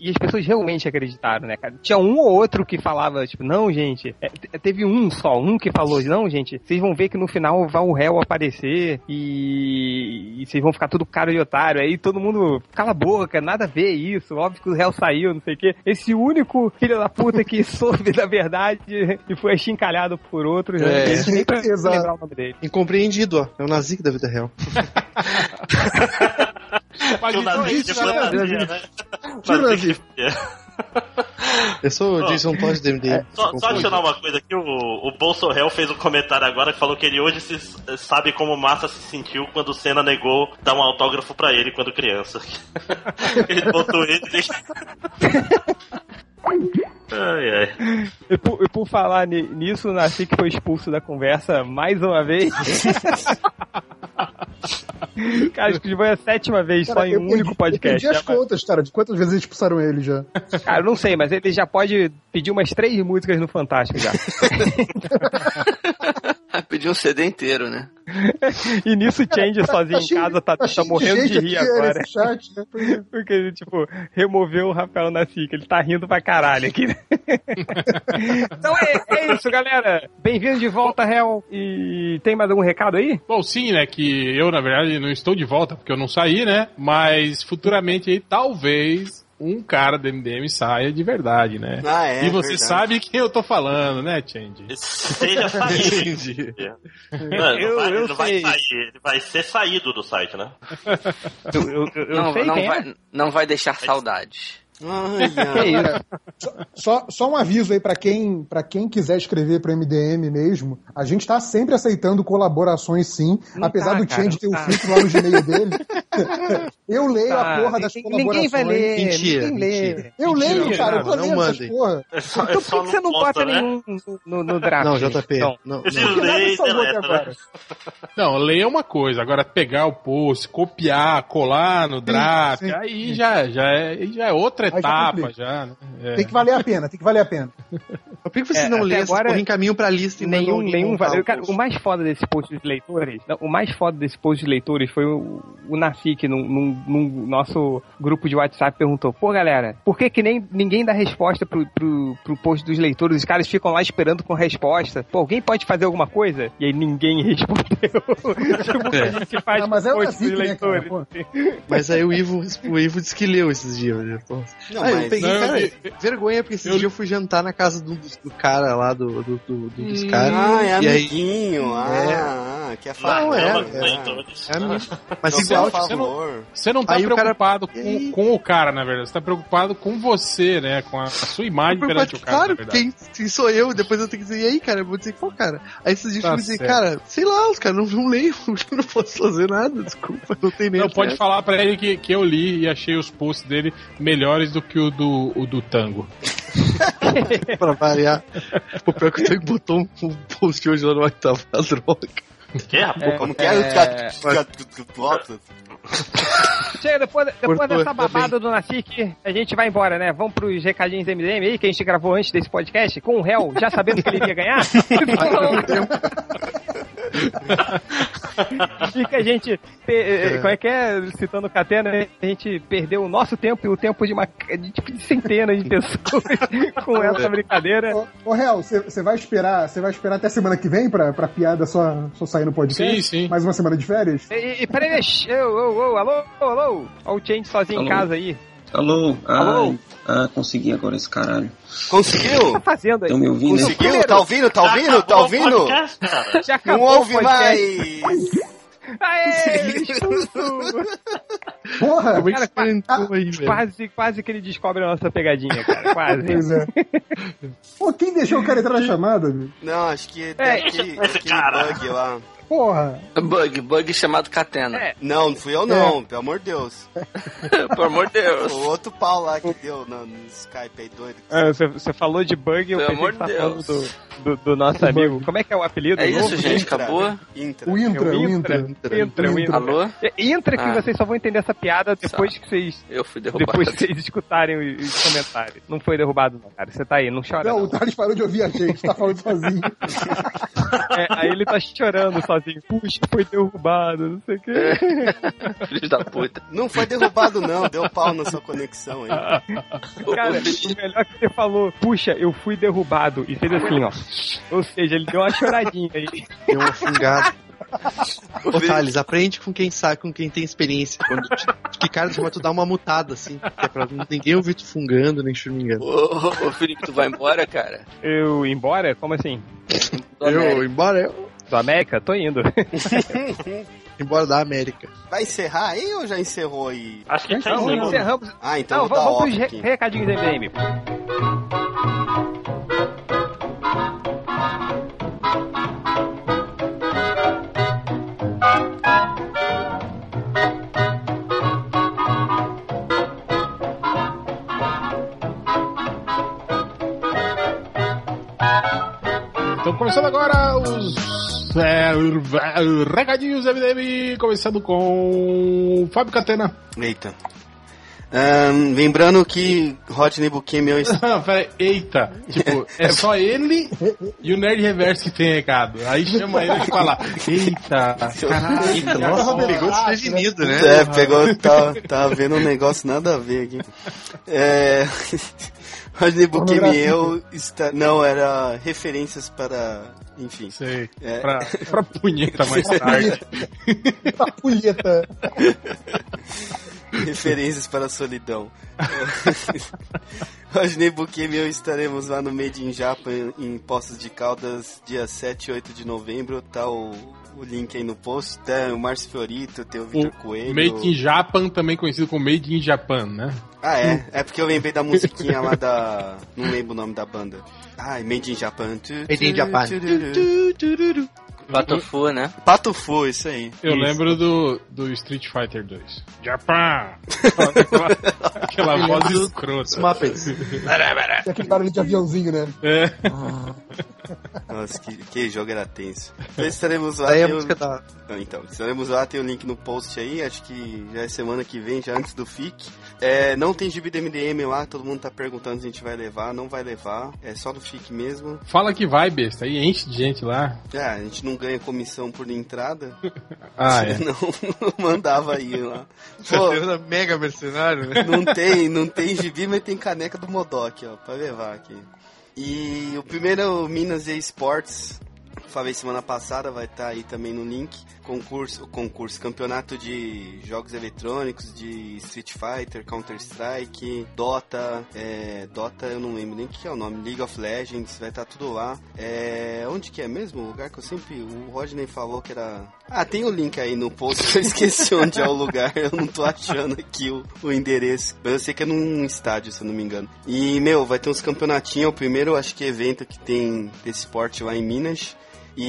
[SPEAKER 1] E as pessoas realmente acreditaram, né, cara? Tinha um ou outro que falava, tipo, não, gente. É, te- teve um só, um que falou, não, gente, vocês vão ver que no final vai o réu aparecer e, e vocês vão ficar tudo caro de otário. Aí todo mundo, cala a boca, nada a ver isso. Óbvio que o réu saiu, não sei o quê. Esse único filho da puta que soube da verdade e foi chincalhado por outros, né?
[SPEAKER 3] É.
[SPEAKER 1] Nem pra
[SPEAKER 3] Exato.
[SPEAKER 1] lembrar o nome dele.
[SPEAKER 3] Incompreendido, ó. É o nazi da vida real.
[SPEAKER 18] Mas então
[SPEAKER 8] Tio
[SPEAKER 18] é
[SPEAKER 8] Nazi,
[SPEAKER 18] isso,
[SPEAKER 8] tipo,
[SPEAKER 18] galera.
[SPEAKER 8] Nazi, né?
[SPEAKER 3] Tio
[SPEAKER 8] Nazi.
[SPEAKER 3] Eu sou o Jason Todd do MDM.
[SPEAKER 8] Só, só adicionar uma coisa aqui, o, o Bolsonaro fez um comentário agora que falou que ele hoje se, sabe como Massa se sentiu quando o Senna negou dar um autógrafo pra ele quando criança. ele botou ele. ai, ai.
[SPEAKER 1] E por, e por falar ni- nisso, nasci que foi expulso da conversa mais uma vez. cara, acho que foi a sétima vez só em
[SPEAKER 4] eu
[SPEAKER 1] um
[SPEAKER 4] perdi-
[SPEAKER 1] único podcast.
[SPEAKER 4] Eu perdi as
[SPEAKER 1] né?
[SPEAKER 4] contas, cara, de quantas vezes expulsaram ele já.
[SPEAKER 1] Mas- Cara, eu não sei, mas ele já pode pedir umas três músicas no Fantástico já.
[SPEAKER 5] Pediu um CD inteiro, né?
[SPEAKER 1] e nisso o Change sozinho
[SPEAKER 5] tá
[SPEAKER 1] em
[SPEAKER 5] cheio-
[SPEAKER 1] casa
[SPEAKER 5] tá
[SPEAKER 1] tá, tá
[SPEAKER 5] cheio de
[SPEAKER 1] morrendo de
[SPEAKER 5] gente
[SPEAKER 1] rir
[SPEAKER 5] aqui, era
[SPEAKER 1] agora.
[SPEAKER 5] esse chat, né?
[SPEAKER 1] Porque ele, tipo, removeu o Rafael Nassica. Ele tá rindo pra caralho aqui, né? então é, é isso, galera. Bem-vindo de volta, Hel. E tem mais algum recado aí?
[SPEAKER 18] Bom, sim, né? Que eu, na verdade, não estou de volta porque eu não saí, né? Mas futuramente aí, talvez um cara do MDM saia de verdade, né?
[SPEAKER 2] Ah, é,
[SPEAKER 18] e você
[SPEAKER 2] verdade.
[SPEAKER 18] sabe quem eu tô falando, né, Change?
[SPEAKER 8] Seja saído. Não, ele não
[SPEAKER 1] Eu-
[SPEAKER 8] vai,
[SPEAKER 1] eu
[SPEAKER 8] ele não vai sair, ele vai ser saído do site, né?
[SPEAKER 5] não,
[SPEAKER 8] sei
[SPEAKER 5] não
[SPEAKER 8] quem
[SPEAKER 5] vai, não vai deixar saudade.
[SPEAKER 4] Cara, só- Só, só um aviso aí pra quem, pra quem quiser escrever pro MDM mesmo, a gente tá sempre aceitando colaborações sim,
[SPEAKER 1] Não
[SPEAKER 4] apesar
[SPEAKER 1] tá,
[SPEAKER 4] do
[SPEAKER 1] cara,
[SPEAKER 4] Change ter
[SPEAKER 1] não
[SPEAKER 4] o
[SPEAKER 1] tá.
[SPEAKER 4] filtro lá no Gmail dele. Eu leio
[SPEAKER 1] Tá,
[SPEAKER 4] a porra das
[SPEAKER 1] ninguém-
[SPEAKER 4] colaborações.
[SPEAKER 1] ninguém vai ler, Mentira, ninguém lê. mentira.
[SPEAKER 4] Eu
[SPEAKER 1] Mentira,
[SPEAKER 4] leio, cara, eu tô
[SPEAKER 1] não
[SPEAKER 4] lendo essas
[SPEAKER 1] mandem.
[SPEAKER 4] porra.
[SPEAKER 1] É só- é Então por só que que você não não bota, bota né? nenhum no, no draft?
[SPEAKER 3] Não, JP.
[SPEAKER 1] Então,
[SPEAKER 3] não,
[SPEAKER 18] Esse
[SPEAKER 3] não.
[SPEAKER 18] lei
[SPEAKER 4] salvou
[SPEAKER 18] deleta,
[SPEAKER 4] até agora.
[SPEAKER 18] né? Não, ler é uma coisa, agora pegar o post, copiar, colar no draft,
[SPEAKER 4] sim.
[SPEAKER 18] aí já, já, é, aí já é outra
[SPEAKER 4] Aí já
[SPEAKER 18] etapa,
[SPEAKER 4] complica.
[SPEAKER 18] já, né? É.
[SPEAKER 4] Tem que valer a pena, tem que valer a pena.
[SPEAKER 3] Por que
[SPEAKER 1] vocês É, não até lêem essa agora- porra em
[SPEAKER 3] caminho pra lista
[SPEAKER 1] Nenhum, nenhum valeu. Cara, o mais foda desse post de leitores, não, o mais foda desse post de leitores foi o, o Nafik num, num- num nosso grupo de WhatsApp perguntou: pô, galera, por que que nem, ninguém dá resposta pro, pro, pro post dos leitores? Os caras ficam lá esperando com resposta. Pô, alguém pode fazer alguma coisa? E aí ninguém respondeu. tipo, a gente faz
[SPEAKER 4] Ah, mas é o
[SPEAKER 1] post assim.
[SPEAKER 4] Nafik,
[SPEAKER 1] dos
[SPEAKER 4] né, cara,
[SPEAKER 1] leitores.
[SPEAKER 4] pô.
[SPEAKER 3] Mas aí o Ivo, o Ivo disse que leu esses dias. Né? Pô.
[SPEAKER 1] Não,
[SPEAKER 3] Aí
[SPEAKER 1] mas-
[SPEAKER 3] eu peguei,
[SPEAKER 1] Não,
[SPEAKER 3] cara,
[SPEAKER 1] eu-
[SPEAKER 3] vergonha, porque esses dias eu fui jantar na casa do, do cara lá, do, do, do- do- dos caras.
[SPEAKER 2] Ah, é
[SPEAKER 3] e aí-
[SPEAKER 2] amiguinho. Ah, que é
[SPEAKER 3] Não, é,
[SPEAKER 2] favela,
[SPEAKER 3] é.
[SPEAKER 2] é.
[SPEAKER 3] É amigo.
[SPEAKER 18] Mas
[SPEAKER 2] Não,
[SPEAKER 18] igual,
[SPEAKER 2] por
[SPEAKER 18] tipo, você não-
[SPEAKER 2] favor.
[SPEAKER 18] Você não tá
[SPEAKER 2] Aí o cara-
[SPEAKER 18] preocupado com, com o cara, na verdade. Você tá preocupado com você, né? Com a, a sua imagem perante o cara,
[SPEAKER 3] claro,
[SPEAKER 18] na verdade.
[SPEAKER 3] quem, quem sou eu? Depois eu tenho que dizer, e aí, cara? Eu vou dizer, pô, cara. Aí esses dias
[SPEAKER 18] Tá
[SPEAKER 3] eu dizer,
[SPEAKER 18] certo.
[SPEAKER 3] cara, sei lá, os caras não, não leem, eu não posso fazer nada, desculpa, não tem nem. é."
[SPEAKER 18] Não, pode
[SPEAKER 3] acesso.
[SPEAKER 18] falar pra ele que, que eu li e achei os posts dele melhores do que o do, o do Tango.
[SPEAKER 3] pra variar. O pior que o Tango botou um um post hoje lá no oitavo da droga.
[SPEAKER 8] Que,
[SPEAKER 3] rapaz?
[SPEAKER 2] Como que é?
[SPEAKER 1] Chega, depois, depois
[SPEAKER 3] Cortou,
[SPEAKER 1] dessa
[SPEAKER 3] tá
[SPEAKER 1] babada do Nacique, a gente vai embora, né? Vamos pros recadinhos do MDM aí, que a gente gravou antes desse podcast, com o réu, já sabendo que ele ia ganhar. Fica a gente. pe- eh, Como é que é? Citando Catena, né? a gente perdeu o nosso tempo e o tempo de, uma, de, tipo, de centenas de pessoas com essa brincadeira.
[SPEAKER 4] Ô, Real, você vai esperar, você vai esperar até semana que vem pra, pra piada só, só sair no podcast?
[SPEAKER 1] Sim, sim.
[SPEAKER 4] Mais uma semana de férias?
[SPEAKER 1] E, e peraí, deixa- eu, eu, eu, alô, alô, olha o Change sozinho
[SPEAKER 12] Alô.
[SPEAKER 1] em casa aí.
[SPEAKER 12] Alô?
[SPEAKER 1] Alô?
[SPEAKER 12] Ai, Ah, consegui agora esse caralho.
[SPEAKER 1] Conseguiu? O que tá fazendo aí?
[SPEAKER 12] Estão me ouvindo? aí?
[SPEAKER 2] Conseguiu? Tá ouvindo? Tá ouvindo? Tá ouvindo?
[SPEAKER 1] Já
[SPEAKER 2] Não
[SPEAKER 1] acabou
[SPEAKER 2] ouve
[SPEAKER 1] o podcast.
[SPEAKER 2] mais!
[SPEAKER 1] Aê, chuchu!
[SPEAKER 4] Porra,
[SPEAKER 1] Como é que você entrou aí, velho? quase, quase que ele descobre a nossa pegadinha, cara. Quase.
[SPEAKER 4] Pois é. Pô, quem deixou o cara entrar na chamada, bicho?
[SPEAKER 2] Não, acho
[SPEAKER 1] É.
[SPEAKER 2] que tem aquele, aquele bug lá.
[SPEAKER 4] Porra.
[SPEAKER 5] Bug, bug chamado Catena.
[SPEAKER 3] É.
[SPEAKER 2] Não, não fui eu não, pelo amor de Deus.
[SPEAKER 5] Pelo amor de Deus.
[SPEAKER 2] O outro pau lá que deu no, no Skype aí, doido.
[SPEAKER 1] Ah, Você você falou de bug e eu
[SPEAKER 2] Pelo
[SPEAKER 1] pensei
[SPEAKER 2] amor
[SPEAKER 1] que tá
[SPEAKER 2] de
[SPEAKER 1] falando
[SPEAKER 2] Deus.
[SPEAKER 1] do, do, do nosso amigo. Como é que é o apelido?
[SPEAKER 5] É
[SPEAKER 1] novo?
[SPEAKER 5] isso, gente, acabou?
[SPEAKER 2] Intra.
[SPEAKER 4] O
[SPEAKER 1] É
[SPEAKER 4] Intra,
[SPEAKER 1] o
[SPEAKER 4] o
[SPEAKER 1] Intra.
[SPEAKER 4] Intra.
[SPEAKER 1] Intra, o Intra.
[SPEAKER 5] Alô?
[SPEAKER 1] É Intra que
[SPEAKER 5] Ah.
[SPEAKER 1] vocês só vão entender essa piada depois que vocês.
[SPEAKER 5] Eu fui derrubado.
[SPEAKER 1] Depois que vocês escutarem os, os comentários. Não foi derrubado, não, cara. Você tá aí, não chora.
[SPEAKER 4] Não,
[SPEAKER 1] não.
[SPEAKER 4] o Thales parou de ouvir a gente, tá falando sozinho.
[SPEAKER 1] É, aí ele tá chorando sozinho. Puxa, foi derrubado, não sei o quê.
[SPEAKER 5] É. Filho da puta.
[SPEAKER 2] Não foi derrubado não, deu pau na sua conexão aí.
[SPEAKER 1] Cara, o melhor que você falou, puxa, eu fui derrubado. E fez assim, ó. Ou seja, ele deu uma choradinha aí.
[SPEAKER 3] Deu uma fungada. Ô, Thales, aprende com quem sabe, com quem tem experiência. Quando te- que cara, você vai tu dar uma mutada, assim. Que é pra ninguém ouvir tu fungando, nem
[SPEAKER 5] Ô,
[SPEAKER 3] chumingando.
[SPEAKER 5] ô, ô, Felipe, tu vai embora, cara?
[SPEAKER 1] Eu ir embora? Como assim?
[SPEAKER 3] Eu, embora eu.
[SPEAKER 1] Do América? Tô indo.
[SPEAKER 3] embora da América.
[SPEAKER 2] Vai encerrar aí ou já encerrou aí?
[SPEAKER 1] Acho
[SPEAKER 3] que já encerrou.
[SPEAKER 1] Encerramos.
[SPEAKER 2] Ah, então
[SPEAKER 1] Não,
[SPEAKER 2] eu vou dar
[SPEAKER 1] vamos, vamos
[SPEAKER 2] off
[SPEAKER 1] pros
[SPEAKER 2] aqui.
[SPEAKER 1] re- recadinhos da MDM.
[SPEAKER 18] Então começando agora os é, recadinhos MDM, começando com Fábio Catena.
[SPEAKER 2] Eita. Ahn, lembrando que Rodney Buchemian...
[SPEAKER 18] Peraí, eita. Tipo, é só ele e o Nerd Reverso que tem recado. Aí chama ele e fala, eita, caralho.
[SPEAKER 2] Eita,
[SPEAKER 18] nossa,
[SPEAKER 3] pegou desprevenido, né?
[SPEAKER 2] É, pegou, tá, tá vendo um negócio nada a ver aqui. É. Rodney Buchemi
[SPEAKER 18] Pornografia.
[SPEAKER 2] eu está. Não, era referências para. Enfim.
[SPEAKER 18] Sei.
[SPEAKER 2] É.
[SPEAKER 18] Pra, pra punheta mais tarde.
[SPEAKER 4] Tá punheta.
[SPEAKER 2] Referências para a solidão. Rodney Buquem e eu estaremos lá no Made in Japan, em Poços de Caldas, dia 7 e 8 de novembro. Tá o, o link aí no post. Tem o Márcio Fiorito, tem o Vitor Coelho.
[SPEAKER 18] Made in Japan, também conhecido como Made in Japan, né?
[SPEAKER 2] Ah, é. É porque eu lembrei da musiquinha lá da. Não lembro o nome da banda. Ai, Made in Japan. Tu,
[SPEAKER 3] Made in
[SPEAKER 2] tu,
[SPEAKER 3] Japan.
[SPEAKER 2] tururu.
[SPEAKER 5] Patofu, né?
[SPEAKER 2] Patofu, isso aí.
[SPEAKER 18] Eu
[SPEAKER 2] Isso.
[SPEAKER 18] lembro Ah. do, do Street Fighter 2. Japan! aquela aquela voz escrota.
[SPEAKER 3] Muppets.
[SPEAKER 4] É aquele barulho de aviãozinho, né?
[SPEAKER 18] É.
[SPEAKER 2] Nossa, que, que jogo era tenso. Então estaremos lá.
[SPEAKER 4] Daí a
[SPEAKER 2] tem o-
[SPEAKER 4] música da-
[SPEAKER 2] Ah, Então, estaremos lá, tem o link no post aí, acho que já é semana que vem, já antes do FIC. É, não tem gibi do MDM lá, todo mundo tá perguntando se a gente vai levar, não vai levar, é só do FIC mesmo.
[SPEAKER 18] Fala que vai, besta, e enche de gente lá.
[SPEAKER 2] É, a gente não ganha comissão por entrada,
[SPEAKER 18] Ah, é.
[SPEAKER 2] senão não mandava ir lá. Pô,
[SPEAKER 3] né? mega mercenário, né?
[SPEAKER 2] Não tem, não tem gibi, mas tem caneca do Modok, ó, pra levar aqui. E o primeiro é o Minas e Esportes. Falei semana passada, vai estar aí também no link. Concurso, concurso, campeonato de jogos eletrônicos, de Street Fighter, Counter-Strike, Dota, é, Dota eu não lembro nem o que é o nome, League of Legends, vai estar tudo lá. É, onde que é mesmo? O lugar que eu sempre. O Rodney falou que era. Ah, tem o link aí no post, eu esqueci onde é o lugar, eu não tô achando aqui o, o endereço. Mas eu sei que é num estádio, se eu não me engano. E, meu, vai ter uns campeonatinhos, o primeiro, acho que evento que tem desse esporte lá em Minas.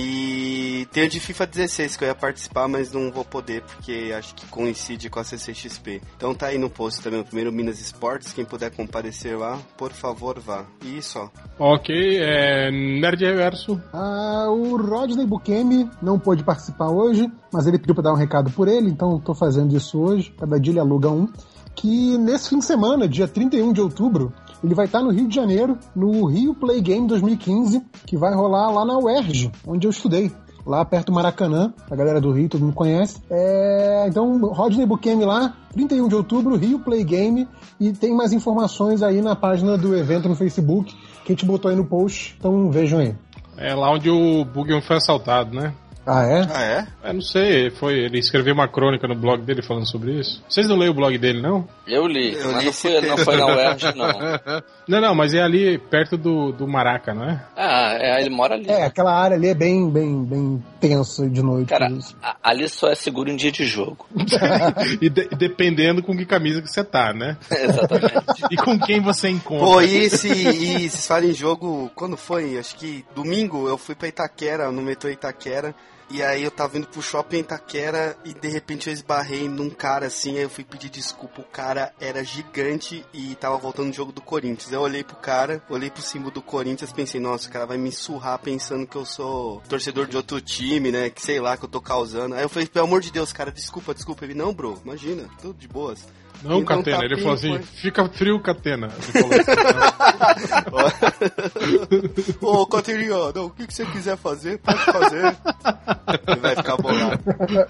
[SPEAKER 2] E tem o de FIFA 16 que eu ia participar, mas não vou poder porque acho que coincide com a CCXP. Então tá aí no post também o primeiro Minas Esportes. Quem puder comparecer lá, por favor, vá. E só.
[SPEAKER 18] Ok, é. Nerd Reverso.
[SPEAKER 4] Ah, o Rodney Bukemi não pôde participar hoje, mas ele pediu pra dar um recado por ele, então eu tô fazendo isso hoje. Cada dia ele aluga um. Que nesse fim de semana, dia 31 de outubro, ele vai estar no Rio de Janeiro, no Rio Play Game 2015, que vai rolar lá na UERJ, onde eu estudei. lá perto do Maracanã. A galera do Rio, todo mundo conhece. É, então, Rodney Buquemi lá, 31 de outubro, Rio Play Game. E tem mais informações aí na página do evento no Facebook, que a gente botou aí no post. Então vejam aí.
[SPEAKER 18] É lá onde o Bugion foi assaltado, né?
[SPEAKER 4] Ah, é?
[SPEAKER 18] Ah, é? É, não sei. Foi, ele escreveu uma crônica no blog dele falando sobre isso. Vocês não leem o blog dele, não?
[SPEAKER 5] Eu li, mas não foi, não foi na UERJ, não.
[SPEAKER 18] Não, não, mas é ali perto do, do Maraca, não é?
[SPEAKER 5] Ah, é, ele mora ali.
[SPEAKER 4] É, aquela área ali é bem, bem, bem tensa de noite.
[SPEAKER 5] Cara, a- ali só é seguro em dia de jogo.
[SPEAKER 18] e de- dependendo com que camisa que você tá, né?
[SPEAKER 5] Exatamente.
[SPEAKER 18] E com quem você encontra.
[SPEAKER 2] Pô, e esse, e vocês falam em jogo, quando foi? Acho que domingo eu fui pra Itaquera, no metrô Itaquera, e aí eu tava indo pro shopping Itaquera e de repente eu esbarrei num cara assim, aí eu fui pedir desculpa, o cara era gigante e tava voltando no jogo do Corinthians. Eu olhei pro cara, olhei pro símbolo do Corinthians, pensei, nossa, o cara vai me surrar pensando que eu sou torcedor de outro time, né? Que sei lá, que eu tô causando. Aí eu falei, pelo amor de Deus, cara, desculpa, desculpa. Ele, não, bro, imagina, tudo de boas.
[SPEAKER 18] Não,
[SPEAKER 2] E tá
[SPEAKER 18] Catena,
[SPEAKER 2] tapinha,
[SPEAKER 18] ele falou assim,
[SPEAKER 2] foi.
[SPEAKER 18] fica frio, Catena. Ele falou assim.
[SPEAKER 2] Ô, Caterinha, não, o que, que você quiser fazer, pode fazer.
[SPEAKER 4] Tá
[SPEAKER 2] Ele vai ficar bolado.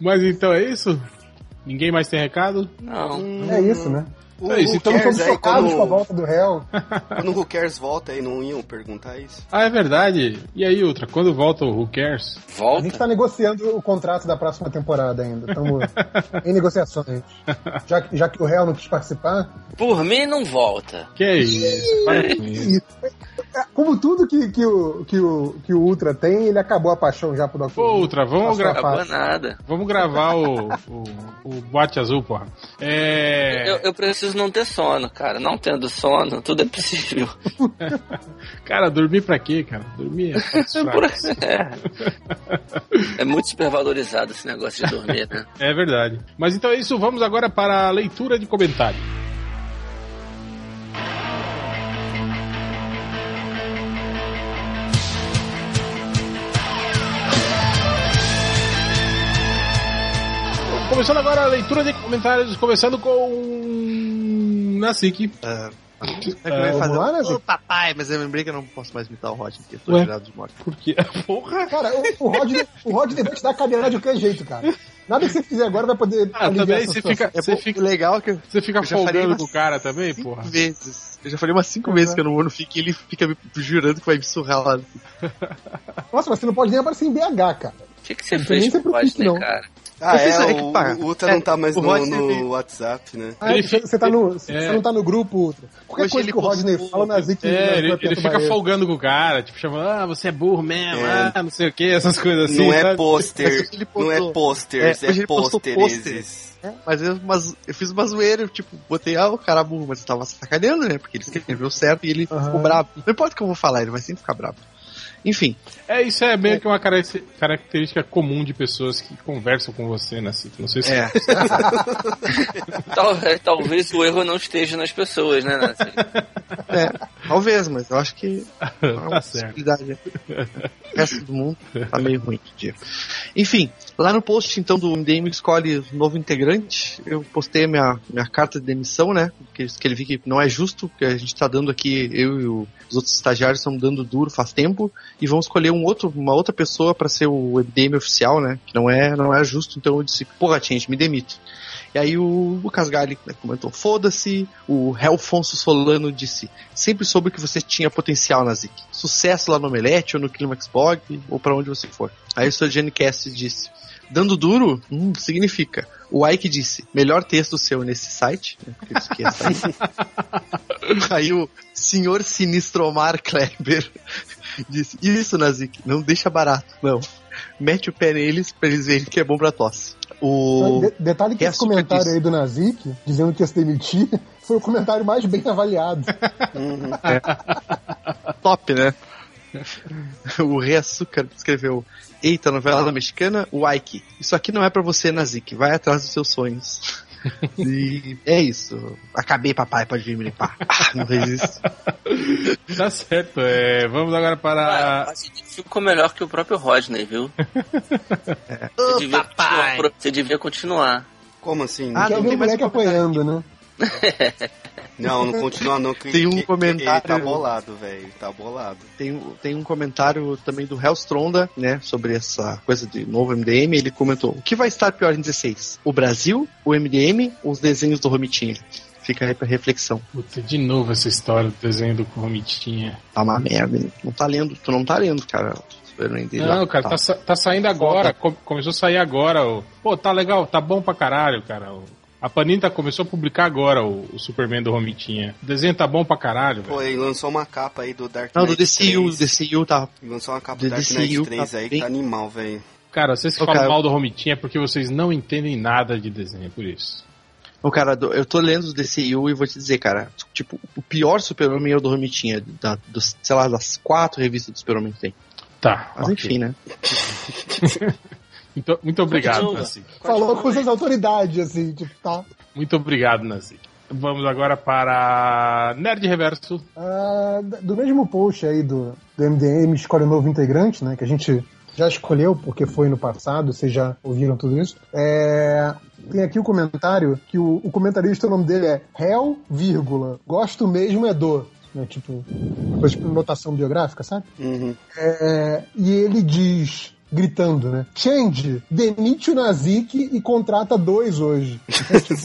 [SPEAKER 18] Mas então é isso? Ninguém mais tem recado?
[SPEAKER 5] Não.
[SPEAKER 4] É isso, né?
[SPEAKER 18] É isso, então estamos
[SPEAKER 2] aí,
[SPEAKER 18] chocados
[SPEAKER 2] quando-
[SPEAKER 18] com a
[SPEAKER 4] volta do réu.
[SPEAKER 2] Quando o Who Cares volta aí, não iam perguntar isso?
[SPEAKER 18] Ah, é verdade. E aí, Ultra, quando volta o Who Cares?
[SPEAKER 4] A gente tá negociando o contrato da próxima temporada ainda. Estamos em negociações. Já, que- já que o réu não quis participar.
[SPEAKER 5] Por mim, não volta.
[SPEAKER 18] Que é isso, para com isso.
[SPEAKER 4] é, Como tudo que, que, o, que, o, que o Ultra tem, ele acabou a paixão já pro Dr.
[SPEAKER 18] Pô, Ultra, vamos
[SPEAKER 4] Passou a
[SPEAKER 18] gravar.
[SPEAKER 4] fase.
[SPEAKER 18] Vamos gravar o, o, o Boate Azul, porra. É.
[SPEAKER 5] Eu, eu preciso não ter sono, cara. Não tendo sono, tudo é possível.
[SPEAKER 18] Cara, dormir pra quê, cara? Dormir é pra
[SPEAKER 5] Por-
[SPEAKER 18] fracos.
[SPEAKER 5] É. É muito supervalorizado esse negócio de dormir, né?
[SPEAKER 18] É verdade. Mas então é isso, vamos agora para a leitura de comentário. Começando agora a leitura de comentários, começando hum, com. Nasik. Ah,
[SPEAKER 3] É que eu ia fazer,
[SPEAKER 18] vamos lá,
[SPEAKER 3] "Ô, papai, mas eu lembrei que eu não posso mais imitar o Rodney, porque eu tô
[SPEAKER 18] Ué?
[SPEAKER 3] tirado dos mortos.
[SPEAKER 18] Por quê? Porra!
[SPEAKER 4] Cara, o, o Rodney, o Rodney vai te dar cadeirada de qualquer jeito, cara. Nada que você fizer agora vai poder.
[SPEAKER 18] Ah,
[SPEAKER 4] aliviar
[SPEAKER 18] também
[SPEAKER 4] essa
[SPEAKER 18] você
[SPEAKER 4] situação.
[SPEAKER 18] fica, você fica.
[SPEAKER 3] É Legal que
[SPEAKER 18] Você fica
[SPEAKER 3] eu já falei
[SPEAKER 18] folgando
[SPEAKER 3] umas
[SPEAKER 18] com o cara também, porra.
[SPEAKER 3] vezes. Eu já falei umas cinco vezes que eu não vou no FIC e ele fica me jurando que vai me surrar lá.
[SPEAKER 4] Nossa, mas você não pode nem aparecer em BH, cara.
[SPEAKER 5] O que, você
[SPEAKER 4] fez nem é com o sempre Rodney, fiz, não.
[SPEAKER 5] cara?
[SPEAKER 2] Ah,
[SPEAKER 4] Eu fiz-
[SPEAKER 2] é,
[SPEAKER 4] é que,
[SPEAKER 2] o,
[SPEAKER 4] pá,
[SPEAKER 2] o Ultra não tá mais
[SPEAKER 4] o
[SPEAKER 2] no,
[SPEAKER 4] Rodney
[SPEAKER 2] no
[SPEAKER 4] veio-
[SPEAKER 2] WhatsApp, né?
[SPEAKER 4] Ah, você, você tá no, você não tá no grupo, Ultra. Qualquer
[SPEAKER 2] Hoje
[SPEAKER 4] coisa
[SPEAKER 2] ele
[SPEAKER 4] que o Rodney
[SPEAKER 2] postou-
[SPEAKER 4] fala, o Nazik
[SPEAKER 18] É, ele,
[SPEAKER 4] Nazik
[SPEAKER 18] ele
[SPEAKER 4] tenta
[SPEAKER 18] fica
[SPEAKER 4] barreira.
[SPEAKER 18] folgando com o cara, tipo, chamando, ah, você é burro mesmo,
[SPEAKER 2] É.
[SPEAKER 18] ah, não sei o que, essas coisas assim.
[SPEAKER 2] Não é
[SPEAKER 18] sabe?
[SPEAKER 2] pôster, não é posters,
[SPEAKER 3] hoje
[SPEAKER 2] é
[SPEAKER 3] ele postou
[SPEAKER 2] posteres.
[SPEAKER 3] pôster. É, mas eu, mas eu fiz uma zoeira, eu, tipo, botei, ah, o cara burro, mas eu tava sacaneando, né? Porque ele escreveu certo e ele ficou bravo. Não importa o que eu vou falar, ele vai sempre ficar bravo. Enfim.
[SPEAKER 18] É, isso é meio que uma cara- característica comum de pessoas que conversam com você, né, Cito? Não sei se.
[SPEAKER 3] É.
[SPEAKER 5] Tal- é, talvez o erro não esteja nas pessoas, né, Nancy?
[SPEAKER 3] É, talvez, mas eu acho que é uma
[SPEAKER 18] Tá certo.
[SPEAKER 3] possibilidade. O resto do mundo tá meio ruim de dia. Enfim, lá no post então do MDM escolhe o novo integrante, eu postei a minha, minha carta de demissão, né? Que, eu escrevi que não é justo, que a gente tá dando aqui, eu e o- os outros estagiários estão dando duro faz tempo, e vão escolher um outro, uma outra pessoa pra ser o MDM oficial, né? Que não é, não é justo, então eu disse, porra, gente, me demito. E aí o Lucas Galli né, comentou, foda-se. O Helfonso Solano disse, sempre soube que você tinha potencial na Zic. Sucesso lá no Omelete ou no Climax Blog ou pra onde você for. Aí o Sr. Jenny Cass disse, dando duro, hum, significa. O Ike disse, melhor texto seu nesse site. né, porque isso aqui é site. Aí o senhor sinistro Omar Kleber disse: Isso, Nazik, não deixa barato, não. Mete o pé neles pra eles verem que é bom pra tosse. O.
[SPEAKER 4] De- detalhe que esse
[SPEAKER 3] Resto que eu
[SPEAKER 4] comentário
[SPEAKER 3] disse.
[SPEAKER 4] aí do Nazik, dizendo que ia se demitir, foi o comentário mais bem avaliado.
[SPEAKER 3] Ah, Uhum. É. Top, né? O Rei Açúcar escreveu: Eita, novela da mexicana, o Ike. Isso aqui não é pra você, Nazik. Vai atrás dos seus sonhos. E é isso. Acabei, papai, pode vir me limpar. Ah, não resisto.
[SPEAKER 18] Tá certo, é, vamos agora para.
[SPEAKER 5] Ficou melhor que o próprio Rodney, viu? Você devia, continuar, você devia continuar.
[SPEAKER 2] Como assim?
[SPEAKER 4] Ah, Quer ver o moleque apanhando, né?
[SPEAKER 2] Não, não continua não, que
[SPEAKER 3] Tem um
[SPEAKER 2] que- que
[SPEAKER 3] comentário-
[SPEAKER 2] Ele tá bolado, velho. ele Tá bolado.
[SPEAKER 3] Tem, um- tem um comentário também do Hellstronda, né, sobre essa coisa de novo MDM. Ele comentou: o que vai estar pior em 16? O Brasil, o MDM ou os desenhos do Romitinha? Fica aí pra reflexão.
[SPEAKER 18] Puta, de novo essa história do desenho do Romitinha.
[SPEAKER 3] Tá uma merda, hein? Não tá lendo, tu não tá lendo, cara. Eu não, entendi
[SPEAKER 18] Não,
[SPEAKER 3] lá.
[SPEAKER 18] cara, tá, sa- tá saindo agora. co- começou a sair agora. o- Pô, tá legal, tá bom pra caralho, cara. o- A Panita começou a publicar agora o, o Superman do Romitinha. O desenho tá bom pra caralho, velho.
[SPEAKER 2] Pô, ele lançou uma capa aí do Dark
[SPEAKER 3] Não,
[SPEAKER 2] Knight.
[SPEAKER 3] do DCU, do DCU tá.
[SPEAKER 2] Ele Lançou uma capa
[SPEAKER 3] Do
[SPEAKER 2] do Dark Knight
[SPEAKER 3] DCU
[SPEAKER 2] 3
[SPEAKER 3] tá
[SPEAKER 2] aí
[SPEAKER 3] bem-
[SPEAKER 2] que tá animal, velho.
[SPEAKER 18] Cara, vocês
[SPEAKER 3] Ô,
[SPEAKER 18] falam
[SPEAKER 3] cara.
[SPEAKER 18] mal do Romitinha é porque vocês não entendem nada de desenho, é por isso.
[SPEAKER 3] Ô, cara, do- eu tô lendo o DCU e vou te dizer, cara, tipo, o pior Super-Homem é o do Romitinha, da, dos, sei lá, das quatro revistas do Super-Homem que tem.
[SPEAKER 18] Tá.
[SPEAKER 3] Mas
[SPEAKER 18] ok.
[SPEAKER 3] enfim, né?
[SPEAKER 18] Então, muito obrigado,
[SPEAKER 4] Continua.
[SPEAKER 18] Nazik.
[SPEAKER 4] Falou com suas autoridades, assim, tipo, tá.
[SPEAKER 18] Muito obrigado, Nazik. Vamos agora para Nerd Reverso.
[SPEAKER 4] Ah, do mesmo post aí do, do MDM Escolhe um Novo Integrante, né? Que a gente já escolheu porque foi no passado, vocês já ouviram tudo isso. É, tem aqui o comentário que o, o comentarista, o nome dele é Hel, vírgula, gosto mesmo é do. Né, tipo, foi tipo notação biográfica, sabe? É, e ele diz, gritando, né? Change, demite o Nazik e contrata dois hoje. É, tipo,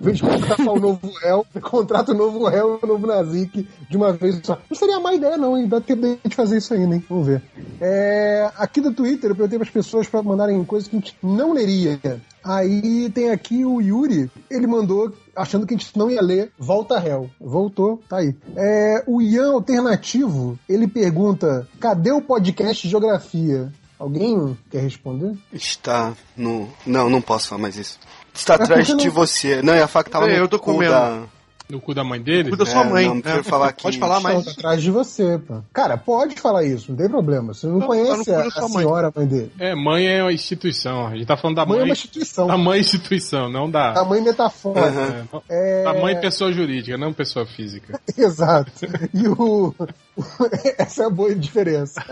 [SPEAKER 4] em vez de contratar o novo réu, contrata o novo réu e o novo Nazik de uma vez só. Não seria má ideia, não, hein? Dá tempo de gente fazer isso ainda, hein? Vamos ver. É, aqui do Twitter eu perguntei para as pessoas para mandarem coisas que a gente não leria. Aí tem aqui o Yuri, ele mandou achando que a gente não ia ler Volta Réu. Voltou, tá aí. É, o Ian Alternativo, ele pergunta: cadê o podcast de Geografia? Alguém quer responder?
[SPEAKER 2] Está no. Não, não posso falar mais isso. Está atrás
[SPEAKER 4] porque
[SPEAKER 2] de
[SPEAKER 4] não-
[SPEAKER 2] você. Não, é a faca que
[SPEAKER 4] É,
[SPEAKER 2] tava no
[SPEAKER 4] eu tô
[SPEAKER 2] cu
[SPEAKER 4] comendo.
[SPEAKER 2] da-
[SPEAKER 18] No cu da mãe dele?
[SPEAKER 2] da sua É, mãe, não, né? prefiro falar aqui.
[SPEAKER 4] Pode falar mais. atrás de você, pô. Cara, pode falar isso, não tem problema. Você não, conhece
[SPEAKER 18] tá no cu
[SPEAKER 4] a,
[SPEAKER 18] da sua
[SPEAKER 4] a
[SPEAKER 18] mãe.
[SPEAKER 4] senhora, a mãe dele.
[SPEAKER 18] É, mãe é uma instituição. A gente tá falando da mãe.
[SPEAKER 4] Mãe é uma instituição.
[SPEAKER 18] Da mãe instituição, não da.
[SPEAKER 4] A mãe metafórica.
[SPEAKER 18] Uhum.
[SPEAKER 4] É,
[SPEAKER 18] Da mãe pessoa jurídica, não pessoa física.
[SPEAKER 4] Exato. E o. Essa é a boa diferença.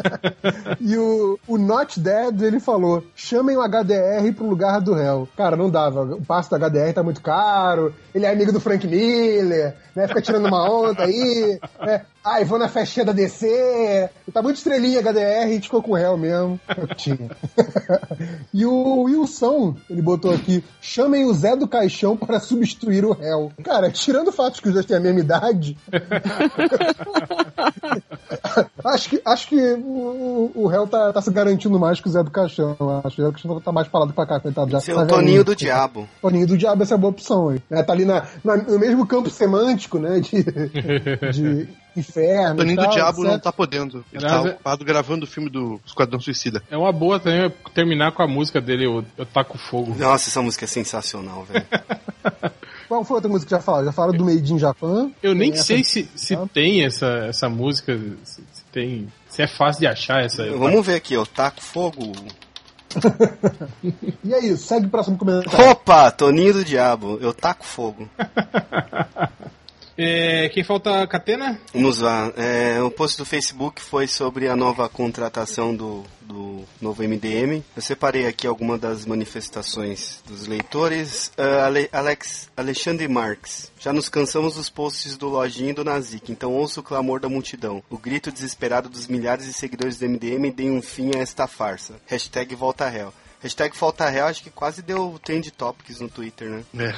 [SPEAKER 4] E o, o Not Dead, ele falou: chamem o HDR pro lugar do réu. Cara, não dava. O passo do HDR tá muito caro. Ele é amigo do Frank Miller, né? Fica tirando uma onda aí. Né? Ai, vou na festinha da DC. Tá muito estrelinha HDR, a gente ficou com o réu mesmo. Eu tinha. E o Wilson, ele botou aqui: chamem o Zé do Caixão para substituir o réu. Cara, tirando o fato que os dois têm a mesma idade, acho que, acho que o, o réu tá, tá se garantindo mais que o Zé do Caixão. eu Acho que o Zé do Caixão tá mais falado pra cá, coitado. Já
[SPEAKER 2] Seu
[SPEAKER 18] é
[SPEAKER 4] tá
[SPEAKER 2] é Toninho
[SPEAKER 4] velhinho.
[SPEAKER 18] né?
[SPEAKER 2] do Diabo.
[SPEAKER 4] Toninho do Diabo, essa é uma boa opção aí. né? Tá ali na, na- no mesmo campo semântico, né? De, de inferno.
[SPEAKER 3] Toninho
[SPEAKER 4] e
[SPEAKER 3] do
[SPEAKER 4] tal,
[SPEAKER 3] Diabo
[SPEAKER 4] etc.
[SPEAKER 3] não tá podendo. Ele
[SPEAKER 18] Aliás,
[SPEAKER 3] tá
[SPEAKER 18] é-
[SPEAKER 3] ocupado gravando o filme do Esquadrão Suicida.
[SPEAKER 18] É uma boa também terminar com a música dele, eu, eu taco fogo.
[SPEAKER 2] Nossa, essa música é sensacional, velho.
[SPEAKER 4] Qual foi a outra música que já falaram? Já falaram do Made in Japan.
[SPEAKER 18] Eu nem
[SPEAKER 4] Tem essa-
[SPEAKER 18] sei se, se tem essa, essa música, se, se tem. Se é fácil de achar essa.
[SPEAKER 2] Vamos ver aqui, ó. Taco fogo.
[SPEAKER 4] E é isso, segue o próximo comentário.
[SPEAKER 2] Opa, Toninho do Diabo. Eu taco fogo.
[SPEAKER 18] É, quem falta catena?
[SPEAKER 2] Vamos lá. É, o post do Facebook foi sobre a nova contratação do, do novo MDM. Eu separei aqui algumas das manifestações dos leitores. Ah, Ale- Alex, Alexandre Marx. Já nos cansamos dos posts do Lojinha e do Nazik, então ouça o clamor da multidão. O grito desesperado dos milhares de seguidores do MDM e deem um fim a esta farsa. Hashtag volta réu. Hashtag volta réu acho que quase deu trend topics no Twitter, né?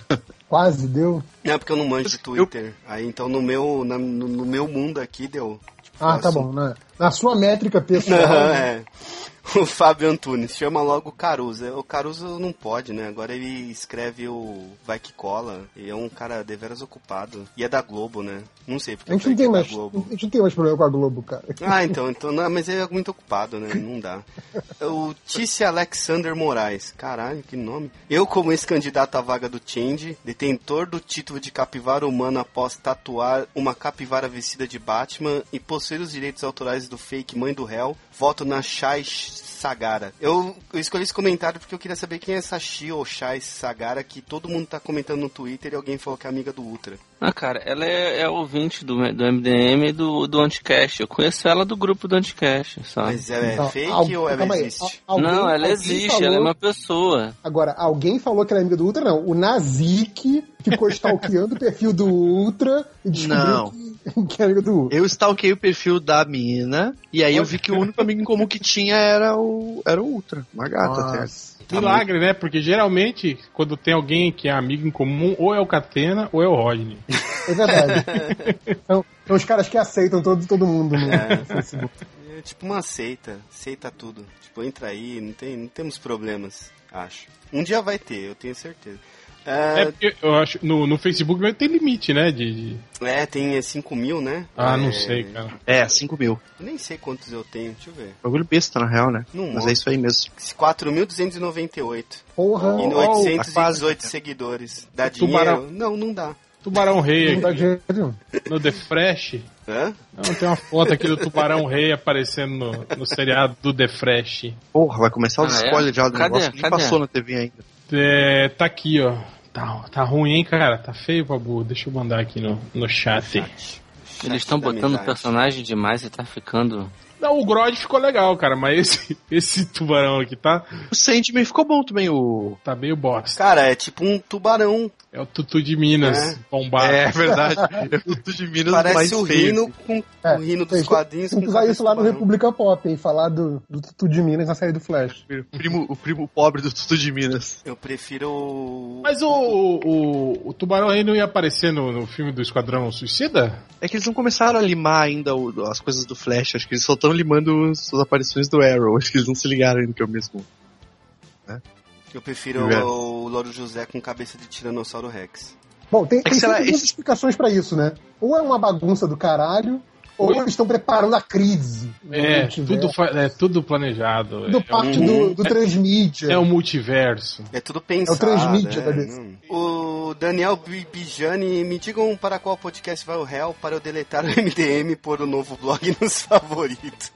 [SPEAKER 4] Quase deu.
[SPEAKER 2] Não, é porque eu não manjo de Twitter. Aí então no meu, na- no, no meu mundo aqui deu. Tipo,
[SPEAKER 4] Ah, tá
[SPEAKER 2] assunto.
[SPEAKER 4] bom. Na, na sua métrica pessoal.
[SPEAKER 2] Não,
[SPEAKER 4] né?
[SPEAKER 2] é. O Fábio Antunes chama logo o Caruso. O Caruso não pode, né? Agora ele escreve o Vai Que Cola. E é um cara deveras ocupado. E é da Globo, né? Não sei porque
[SPEAKER 4] A gente
[SPEAKER 2] foi é
[SPEAKER 4] não tem
[SPEAKER 2] da
[SPEAKER 4] mais.
[SPEAKER 2] Globo.
[SPEAKER 4] A gente não tem mais problema com a Globo, cara.
[SPEAKER 2] Ah, então, então não, mas ele é muito ocupado, né? Não dá. O Tice Alexander Moraes. Caralho, que nome. Eu, como ex-candidato à vaga do Change, detentor do título de capivara humana após tatuar uma capivara vestida de Batman e possuir os direitos autorais do fake Mãe do Réu, voto na Chay Sagara. Eu, eu escolhi esse comentário porque eu queria saber quem é essa Shi ou Shai Sagara que todo mundo tá comentando no Twitter e alguém falou que é amiga do Ultra.
[SPEAKER 5] Ah, cara, ela é, é ouvinte do, do MDM e do, do Anticast. Eu conheço ela do grupo do Anticast, sabe?
[SPEAKER 2] Mas ela é
[SPEAKER 5] Então,
[SPEAKER 2] fake
[SPEAKER 5] al-
[SPEAKER 2] ou ela
[SPEAKER 5] calma aí,
[SPEAKER 2] existe?
[SPEAKER 4] al- alguém-
[SPEAKER 5] não, ela
[SPEAKER 4] alguém
[SPEAKER 5] existe,
[SPEAKER 4] falou-
[SPEAKER 5] ela é uma pessoa.
[SPEAKER 4] Agora, alguém falou que era amiga do Ultra? Não. O Nazik ficou stalkeando o perfil do Ultra e descobriu é
[SPEAKER 3] Não.
[SPEAKER 4] que era amiga do Ultra.
[SPEAKER 3] Eu stalkei o perfil da mina e aí eu vi que o único amigo em comum que tinha era o, era o Ultra. Uma gata até.
[SPEAKER 18] Milagre, né? Porque geralmente, quando tem alguém que é amigo em comum, ou é o Catena ou é o Rodney.
[SPEAKER 4] É verdade. são, são os caras que aceitam todo, todo mundo no
[SPEAKER 2] É.
[SPEAKER 4] Facebook.
[SPEAKER 2] É tipo uma seita, seita tudo. Tipo, entra aí, não, tem, não temos problemas, acho. Um dia vai ter, eu tenho certeza.
[SPEAKER 18] É
[SPEAKER 2] Ah,
[SPEAKER 18] porque eu acho no, no Facebook mesmo tem limite, né? De, de-
[SPEAKER 2] é, tem é, 5 mil, né?
[SPEAKER 18] Ah, não
[SPEAKER 2] É,
[SPEAKER 18] sei, cara.
[SPEAKER 3] É, 5 mil.
[SPEAKER 2] Nem sei quantos eu tenho, deixa eu ver.
[SPEAKER 3] Bagulho besta, na real, né?
[SPEAKER 2] Não
[SPEAKER 3] Mas
[SPEAKER 2] é.
[SPEAKER 3] é isso aí mesmo.
[SPEAKER 2] 4.298.
[SPEAKER 4] Porra!
[SPEAKER 2] E
[SPEAKER 3] Oh,
[SPEAKER 2] 818 seguidores. Dá dinheiro?
[SPEAKER 18] Tubarão.
[SPEAKER 2] Não, não dá.
[SPEAKER 18] Tubarão Rei
[SPEAKER 4] Não dá
[SPEAKER 18] aqui. No The Fresh.
[SPEAKER 2] Hã?
[SPEAKER 18] Não, tem uma foto aqui do Tubarão Rei aparecendo no, no seriado do The Fresh.
[SPEAKER 3] Porra, vai começar o
[SPEAKER 18] Ah, é?
[SPEAKER 3] spoiler já do
[SPEAKER 18] Cadê?
[SPEAKER 3] negócio que nem
[SPEAKER 18] Cadê?
[SPEAKER 3] passou na TV ainda.
[SPEAKER 18] É, tá aqui, ó. Tá, tá ruim, hein, cara? Tá feio, Babu. Deixa eu mandar aqui no, no chat.
[SPEAKER 5] Eles estão
[SPEAKER 18] da
[SPEAKER 5] botando
[SPEAKER 18] amizade.
[SPEAKER 5] personagem demais e tá ficando.
[SPEAKER 18] Não, o Grod ficou legal, cara, mas esse, esse tubarão aqui tá.
[SPEAKER 3] O Sandman ficou bom também, o.
[SPEAKER 18] Tá meio bosta.
[SPEAKER 2] Cara, é tipo um tubarão.
[SPEAKER 18] É o Tutu de Minas,
[SPEAKER 2] É.
[SPEAKER 18] bombado.
[SPEAKER 2] É, verdade.
[SPEAKER 3] É o Tutu de Minas
[SPEAKER 2] Parece o rino com o rino dos quadrinhos
[SPEAKER 4] Tem
[SPEAKER 2] com
[SPEAKER 4] que É, usar
[SPEAKER 2] cabeça
[SPEAKER 4] isso lá
[SPEAKER 2] de
[SPEAKER 4] no República Pop, hein? Falar do, do Tutu de Minas na série do Flash.
[SPEAKER 3] Primo, o primo pobre do Tutu de Minas.
[SPEAKER 2] Eu prefiro o.
[SPEAKER 18] Mas o, o, o Tubarão Rei não ia aparecer no, no filme do Esquadrão Suicida?
[SPEAKER 3] É que eles não começaram a limar ainda o- as coisas do Flash, acho que eles só estão limando as aparições do Arrow, acho que eles não se ligaram ainda que é o mesmo.
[SPEAKER 2] Eu prefiro
[SPEAKER 3] É.
[SPEAKER 2] o Loro José com cabeça de Tiranossauro Rex.
[SPEAKER 4] Bom, tem, tem
[SPEAKER 2] sei lá,
[SPEAKER 4] sempre duas
[SPEAKER 2] esse-
[SPEAKER 4] explicações pra isso, né? Ou é uma bagunça do caralho, ou eles estão preparando a crise.
[SPEAKER 18] É,
[SPEAKER 4] Não tiver.
[SPEAKER 18] tudo, fa- é tudo planejado.
[SPEAKER 4] Do
[SPEAKER 18] é
[SPEAKER 4] parte
[SPEAKER 18] um-
[SPEAKER 4] do, do transmídia.
[SPEAKER 18] É o multiverso.
[SPEAKER 2] É tudo
[SPEAKER 4] É
[SPEAKER 2] pensado.
[SPEAKER 4] o transmídia
[SPEAKER 2] é.
[SPEAKER 4] da DC.
[SPEAKER 2] O Daniel Bi- Bijani, me digam para qual podcast vai o réu para eu deletar o MDM e pôr o novo blog nos favoritos.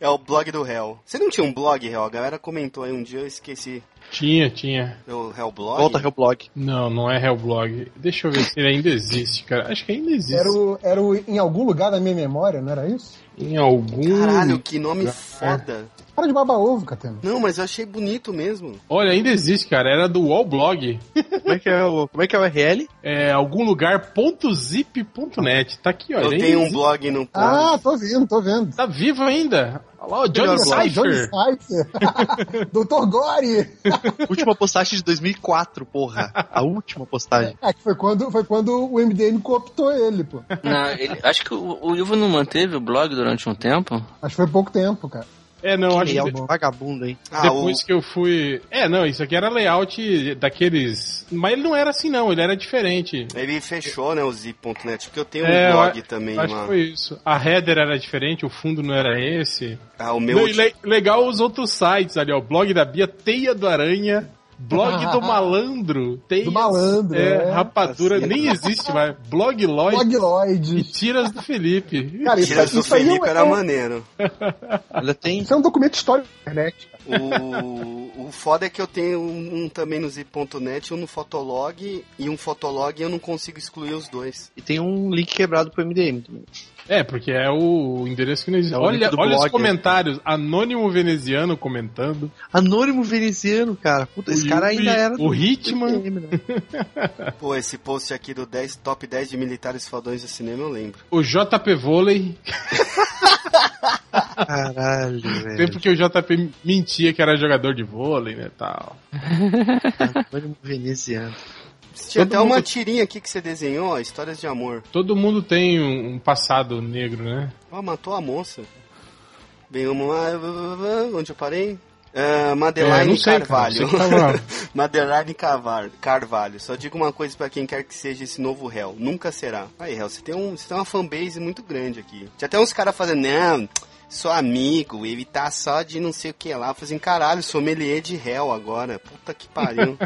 [SPEAKER 2] é o blog do réu. Você não tinha um blog, réu? A galera comentou aí um dia, eu esqueci.
[SPEAKER 18] Tinha, tinha.
[SPEAKER 2] É o réu blog?
[SPEAKER 3] Hellblog.
[SPEAKER 18] Não, não é Hellblog. Deixa eu ver se ele ainda existe, cara. Acho que ainda existe.
[SPEAKER 4] Era, o, era o, em algum lugar da minha memória, não era isso?
[SPEAKER 18] Em algum.
[SPEAKER 2] Caralho, que nome
[SPEAKER 18] lugar.
[SPEAKER 2] foda.
[SPEAKER 4] Para de baba ovo, Catena.
[SPEAKER 2] Não, mas eu achei bonito mesmo.
[SPEAKER 18] Olha, ainda existe, cara. Era do Wallblog.
[SPEAKER 3] Como é que é o, como é, que é o RL?
[SPEAKER 18] É algum lugar.zip.net. Tá aqui, olha.
[SPEAKER 2] Eu
[SPEAKER 18] ainda
[SPEAKER 2] tenho um
[SPEAKER 18] existe.
[SPEAKER 2] blog no
[SPEAKER 4] Ah, tô vendo, tô vendo.
[SPEAKER 18] Tá vivo ainda? Olha lá, o Johnny Cypher.
[SPEAKER 4] Johnny Cypher. Doutor Gore.
[SPEAKER 3] última postagem de 2004, porra. A última postagem.
[SPEAKER 4] É, que foi quando, foi quando o MDM cooptou ele, pô.
[SPEAKER 5] Não, ele- acho que o, o Ivo não manteve o blog durante um tempo.
[SPEAKER 4] Acho que foi pouco tempo, cara.
[SPEAKER 18] É, não, acho
[SPEAKER 3] é
[SPEAKER 18] que. Ah,
[SPEAKER 3] um vagabundo, hein?
[SPEAKER 2] Ah,
[SPEAKER 18] Depois que eu fui. É, não, isso aqui era layout daqueles. Mas ele não era assim, não, ele era diferente.
[SPEAKER 2] Ele fechou, né, o zip.net, porque eu tenho
[SPEAKER 18] É,
[SPEAKER 2] um blog
[SPEAKER 18] eu a-
[SPEAKER 2] também,
[SPEAKER 18] Acho
[SPEAKER 2] mano.
[SPEAKER 18] que foi isso. A header era diferente, o fundo não era esse.
[SPEAKER 2] Ah, o meu
[SPEAKER 18] Não, e le- legal os outros sites ali, ó. Blog da Bia, Teia do Aranha. Blog do Malandro. Teia,
[SPEAKER 4] Do malandro,
[SPEAKER 18] É,
[SPEAKER 4] é.
[SPEAKER 18] rapadura,
[SPEAKER 4] Assim.
[SPEAKER 18] nem existe mais. Blog Lloyd.
[SPEAKER 4] Blog Lloyd.
[SPEAKER 18] E tiras do Felipe.
[SPEAKER 4] Cara, isso- Tiras do isso aí é um- Felipe era é um-
[SPEAKER 2] maneiro.
[SPEAKER 3] Olha, tem.
[SPEAKER 4] Isso é um documento histórico da internet. cara.
[SPEAKER 2] O, o foda é que eu tenho um, um também no zip.net, um no Fotolog e um Fotolog e eu não consigo excluir os dois.
[SPEAKER 3] E tem um link quebrado pro MDM também.
[SPEAKER 18] É, porque é o endereço que não existe.
[SPEAKER 3] É o link
[SPEAKER 18] olha
[SPEAKER 3] do
[SPEAKER 18] olha os
[SPEAKER 3] blog,
[SPEAKER 18] comentários. Anônimo veneziano comentando.
[SPEAKER 3] Anônimo veneziano, cara. Puta, esse
[SPEAKER 18] O
[SPEAKER 3] cara
[SPEAKER 18] Yuppie,
[SPEAKER 3] ainda era.
[SPEAKER 18] o Hitman.
[SPEAKER 3] né?
[SPEAKER 2] Pô, esse post aqui do 10, top 10 de militares fodões do cinema eu lembro.
[SPEAKER 18] O JP Vôlei.
[SPEAKER 3] Caralho, velho.
[SPEAKER 18] Sempre que o JP mentia que era jogador de vôlei, né, tal.
[SPEAKER 3] Anônimo veneziano.
[SPEAKER 2] Tinha
[SPEAKER 18] Todo
[SPEAKER 2] até uma
[SPEAKER 18] mundo-
[SPEAKER 2] tirinha aqui que você desenhou, ó, histórias de amor.
[SPEAKER 18] Todo mundo tem um um passado negro, né?
[SPEAKER 2] Ó, Ah, matou a moça. Bem, vamos lá. Onde eu parei? Ah,
[SPEAKER 18] É,
[SPEAKER 2] Madeline
[SPEAKER 18] não sei, cara,
[SPEAKER 2] Carvalho.
[SPEAKER 18] você que tava-
[SPEAKER 2] Madeline Cavar- Carvalho. Só digo uma coisa pra quem quer que seja esse novo réu. Nunca será. Aí, réu, você tem, um, você tem uma fanbase muito grande aqui. Tinha até uns caras fazendo, não, sou amigo, ele tá só de não sei o que lá. Eu falei assim, caralho, sommelier de réu agora. Puta que pariu.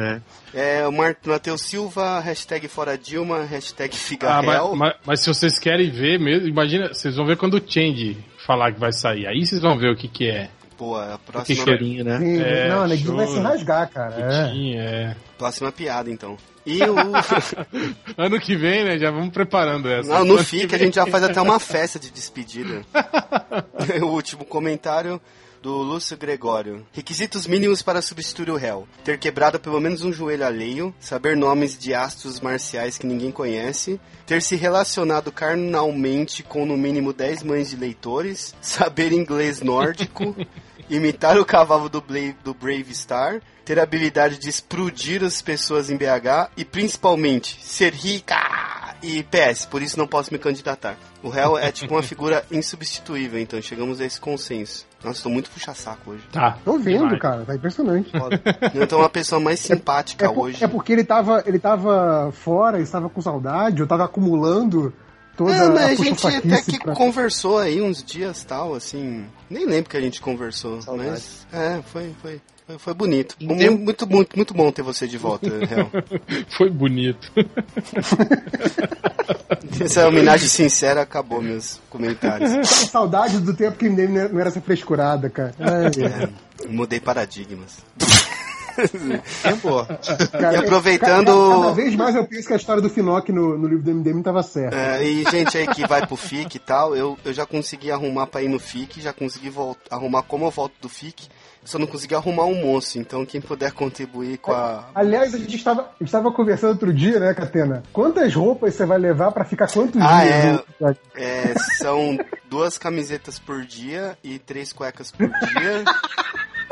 [SPEAKER 13] É.
[SPEAKER 2] é, o Mar- Matheus Silva, hashtag fora Dilma, hashtag fica
[SPEAKER 18] Ah,
[SPEAKER 2] réu.
[SPEAKER 18] mas, mas- mas se vocês querem ver mesmo, imagina, vocês vão ver quando o Change falar que vai sair. Aí vocês vão ver o que que é.
[SPEAKER 2] Pô, a próxima...
[SPEAKER 18] Que chorinho, né?
[SPEAKER 4] Sim,
[SPEAKER 18] É,
[SPEAKER 4] não, ninguém
[SPEAKER 18] show.
[SPEAKER 4] vai se rasgar, cara. É.
[SPEAKER 2] Próxima piada, então. E o...
[SPEAKER 18] ano que vem, né? Já vamos preparando essa.
[SPEAKER 2] Não, não
[SPEAKER 18] Ano que
[SPEAKER 2] fica, a
[SPEAKER 18] vem.
[SPEAKER 2] gente já faz até uma festa de despedida. o último comentário do Lúcio Gregório. Requisitos mínimos para substituir o réu. Ter quebrado pelo menos um joelho alheio, saber nomes de astros marciais que ninguém conhece, ter se relacionado carnalmente com no mínimo 10 mães de leitores, saber inglês nórdico, imitar o cavalo do, Bla- do Brave Star, ter a habilidade de explodir as pessoas em BH e principalmente ser rica! E PS, por isso não posso me candidatar. O réu é tipo uma figura insubstituível, então chegamos a esse consenso. Nossa, tô muito puxa-saco hoje.
[SPEAKER 18] Tá.
[SPEAKER 4] Tô vendo,
[SPEAKER 2] Demais.
[SPEAKER 4] cara, tá impressionante.
[SPEAKER 2] Eu tô uma pessoa mais simpática
[SPEAKER 4] É, por-
[SPEAKER 2] tá hoje.
[SPEAKER 4] é porque ele tava, ele tava fora, ele tava com saudade, eu tava acumulando toda
[SPEAKER 2] Não, É, mas
[SPEAKER 4] a
[SPEAKER 2] a gente até
[SPEAKER 4] puxa-saquice
[SPEAKER 2] que
[SPEAKER 4] pra...
[SPEAKER 2] conversou aí uns dias tal, assim. Nem lembro que a gente conversou, mas. É, foi, foi. Foi, foi bonito. Mu-
[SPEAKER 4] um-
[SPEAKER 18] Tem-
[SPEAKER 2] Muito, muito, muito bom ter você de volta, Real.
[SPEAKER 18] Foi bonito.
[SPEAKER 2] Essa é homenagem sincera acabou meus comentários.
[SPEAKER 4] Saudade do tempo que ninguém não era essa frescurada, cara. Ai, ai.
[SPEAKER 2] É, mudei paradigmas. Pô.
[SPEAKER 4] Cara, é,
[SPEAKER 2] e
[SPEAKER 4] Cada, cada
[SPEAKER 2] aproveitando.
[SPEAKER 4] vez mais eu penso que a história do Finoc no, no livro do MDM tava certa.
[SPEAKER 2] É, e gente aí que vai pro FIC e tal, eu, eu já consegui arrumar pra ir no FIC, já consegui vol- arrumar como eu volto do FIC, só não consegui arrumar um moço, então quem puder contribuir com a.
[SPEAKER 4] Aliás, a gente estava estava conversando outro dia, né, Catena? Quantas roupas você vai levar pra ficar quantos
[SPEAKER 2] Ah,
[SPEAKER 4] dias? né?
[SPEAKER 2] É, são duas camisetas por dia e três cuecas por dia.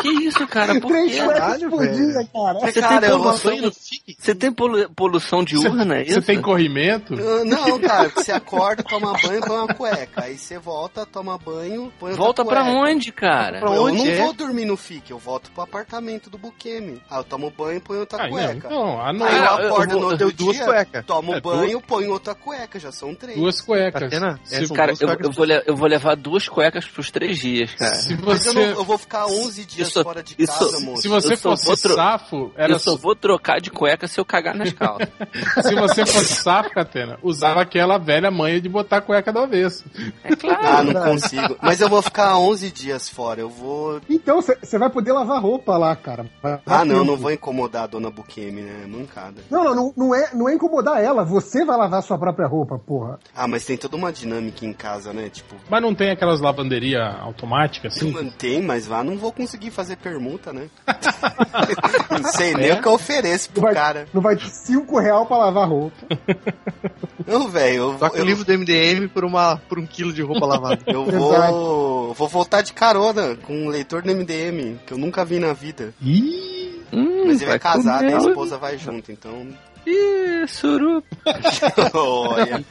[SPEAKER 5] Que isso, cara? Por
[SPEAKER 4] Três
[SPEAKER 5] quê?
[SPEAKER 4] cuecas por dia, cara.
[SPEAKER 5] Você tem poluição
[SPEAKER 2] Então,
[SPEAKER 5] Você tem polu- poluição diurna, é isso?
[SPEAKER 18] Você tem corrimento?
[SPEAKER 2] Ah, Não, cara, você acorda, toma banho, põe uma cueca. Aí você volta, toma banho, põe outra
[SPEAKER 5] Volta pra
[SPEAKER 2] cueca.
[SPEAKER 5] onde, cara?
[SPEAKER 2] eu
[SPEAKER 18] É.
[SPEAKER 2] não vou dormir no FIC, eu volto pro apartamento do Buqueme. Aí eu tomo banho e ponho outra
[SPEAKER 18] Ah,
[SPEAKER 2] cueca.
[SPEAKER 18] não, então, à noite-
[SPEAKER 2] Aí eu
[SPEAKER 18] Ah, eu
[SPEAKER 2] acordo
[SPEAKER 18] vou-
[SPEAKER 2] no outro
[SPEAKER 18] eu- duas
[SPEAKER 2] dia,
[SPEAKER 18] cueca.
[SPEAKER 2] tomo
[SPEAKER 18] É,
[SPEAKER 2] banho,
[SPEAKER 18] duas-
[SPEAKER 2] ponho outra cueca, já são três.
[SPEAKER 18] Duas cuecas. Catena,
[SPEAKER 5] Se- cara, eu, eu vou le- eu vou levar duas cuecas pros três dias, cara.
[SPEAKER 18] Se
[SPEAKER 2] Mas
[SPEAKER 18] você-
[SPEAKER 2] eu, não- eu vou ficar 11 dias
[SPEAKER 5] Isso-
[SPEAKER 2] fora de
[SPEAKER 5] isso-
[SPEAKER 2] casa, moço.
[SPEAKER 18] Se você
[SPEAKER 5] Eu só
[SPEAKER 18] fosse
[SPEAKER 5] vou tro-
[SPEAKER 18] safo, era
[SPEAKER 5] eu só
[SPEAKER 18] só-
[SPEAKER 5] vou trocar de cueca se eu cagar nas calças.
[SPEAKER 18] Se você fosse safo, Catena, usava aquela velha manha de botar a cueca do avesso.
[SPEAKER 5] É claro.
[SPEAKER 2] Ah, não consigo. Mas eu vou ficar 11 dias fora, eu vou...
[SPEAKER 4] Então, você você vai poder lavar roupa lá, cara. Vai-
[SPEAKER 2] Ah, não,
[SPEAKER 4] vai-
[SPEAKER 2] não vou incomodar a dona Buqueme, né? Mancada.
[SPEAKER 4] Não, não, não, não é, não é incomodar ela. Você vai lavar sua própria roupa, porra.
[SPEAKER 2] Ah, mas tem toda uma dinâmica em casa, né? Tipo,
[SPEAKER 18] Mas não tem aquelas lavanderias automáticas, assim?
[SPEAKER 2] mantém, mas lá não vou conseguir fazer permuta, né? não sei nem
[SPEAKER 3] É?
[SPEAKER 2] o que eu ofereço pro cara.
[SPEAKER 4] Não vai ter cinco real pra lavar roupa.
[SPEAKER 2] Não, velho, eu,
[SPEAKER 3] Troca o
[SPEAKER 2] eu,
[SPEAKER 3] livro do MDM por, uma, por um quilo de roupa lavada.
[SPEAKER 2] eu vou, vou voltar de carona com um leitor do MDM, que eu nunca vi na vida.
[SPEAKER 3] Hum,
[SPEAKER 2] Mas ele é
[SPEAKER 5] Hum, vai
[SPEAKER 2] casado e a
[SPEAKER 5] comer.
[SPEAKER 2] esposa vai junto, então.
[SPEAKER 5] Ih, suruba.
[SPEAKER 2] Olha.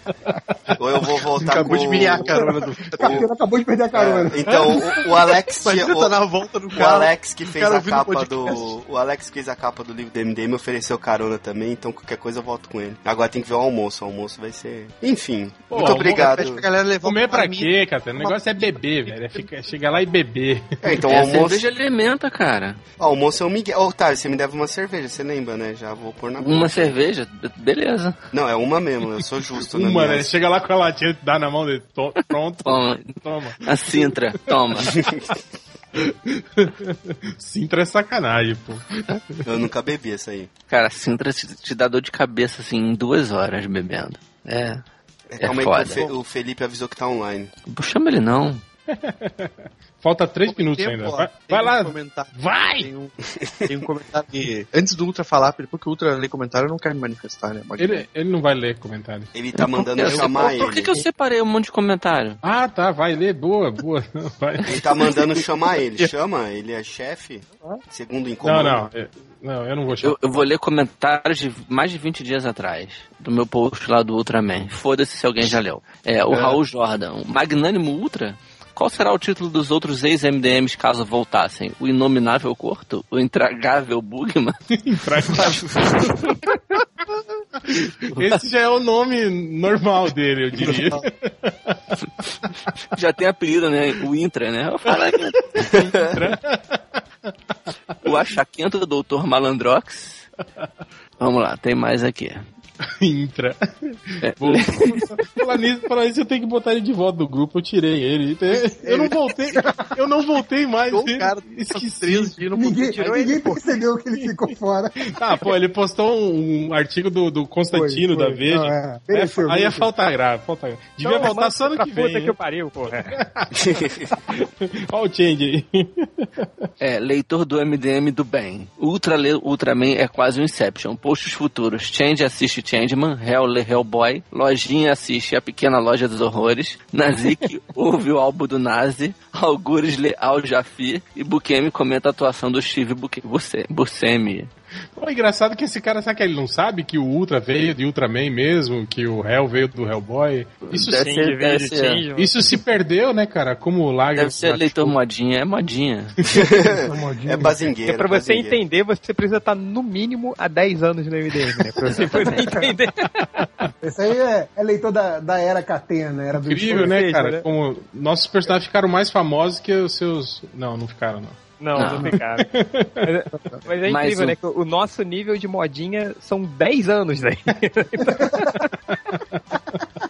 [SPEAKER 2] Ou eu vou voltar
[SPEAKER 3] Acabou
[SPEAKER 2] com.
[SPEAKER 3] de me a carona do.
[SPEAKER 4] Ele acabou de perder a carona.
[SPEAKER 2] É, então, o, o Alex
[SPEAKER 3] Imagina
[SPEAKER 2] tinha-
[SPEAKER 3] tá
[SPEAKER 2] o,
[SPEAKER 3] na volta do
[SPEAKER 2] o
[SPEAKER 3] carro,
[SPEAKER 2] Alex que
[SPEAKER 3] o
[SPEAKER 2] fez
[SPEAKER 3] cara
[SPEAKER 2] a
[SPEAKER 3] ouvindo
[SPEAKER 2] capa do.
[SPEAKER 3] podcast.
[SPEAKER 2] O Alex que fez a capa do livro do MD me ofereceu carona também, então qualquer coisa eu volto com ele. Agora tem que ver o almoço, o almoço vai ser. Enfim,
[SPEAKER 18] Pô,
[SPEAKER 2] muito
[SPEAKER 18] almoço
[SPEAKER 2] obrigado.
[SPEAKER 18] pede pra Comer pra quê, Catena? O negócio é beber, velho. É ficar- chegar lá e beber.
[SPEAKER 2] É, então
[SPEAKER 5] É,
[SPEAKER 2] o almoço.
[SPEAKER 5] cerveja alimenta, cara.
[SPEAKER 2] Ó, almoço é o Miguel. Ô, Otávio, você me deve uma cerveja, você lembra, né? Já vou pôr na
[SPEAKER 5] Uma cerveja, be- beleza.
[SPEAKER 2] Não, é uma mesmo, eu sou justo, né?
[SPEAKER 18] Uma, né? Chega lá com a latinha, dá na mão dele. to- Pronto.
[SPEAKER 5] Toma.
[SPEAKER 18] Toma.
[SPEAKER 5] A Sintra, toma.
[SPEAKER 18] Sintra é sacanagem, pô.
[SPEAKER 2] Eu nunca bebi essa aí.
[SPEAKER 5] Cara, a Sintra te, te dá dor de cabeça, assim, em duas horas bebendo. É.
[SPEAKER 2] É,
[SPEAKER 5] É
[SPEAKER 2] calma aí que o,
[SPEAKER 5] foda.
[SPEAKER 2] Fe- o Felipe avisou que tá online.
[SPEAKER 5] Chama ele não.
[SPEAKER 18] Falta três minutos
[SPEAKER 3] tempo,
[SPEAKER 18] ainda.
[SPEAKER 3] ó.
[SPEAKER 18] Vai,
[SPEAKER 3] Tem
[SPEAKER 18] vai
[SPEAKER 3] um
[SPEAKER 18] lá.
[SPEAKER 3] comentário.
[SPEAKER 18] Vai!
[SPEAKER 3] Tem um, tem um comentário que, antes do Ultra falar, porque o Ultra lê comentário, eu não quero me manifestar, né? Mas-
[SPEAKER 18] Ele, é- ele não vai ler comentário.
[SPEAKER 2] Ele tá mandando eu
[SPEAKER 5] Eu-
[SPEAKER 2] chamar
[SPEAKER 5] por que,
[SPEAKER 2] ele.
[SPEAKER 5] que eu separei um monte de comentário?
[SPEAKER 18] Ah, tá, vai ler. Boa, boa. Não, Vai.
[SPEAKER 2] Ele tá mandando chamar ele. Chama, ele é chefe. Segundo em
[SPEAKER 18] Não,
[SPEAKER 2] comando.
[SPEAKER 18] não. é- Não, eu não vou chamar.
[SPEAKER 5] Eu, eu vou ler comentários de mais de 20 dias atrás, do meu post lá do Ultraman. Foda-se se alguém já leu. É, o
[SPEAKER 18] É.
[SPEAKER 5] Raul Jordan, o Magnânimo Ultra. Qual será o título dos outros ex-MDMs caso voltassem? O Inominável Corto? O Intragável Bugman?
[SPEAKER 18] Esse já é o nome normal dele, eu diria.
[SPEAKER 5] já tem apelido, né? O Intra, né? Eu falo, "Ah, o achaquento do Doutor Malandrox. Vamos lá, tem mais aqui.
[SPEAKER 18] Intra.
[SPEAKER 5] É,
[SPEAKER 18] Vou- falar, nisso, falar nisso, eu tenho que botar ele de volta do grupo. Eu tirei ele. Eu não voltei, eu não voltei mais.
[SPEAKER 4] um
[SPEAKER 18] O cara esqueci.
[SPEAKER 4] Ninguém, ninguém percebeu que ele ficou fora.
[SPEAKER 18] Ah, pô, ele postou um, um artigo do, do Constantino
[SPEAKER 4] Foi, foi.
[SPEAKER 18] da Veja.
[SPEAKER 4] Não, é. Mereceu,
[SPEAKER 18] aí é
[SPEAKER 4] mereceu.
[SPEAKER 18] falta grave, falta grave. Devia
[SPEAKER 4] Então,
[SPEAKER 18] voltar
[SPEAKER 4] manda
[SPEAKER 18] tá só no
[SPEAKER 4] pra
[SPEAKER 18] que vem.
[SPEAKER 4] puta
[SPEAKER 18] hein?
[SPEAKER 4] que o
[SPEAKER 1] pariu, porra.
[SPEAKER 18] Olha o change aí.
[SPEAKER 5] É, leitor do MDM do bem. Ultra lê Ultraman é quase um Inception. Postos futuros. Change assiste Changeman. Hell lê Hellboy. Lojinha assiste A Pequena Loja dos Horrores. Nazik ouve o álbum do Nazi. Algures lê Al Jafi. E Bukemi comenta a atuação do Steve Buke- Buse- Buscemi.
[SPEAKER 18] Pô, engraçado que esse cara, sabe que ele não sabe que o Ultra veio de Ultraman mesmo, que o Hell veio do Hellboy? Isso
[SPEAKER 5] Deve
[SPEAKER 18] sim,
[SPEAKER 5] ser-
[SPEAKER 18] que veio
[SPEAKER 5] deve
[SPEAKER 18] de
[SPEAKER 5] ser.
[SPEAKER 18] Change, mano. Isso se perdeu, né, cara? Como lágrimas.
[SPEAKER 5] Deve ser leitor modinha. É modinha.
[SPEAKER 2] é
[SPEAKER 1] Porque pra você entender, você precisa estar no mínimo há 10 anos no MDM, né? Pra você poder entender.
[SPEAKER 4] Esse aí é, é leitor da, da era Catena, era do
[SPEAKER 18] Incrível,
[SPEAKER 4] Ou
[SPEAKER 18] né,
[SPEAKER 4] seja,
[SPEAKER 18] cara? Como nossos personagens ficaram mais famosos que os seus. Não, não ficaram, não.
[SPEAKER 1] Não, não, ficaram. Mas, mas é
[SPEAKER 18] Mais
[SPEAKER 1] incrível,
[SPEAKER 18] um.
[SPEAKER 1] né? que O nosso nível de modinha são 10 anos né? daí.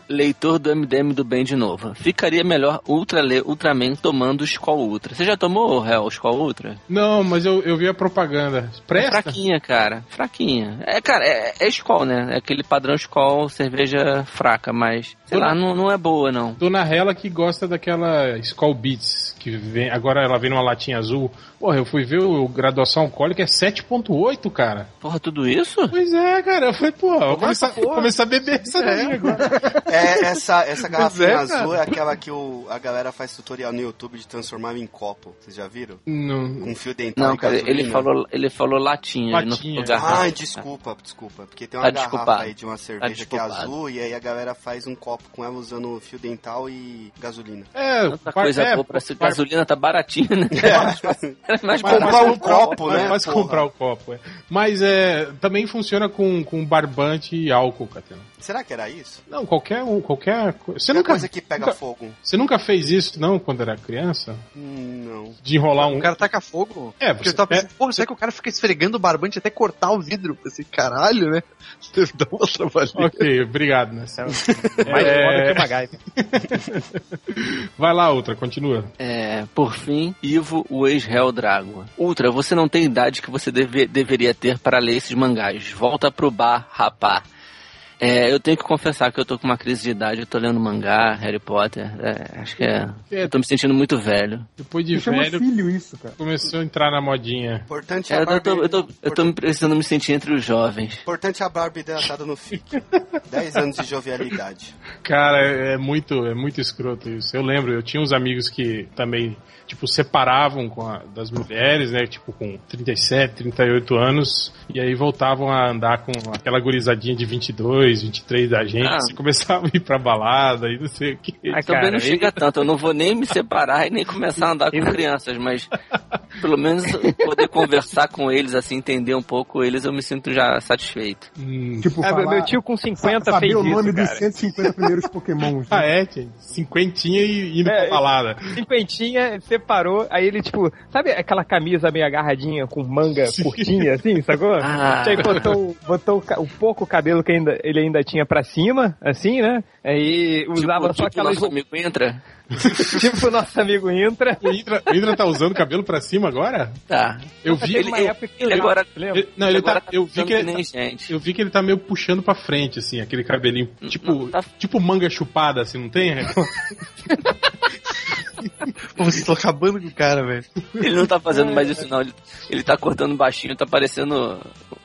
[SPEAKER 5] Leitor do MDM do bem de novo. Ficaria melhor Ultra ler Ultraman tomando Skol Ultra. Você já tomou, Hell, Skol Ultra?
[SPEAKER 18] Não, mas eu, eu vi a propaganda.
[SPEAKER 5] É
[SPEAKER 18] Presta?
[SPEAKER 5] fraquinha, cara. Fraquinha. É, cara, é, é Skol, né? É aquele padrão Skol, cerveja fraca, mas, sei lá, não, não é boa, não.
[SPEAKER 18] Dona Hela que gosta daquela Skull Beats, que vem, agora ela vem numa latinha azul. Porra, eu fui ver o graduação alcoólica, é 7.8, cara.
[SPEAKER 5] Porra, tudo isso?
[SPEAKER 18] Pois é, cara. Eu falei, pô, eu vou começar,
[SPEAKER 2] tá
[SPEAKER 18] começar a beber essa daí agora.
[SPEAKER 2] É, essa, essa
[SPEAKER 18] Pois
[SPEAKER 2] garrafinha
[SPEAKER 18] é,
[SPEAKER 2] azul
[SPEAKER 18] cara.
[SPEAKER 2] é aquela que o, a galera faz tutorial no YouTube de transformar em copo. Vocês já viram?
[SPEAKER 18] Não.
[SPEAKER 2] Com fio dental.
[SPEAKER 5] Não,
[SPEAKER 2] e
[SPEAKER 5] cara, ele
[SPEAKER 2] gasolina.
[SPEAKER 5] falou, ele falou latinha, né, ele não falou garrafa.
[SPEAKER 2] né? Ai, desculpa, desculpa. Porque tem uma
[SPEAKER 5] Tá
[SPEAKER 2] garrafa
[SPEAKER 5] desculpado.
[SPEAKER 2] aí de
[SPEAKER 5] Tá
[SPEAKER 2] uma cerveja que é
[SPEAKER 5] desculpado.
[SPEAKER 2] azul e aí a galera faz um copo com ela usando fio dental e gasolina.
[SPEAKER 18] É,
[SPEAKER 5] Tanta coisa boa pra ser gasolina tá baratinha, né?
[SPEAKER 2] Mas comprar um copo, né?
[SPEAKER 18] Mas
[SPEAKER 2] porra?
[SPEAKER 18] comprar o copo, é. Mas é, também funciona com, com barbante e álcool, Catena.
[SPEAKER 2] Será que era isso?
[SPEAKER 18] Não, qualquer um, qualquer coisa. Você
[SPEAKER 2] Qualquer
[SPEAKER 18] nunca,
[SPEAKER 2] coisa que pega
[SPEAKER 18] nunca-
[SPEAKER 2] fogo.
[SPEAKER 18] Você nunca fez isso, não, quando era criança?
[SPEAKER 2] Hum, Não.
[SPEAKER 18] De enrolar um.
[SPEAKER 3] O cara taca fogo?
[SPEAKER 18] É,
[SPEAKER 3] porque
[SPEAKER 18] você
[SPEAKER 3] eu tava
[SPEAKER 18] pega-
[SPEAKER 3] pensando, porra, será que o cara fica esfregando o barbante até cortar o vidro? Esse caralho, né? Deve dar uma trabalhada.
[SPEAKER 18] Ok, obrigado, né? É.
[SPEAKER 3] É, Mais foda que o
[SPEAKER 1] MacGyver.
[SPEAKER 18] Vai lá, outra, continua.
[SPEAKER 5] É, por fim, Ivo, o ex-réu Drago. Ultra, você não tem idade que você deve- deveria ter para ler esses mangás. Volta pro bar, rapá. É, eu tenho que confessar que eu tô com uma crise de idade, eu tô lendo mangá, Harry Potter, é, acho que é.
[SPEAKER 18] É.
[SPEAKER 5] Eu tô me sentindo muito velho.
[SPEAKER 18] Depois de
[SPEAKER 4] Ele chama
[SPEAKER 18] velho.
[SPEAKER 4] é filho isso, cara.
[SPEAKER 18] Começou a entrar na modinha.
[SPEAKER 2] Importante
[SPEAKER 5] É,
[SPEAKER 2] a
[SPEAKER 5] eu, tô, eu,
[SPEAKER 2] Barbie,
[SPEAKER 5] tô, eu, tô, eu tô me precisando me sentir entre os jovens.
[SPEAKER 2] importante é a Barbie hidratada no fique. 10 anos de jovialidade.
[SPEAKER 18] Cara, é é muito, é muito escroto isso. Eu lembro, eu tinha uns amigos que também, tipo, separavam com a- das mulheres, né? Tipo, com 37, 38 anos, e aí voltavam a andar com aquela gurizadinha de 22, 23 da gente,
[SPEAKER 5] Ah.
[SPEAKER 18] e começavam a ir pra balada e não sei o que.
[SPEAKER 5] Também não chega tanto, eu não vou nem me separar e nem começar a andar com crianças, mas pelo menos eu poder conversar com eles, assim, entender um pouco eles, eu me sinto já satisfeito.
[SPEAKER 18] Hum.
[SPEAKER 4] Tipo,
[SPEAKER 1] Ah,
[SPEAKER 4] falar-
[SPEAKER 1] meu tio com 50
[SPEAKER 4] sa- saber
[SPEAKER 1] fez
[SPEAKER 4] o nome
[SPEAKER 1] isso,
[SPEAKER 4] dos
[SPEAKER 1] cara.
[SPEAKER 4] 150 primeiros
[SPEAKER 3] né?
[SPEAKER 4] Pokémons.
[SPEAKER 18] Ah, é, gente? Cinquentinha e indo pra balada.
[SPEAKER 1] É, Cinquentinha, separou, aí ele, tipo, sabe aquela camisa meio agarradinha com manga curtinha, assim, sacou?
[SPEAKER 5] Ah.
[SPEAKER 1] Aí botou, botou o ca- o pouco cabelo que ainda, ele ainda tinha pra cima, assim, né? Aí usava Ah,
[SPEAKER 5] tipo,
[SPEAKER 1] só aquelas
[SPEAKER 5] nosso amigo entra.
[SPEAKER 1] tipo o nosso amigo Intra.
[SPEAKER 18] O Intra, o Intra tá usando o cabelo pra cima agora?
[SPEAKER 5] Tá.
[SPEAKER 18] Eu vi
[SPEAKER 5] Ele- eu- ele agora-
[SPEAKER 18] ele- não, ele
[SPEAKER 5] agora
[SPEAKER 18] tá, eu vi
[SPEAKER 5] ficando
[SPEAKER 18] que ele,
[SPEAKER 5] que nem
[SPEAKER 18] eu vi que ele tá meio puxando pra frente assim, aquele cabelinho, tipo,
[SPEAKER 5] tá-
[SPEAKER 18] tipo manga chupada assim, não tem?
[SPEAKER 3] Pô, vocês estão acabando com o cara, velho.
[SPEAKER 5] Ele não tá
[SPEAKER 2] É.
[SPEAKER 5] fazendo mais isso, não. Ele, ele tá cortando baixinho, tá parecendo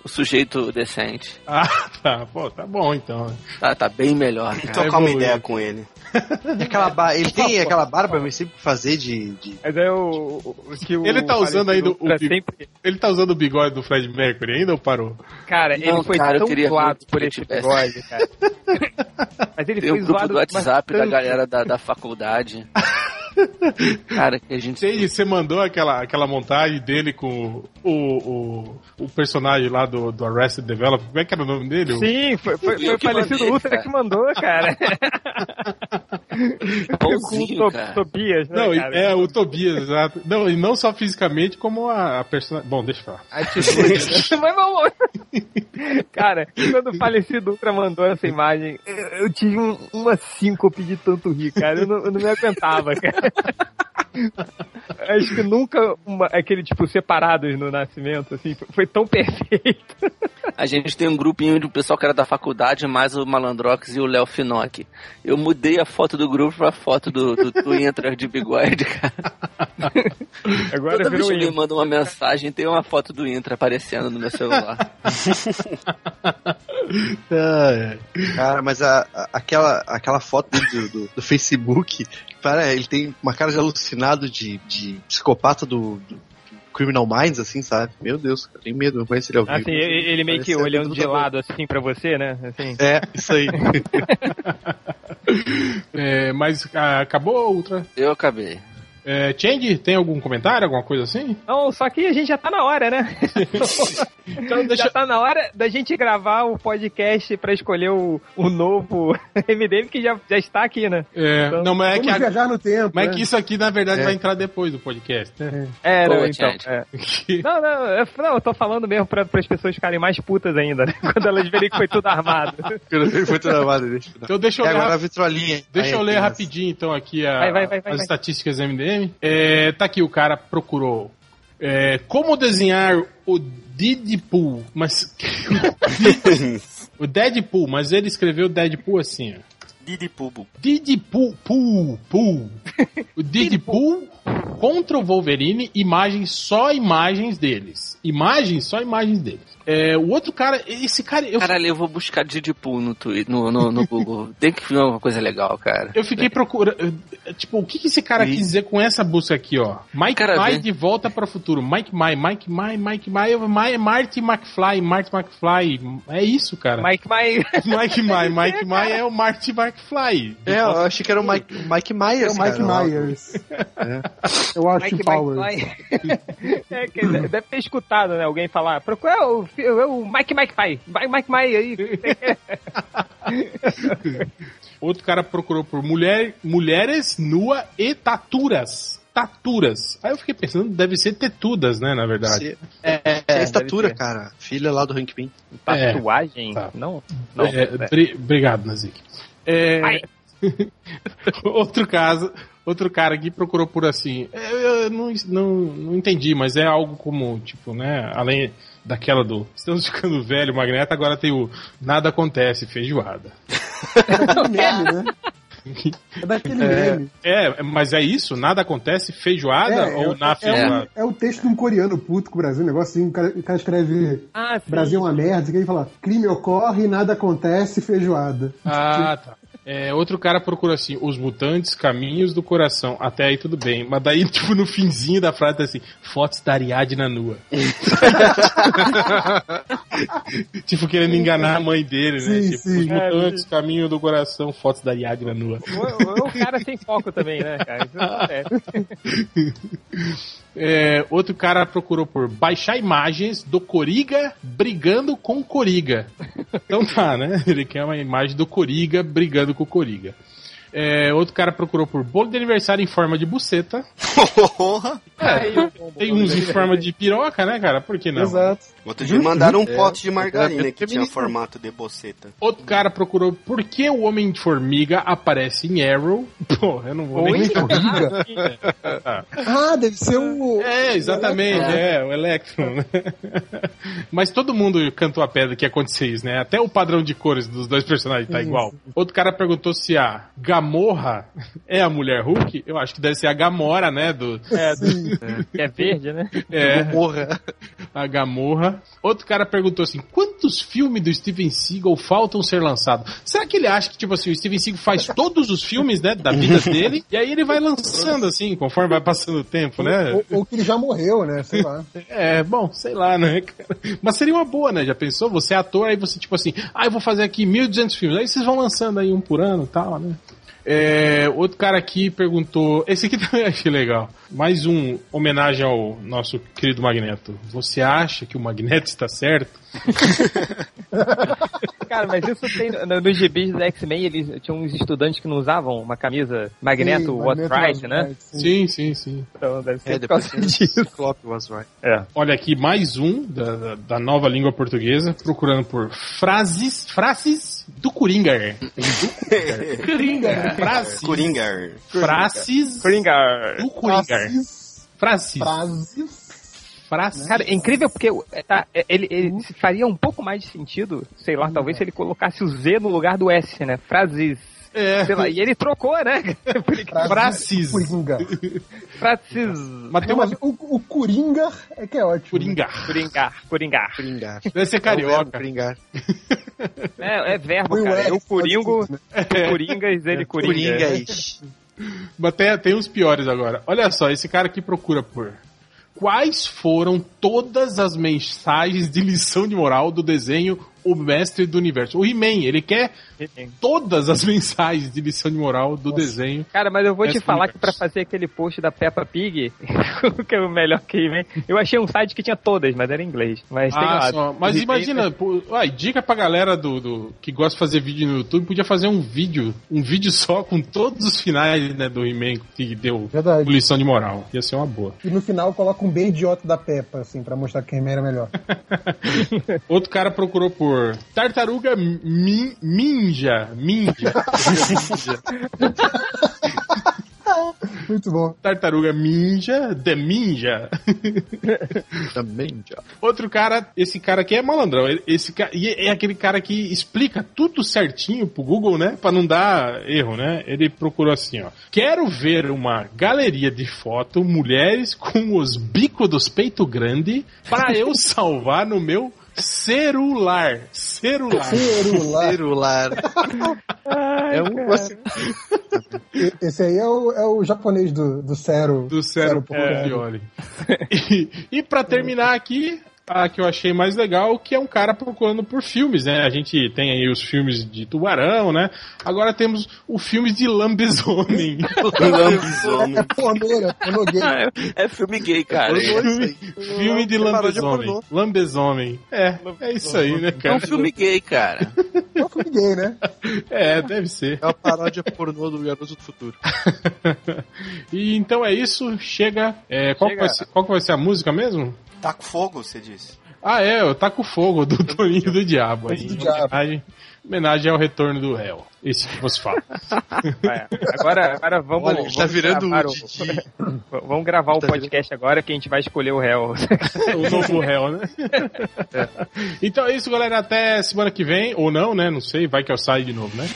[SPEAKER 5] o sujeito decente.
[SPEAKER 18] ah, tá, pô, tá bom então.
[SPEAKER 5] Tá, tá bem melhor. Cara.
[SPEAKER 2] Trocar uma ideia com ele.
[SPEAKER 3] É aquela ba- Ele
[SPEAKER 18] Tá
[SPEAKER 3] tem aquela barba, mas sempre fazer de. de...
[SPEAKER 1] Mas é o, o- o que o
[SPEAKER 18] Ele tá usando ainda
[SPEAKER 1] falecido
[SPEAKER 18] o
[SPEAKER 1] Ultra
[SPEAKER 18] bi-
[SPEAKER 1] sempre-
[SPEAKER 18] ele tá usando o bigode do Fred Mercury ainda ou parou?
[SPEAKER 1] Cara,
[SPEAKER 5] Não,
[SPEAKER 1] ele foi
[SPEAKER 5] cara, eu
[SPEAKER 1] tão
[SPEAKER 5] queria
[SPEAKER 1] zoado
[SPEAKER 5] muito
[SPEAKER 1] por
[SPEAKER 5] que
[SPEAKER 1] esse
[SPEAKER 5] tivesse.
[SPEAKER 1] bigode, cara. Mas ele
[SPEAKER 5] Tem o
[SPEAKER 1] foi
[SPEAKER 5] grupo
[SPEAKER 1] zoado
[SPEAKER 5] do WhatsApp da
[SPEAKER 1] bastante.
[SPEAKER 5] galera da, da faculdade. Cara, que a gente.
[SPEAKER 18] Sei, você mandou aquela, aquela montagem dele com o, o, o personagem lá do, do Arrested Development. Como é que era o nome dele?
[SPEAKER 1] Sim, foi, foi, foi o falecido Ultra que mandou, cara. Bonzinho, Com o To- cara. Tobias, né,
[SPEAKER 18] Não, e-
[SPEAKER 1] cara?
[SPEAKER 18] é, o Tobias, exato. Não, e não só fisicamente, como a, a personalidade. Bom, deixa eu falar.
[SPEAKER 5] Ah,
[SPEAKER 1] Mas não. Cara, quando o falecido Ultra mandou essa imagem, eu eu tive um, uma síncope de tanto rir, cara. Eu não, eu não me aguentava, cara. Acho que nunca uma- aquele tipo separados no nascimento, assim, foi- foi tão perfeito.
[SPEAKER 5] A gente tem um grupinho de pessoal que era da faculdade, mais o Malandrox e o Léo Finock. Eu mudei a foto do grupo pra foto do, do Tu Entra de Bigode, cara.
[SPEAKER 1] Agora
[SPEAKER 5] Toda vez
[SPEAKER 1] virou
[SPEAKER 5] que ele
[SPEAKER 1] Intra.
[SPEAKER 5] manda uma mensagem, tem uma foto do Intra aparecendo no meu celular.
[SPEAKER 3] Cara, mas a, a- aquela, aquela foto dele do, do, do Facebook, cara, ele tem uma cara de alucinado de, de psicopata do, do Criminal Minds, assim, sabe? Meu Deus, cara, tenho medo, eu conheço ele ao vivo.
[SPEAKER 1] Assim, ele ele meio que
[SPEAKER 3] Parecia
[SPEAKER 1] olhando
[SPEAKER 3] é tudo
[SPEAKER 1] de lado, assim, pra você, né? Assim.
[SPEAKER 3] É, isso aí.
[SPEAKER 18] É, mas ah, acabou, Ultra?
[SPEAKER 5] Eu acabei.
[SPEAKER 18] É, Chang, tem algum comentário, alguma coisa assim?
[SPEAKER 1] Não, só que a gente já tá na hora, né?
[SPEAKER 18] Então,
[SPEAKER 1] Já tá na hora da gente gravar o podcast pra escolher o, o novo MDM que já, já está aqui, né?
[SPEAKER 18] É, não, mas é que a- Mas é
[SPEAKER 1] né?
[SPEAKER 18] que isso aqui, na verdade,
[SPEAKER 1] É.
[SPEAKER 18] vai entrar depois do podcast, né?
[SPEAKER 1] É, não, então. é. Não, não, eu, não, eu tô falando mesmo pra, as pessoas ficarem mais putas ainda, né? Quando elas verem que foi tudo armado.
[SPEAKER 3] Foi tudo armado, deixa eu dar.
[SPEAKER 18] Então deixa eu
[SPEAKER 3] É,
[SPEAKER 18] ler
[SPEAKER 3] agora a
[SPEAKER 18] rap-
[SPEAKER 3] vitrolinha. hein?
[SPEAKER 18] Deixa
[SPEAKER 3] Aí,
[SPEAKER 18] eu ler
[SPEAKER 3] tem essa.
[SPEAKER 18] rapidinho, então, aqui a-
[SPEAKER 3] Vai, vai, vai, vai,
[SPEAKER 18] as
[SPEAKER 3] vai.
[SPEAKER 18] estatísticas do MDM. É, tá aqui, o cara procurou. é, como desenhar o Deadpool, mas... o Deadpool, mas ele escreveu Deadpool assim, ó.
[SPEAKER 2] Didipubo.
[SPEAKER 18] Deadpool, pool, pool. O Deadpool contra o Wolverine, imagens, só imagens deles. Imagens, só imagens deles. É, o outro cara, esse cara... Eu,
[SPEAKER 5] Caralho, eu vou buscar Didipool no, Twitter, no, no, no Google. Tem que ser uma coisa legal, cara.
[SPEAKER 18] eu fiquei procurando... Tipo, o que, que esse cara quis dizer com essa busca aqui, ó? Mike
[SPEAKER 5] Cara,
[SPEAKER 18] Mai
[SPEAKER 5] vem.
[SPEAKER 18] de volta para o futuro. Mike Mai, Mike Mai, Mike Mai, Mai Marty McFly, Marty McFly. É isso, cara.
[SPEAKER 1] Mike Mai.
[SPEAKER 18] Mike Mai, Mike Mai é o Marty McFly.
[SPEAKER 3] É, eu achei que era o Mike, Mike Myers.
[SPEAKER 4] É o Mike
[SPEAKER 3] cara, lá.
[SPEAKER 4] Myers. É o Austin Powers.
[SPEAKER 1] É, que ele deve ter escutado, né? Alguém falar. Procura o, fi- o Mike Mike Pai. Vai Mike Mike aí.
[SPEAKER 18] Outro cara procurou por mulher, mulheres nua e taturas. Taturas. Aí eu fiquei pensando, deve ser tetudas, né, na verdade.
[SPEAKER 3] Se- É, é, estatura,
[SPEAKER 18] deve ter.
[SPEAKER 3] cara. Filha lá do Hank Pym.
[SPEAKER 1] Tatuagem? Não. não.
[SPEAKER 18] É, bri- obrigado, Nazik. É, outro caso, outro cara aqui procurou por assim. é, Eu, eu não, não, não entendi, mas é algo como, tipo, né? Além daquela do. Estamos ficando velho, Magneta, agora tem o Nada acontece, feijoada.
[SPEAKER 4] um né? É daquele
[SPEAKER 18] É,
[SPEAKER 4] meme.
[SPEAKER 18] é, mas é isso? Nada acontece, feijoada
[SPEAKER 4] é,
[SPEAKER 18] ou
[SPEAKER 4] é-
[SPEAKER 18] na
[SPEAKER 4] é,
[SPEAKER 18] feijoada?
[SPEAKER 4] um- é o texto de um coreano puto com o Brasil, um negócio assim, o cara, o cara escreve
[SPEAKER 1] Ah, sim.
[SPEAKER 4] Brasil é uma merda, e ele fala, crime ocorre, nada acontece, feijoada.
[SPEAKER 18] Ah, tá. É, outro cara procura assim, os mutantes, caminhos do coração. Até aí tudo bem. Mas daí, tipo, no finzinho da frase tá assim, fotos da Ariadna nua. tipo, querendo enganar a mãe dele, né?
[SPEAKER 1] Sim,
[SPEAKER 18] tipo,
[SPEAKER 1] sim.
[SPEAKER 18] os mutantes, caminho do coração, fotos da Ariadna nua.
[SPEAKER 1] Ou- ou o É um cara sem foco também, né, cara? Isso acontece.
[SPEAKER 18] É, outro cara procurou por baixar imagens do Coriga brigando com o Coriga. Então tá, né? Ele quer uma imagem do Coriga brigando com o Coriga. É, outro cara procurou por bolo de aniversário em forma de buceta. É, tem uns em forma de piroca, né, cara? Por que não?
[SPEAKER 4] Exato.
[SPEAKER 2] Outro dia mandaram um
[SPEAKER 18] É.
[SPEAKER 2] pote de margarina
[SPEAKER 18] É,
[SPEAKER 2] que tinha
[SPEAKER 18] feminista.
[SPEAKER 2] formato de boceta.
[SPEAKER 18] Outro cara procurou por que o Homem-Formiga aparece em Arrow. Pô, eu não vou nem
[SPEAKER 4] Homem-Formiga?
[SPEAKER 18] Ah.
[SPEAKER 4] Ah, deve ser o...
[SPEAKER 18] É, exatamente,
[SPEAKER 4] É.
[SPEAKER 18] é, o Electron. né? Mas todo mundo cantou a pedra que ia acontecer isso, né? Até o padrão de cores dos dois personagens tá
[SPEAKER 4] Isso.
[SPEAKER 18] igual. Outro cara perguntou se a Gamorra é a mulher Hulk. Eu acho que deve ser a Gamora, né? Do,
[SPEAKER 1] É, que é verde, né?
[SPEAKER 18] é.
[SPEAKER 3] Gamorra.
[SPEAKER 18] A Gamorra. Outro cara perguntou assim: quantos filmes do Steven Seagal faltam ser lançados? Será que ele acha que, tipo assim, o Steven Seagal faz todos os filmes, né? Da vida dele, e aí ele vai lançando, assim, conforme vai passando o tempo, né?
[SPEAKER 4] Ou, ou que ele já morreu, né? Sei lá.
[SPEAKER 18] É, bom, sei lá, né, cara? Mas seria uma boa, né? Já pensou? Você é ator, aí você, tipo assim, ah, eu vou fazer aqui 1.200 filmes. Aí vocês vão lançando aí um por ano e tal, né? É, outro cara aqui perguntou. Esse aqui também eu achei legal. Mais um homenagem ao nosso querido Magneto. Você acha que o Magneto está certo?
[SPEAKER 1] Cara, mas isso tem no- nos gibis da X-Men, eles tinham uns estudantes que não usavam uma camisa Magneto
[SPEAKER 18] Sim,
[SPEAKER 1] What
[SPEAKER 18] Magneto
[SPEAKER 1] Right,
[SPEAKER 18] was
[SPEAKER 1] né?
[SPEAKER 18] right, sim. Sim, sim, sim.
[SPEAKER 1] Então deve ser
[SPEAKER 18] É,
[SPEAKER 1] por causa
[SPEAKER 18] depois
[SPEAKER 1] disso.
[SPEAKER 18] É. Olha aqui, mais um da, da- da nova língua portuguesa, procurando por frases, frases do Coringa.
[SPEAKER 4] Coringa.
[SPEAKER 18] Frases.
[SPEAKER 2] Coringa.
[SPEAKER 18] Frases.
[SPEAKER 1] Coringa.
[SPEAKER 18] Do Coringa. Frases. Frases.
[SPEAKER 1] Cara, é incrível porque é, tá, é, ele, ele se faria um pouco mais de sentido, sei lá, talvez se ele colocasse o Z no lugar do S, né? Frases.
[SPEAKER 18] É.
[SPEAKER 1] Sei lá, e ele trocou, né?
[SPEAKER 18] Frases.
[SPEAKER 4] Coringa.
[SPEAKER 1] Frases.
[SPEAKER 18] Mas tem
[SPEAKER 4] Não,
[SPEAKER 18] uma.
[SPEAKER 4] mas o, o Coringa é que é ótimo.
[SPEAKER 18] Coringar.
[SPEAKER 1] Coringar. Coringar.
[SPEAKER 3] Coringar.
[SPEAKER 18] Deve
[SPEAKER 4] É
[SPEAKER 18] ser
[SPEAKER 4] um
[SPEAKER 18] carioca.
[SPEAKER 3] Coringar.
[SPEAKER 1] É, é verbo,
[SPEAKER 18] Põe o
[SPEAKER 1] cara.
[SPEAKER 18] S,
[SPEAKER 1] Eu coringo, tu coringas, ele coringa.
[SPEAKER 18] É. Mas tem, tem uns piores agora. Olha só, esse cara aqui procura por. Quais foram todas as mensagens de lição de moral do desenho O Mestre do Universo? O He-Man, ele quer todas as mensagens de lição de moral do desenho.
[SPEAKER 1] Cara, mas eu vou te
[SPEAKER 18] Mestre do
[SPEAKER 1] falar
[SPEAKER 18] Universo.
[SPEAKER 1] que pra fazer aquele post da Peppa Pig, que é o melhor que vem, eu achei um site que tinha todas, mas era em inglês. Mas tem
[SPEAKER 18] Ah,
[SPEAKER 1] lá.
[SPEAKER 18] só. Mas
[SPEAKER 1] Tem-
[SPEAKER 18] imagina, pô, uai, dica pra galera do, do- que gosta de fazer vídeo no YouTube, podia fazer um vídeo, um vídeo só com todos os finais né, do He-Man que deu
[SPEAKER 4] Verdade.
[SPEAKER 18] lição de moral. Ia ser uma boa.
[SPEAKER 4] E no final coloca um bem idiota da Peppa, assim, pra mostrar quem era melhor.
[SPEAKER 18] Outro cara procurou por Tartaruga min, Ninja. Ninja.
[SPEAKER 4] Muito bom.
[SPEAKER 18] Tartaruga Ninja, The Ninja.
[SPEAKER 3] The Ninja.
[SPEAKER 18] Outro cara, esse cara aqui é malandrão. ele- Esse ca- e é aquele cara que explica tudo certinho pro Google, né? Pra não dar erro, né? Ele procurou assim, ó. Quero ver uma galeria de foto mulheres com os bicos dos peito grande pra eu salvar no meu celular. Celular.
[SPEAKER 4] Celular.
[SPEAKER 3] Celular.
[SPEAKER 1] Ah.
[SPEAKER 4] É um- E- Esse aí é o, é o japonês do, do Cero.
[SPEAKER 18] do Cero
[SPEAKER 4] Portioli.
[SPEAKER 18] Portioli. É, e, e para terminar aqui, a que eu achei mais legal, que é um cara procurando por filmes, né? A gente tem aí os filmes de tubarão, né? Agora temos o filme de lambisomem.
[SPEAKER 2] lambisomem.
[SPEAKER 4] Porneira,
[SPEAKER 5] Ah, é, é filme gay, cara.
[SPEAKER 18] filme de lambisomem. Lambisomem. É, é isso aí, né, cara?
[SPEAKER 5] É um filme gay, cara.
[SPEAKER 4] É um filme gay, né?
[SPEAKER 18] É, deve ser.
[SPEAKER 3] É uma paródia pornô do Garoto do Futuro.
[SPEAKER 18] E então é isso, chega. É, qual, que
[SPEAKER 2] Chega.
[SPEAKER 18] vai ser, qual que vai ser a música mesmo?
[SPEAKER 2] Tá com fogo, você disse.
[SPEAKER 18] Ah, é, o Taco Fogo do Toninho do Diabo. Aí,
[SPEAKER 2] do
[SPEAKER 1] Diabo.
[SPEAKER 18] Homenagem, homenagem ao retorno do réu. Esse que você fala.
[SPEAKER 1] É, Agora, agora vamos.
[SPEAKER 18] Olha,
[SPEAKER 1] vamos
[SPEAKER 18] tá virando
[SPEAKER 1] gravar
[SPEAKER 18] o
[SPEAKER 1] v- Vamos gravar o podcast agora que a gente vai escolher o réu.
[SPEAKER 18] tá o novo réu, né? Então é isso, galera. Até semana que vem, ou não, né? Não sei, vai que eu saio de novo, né?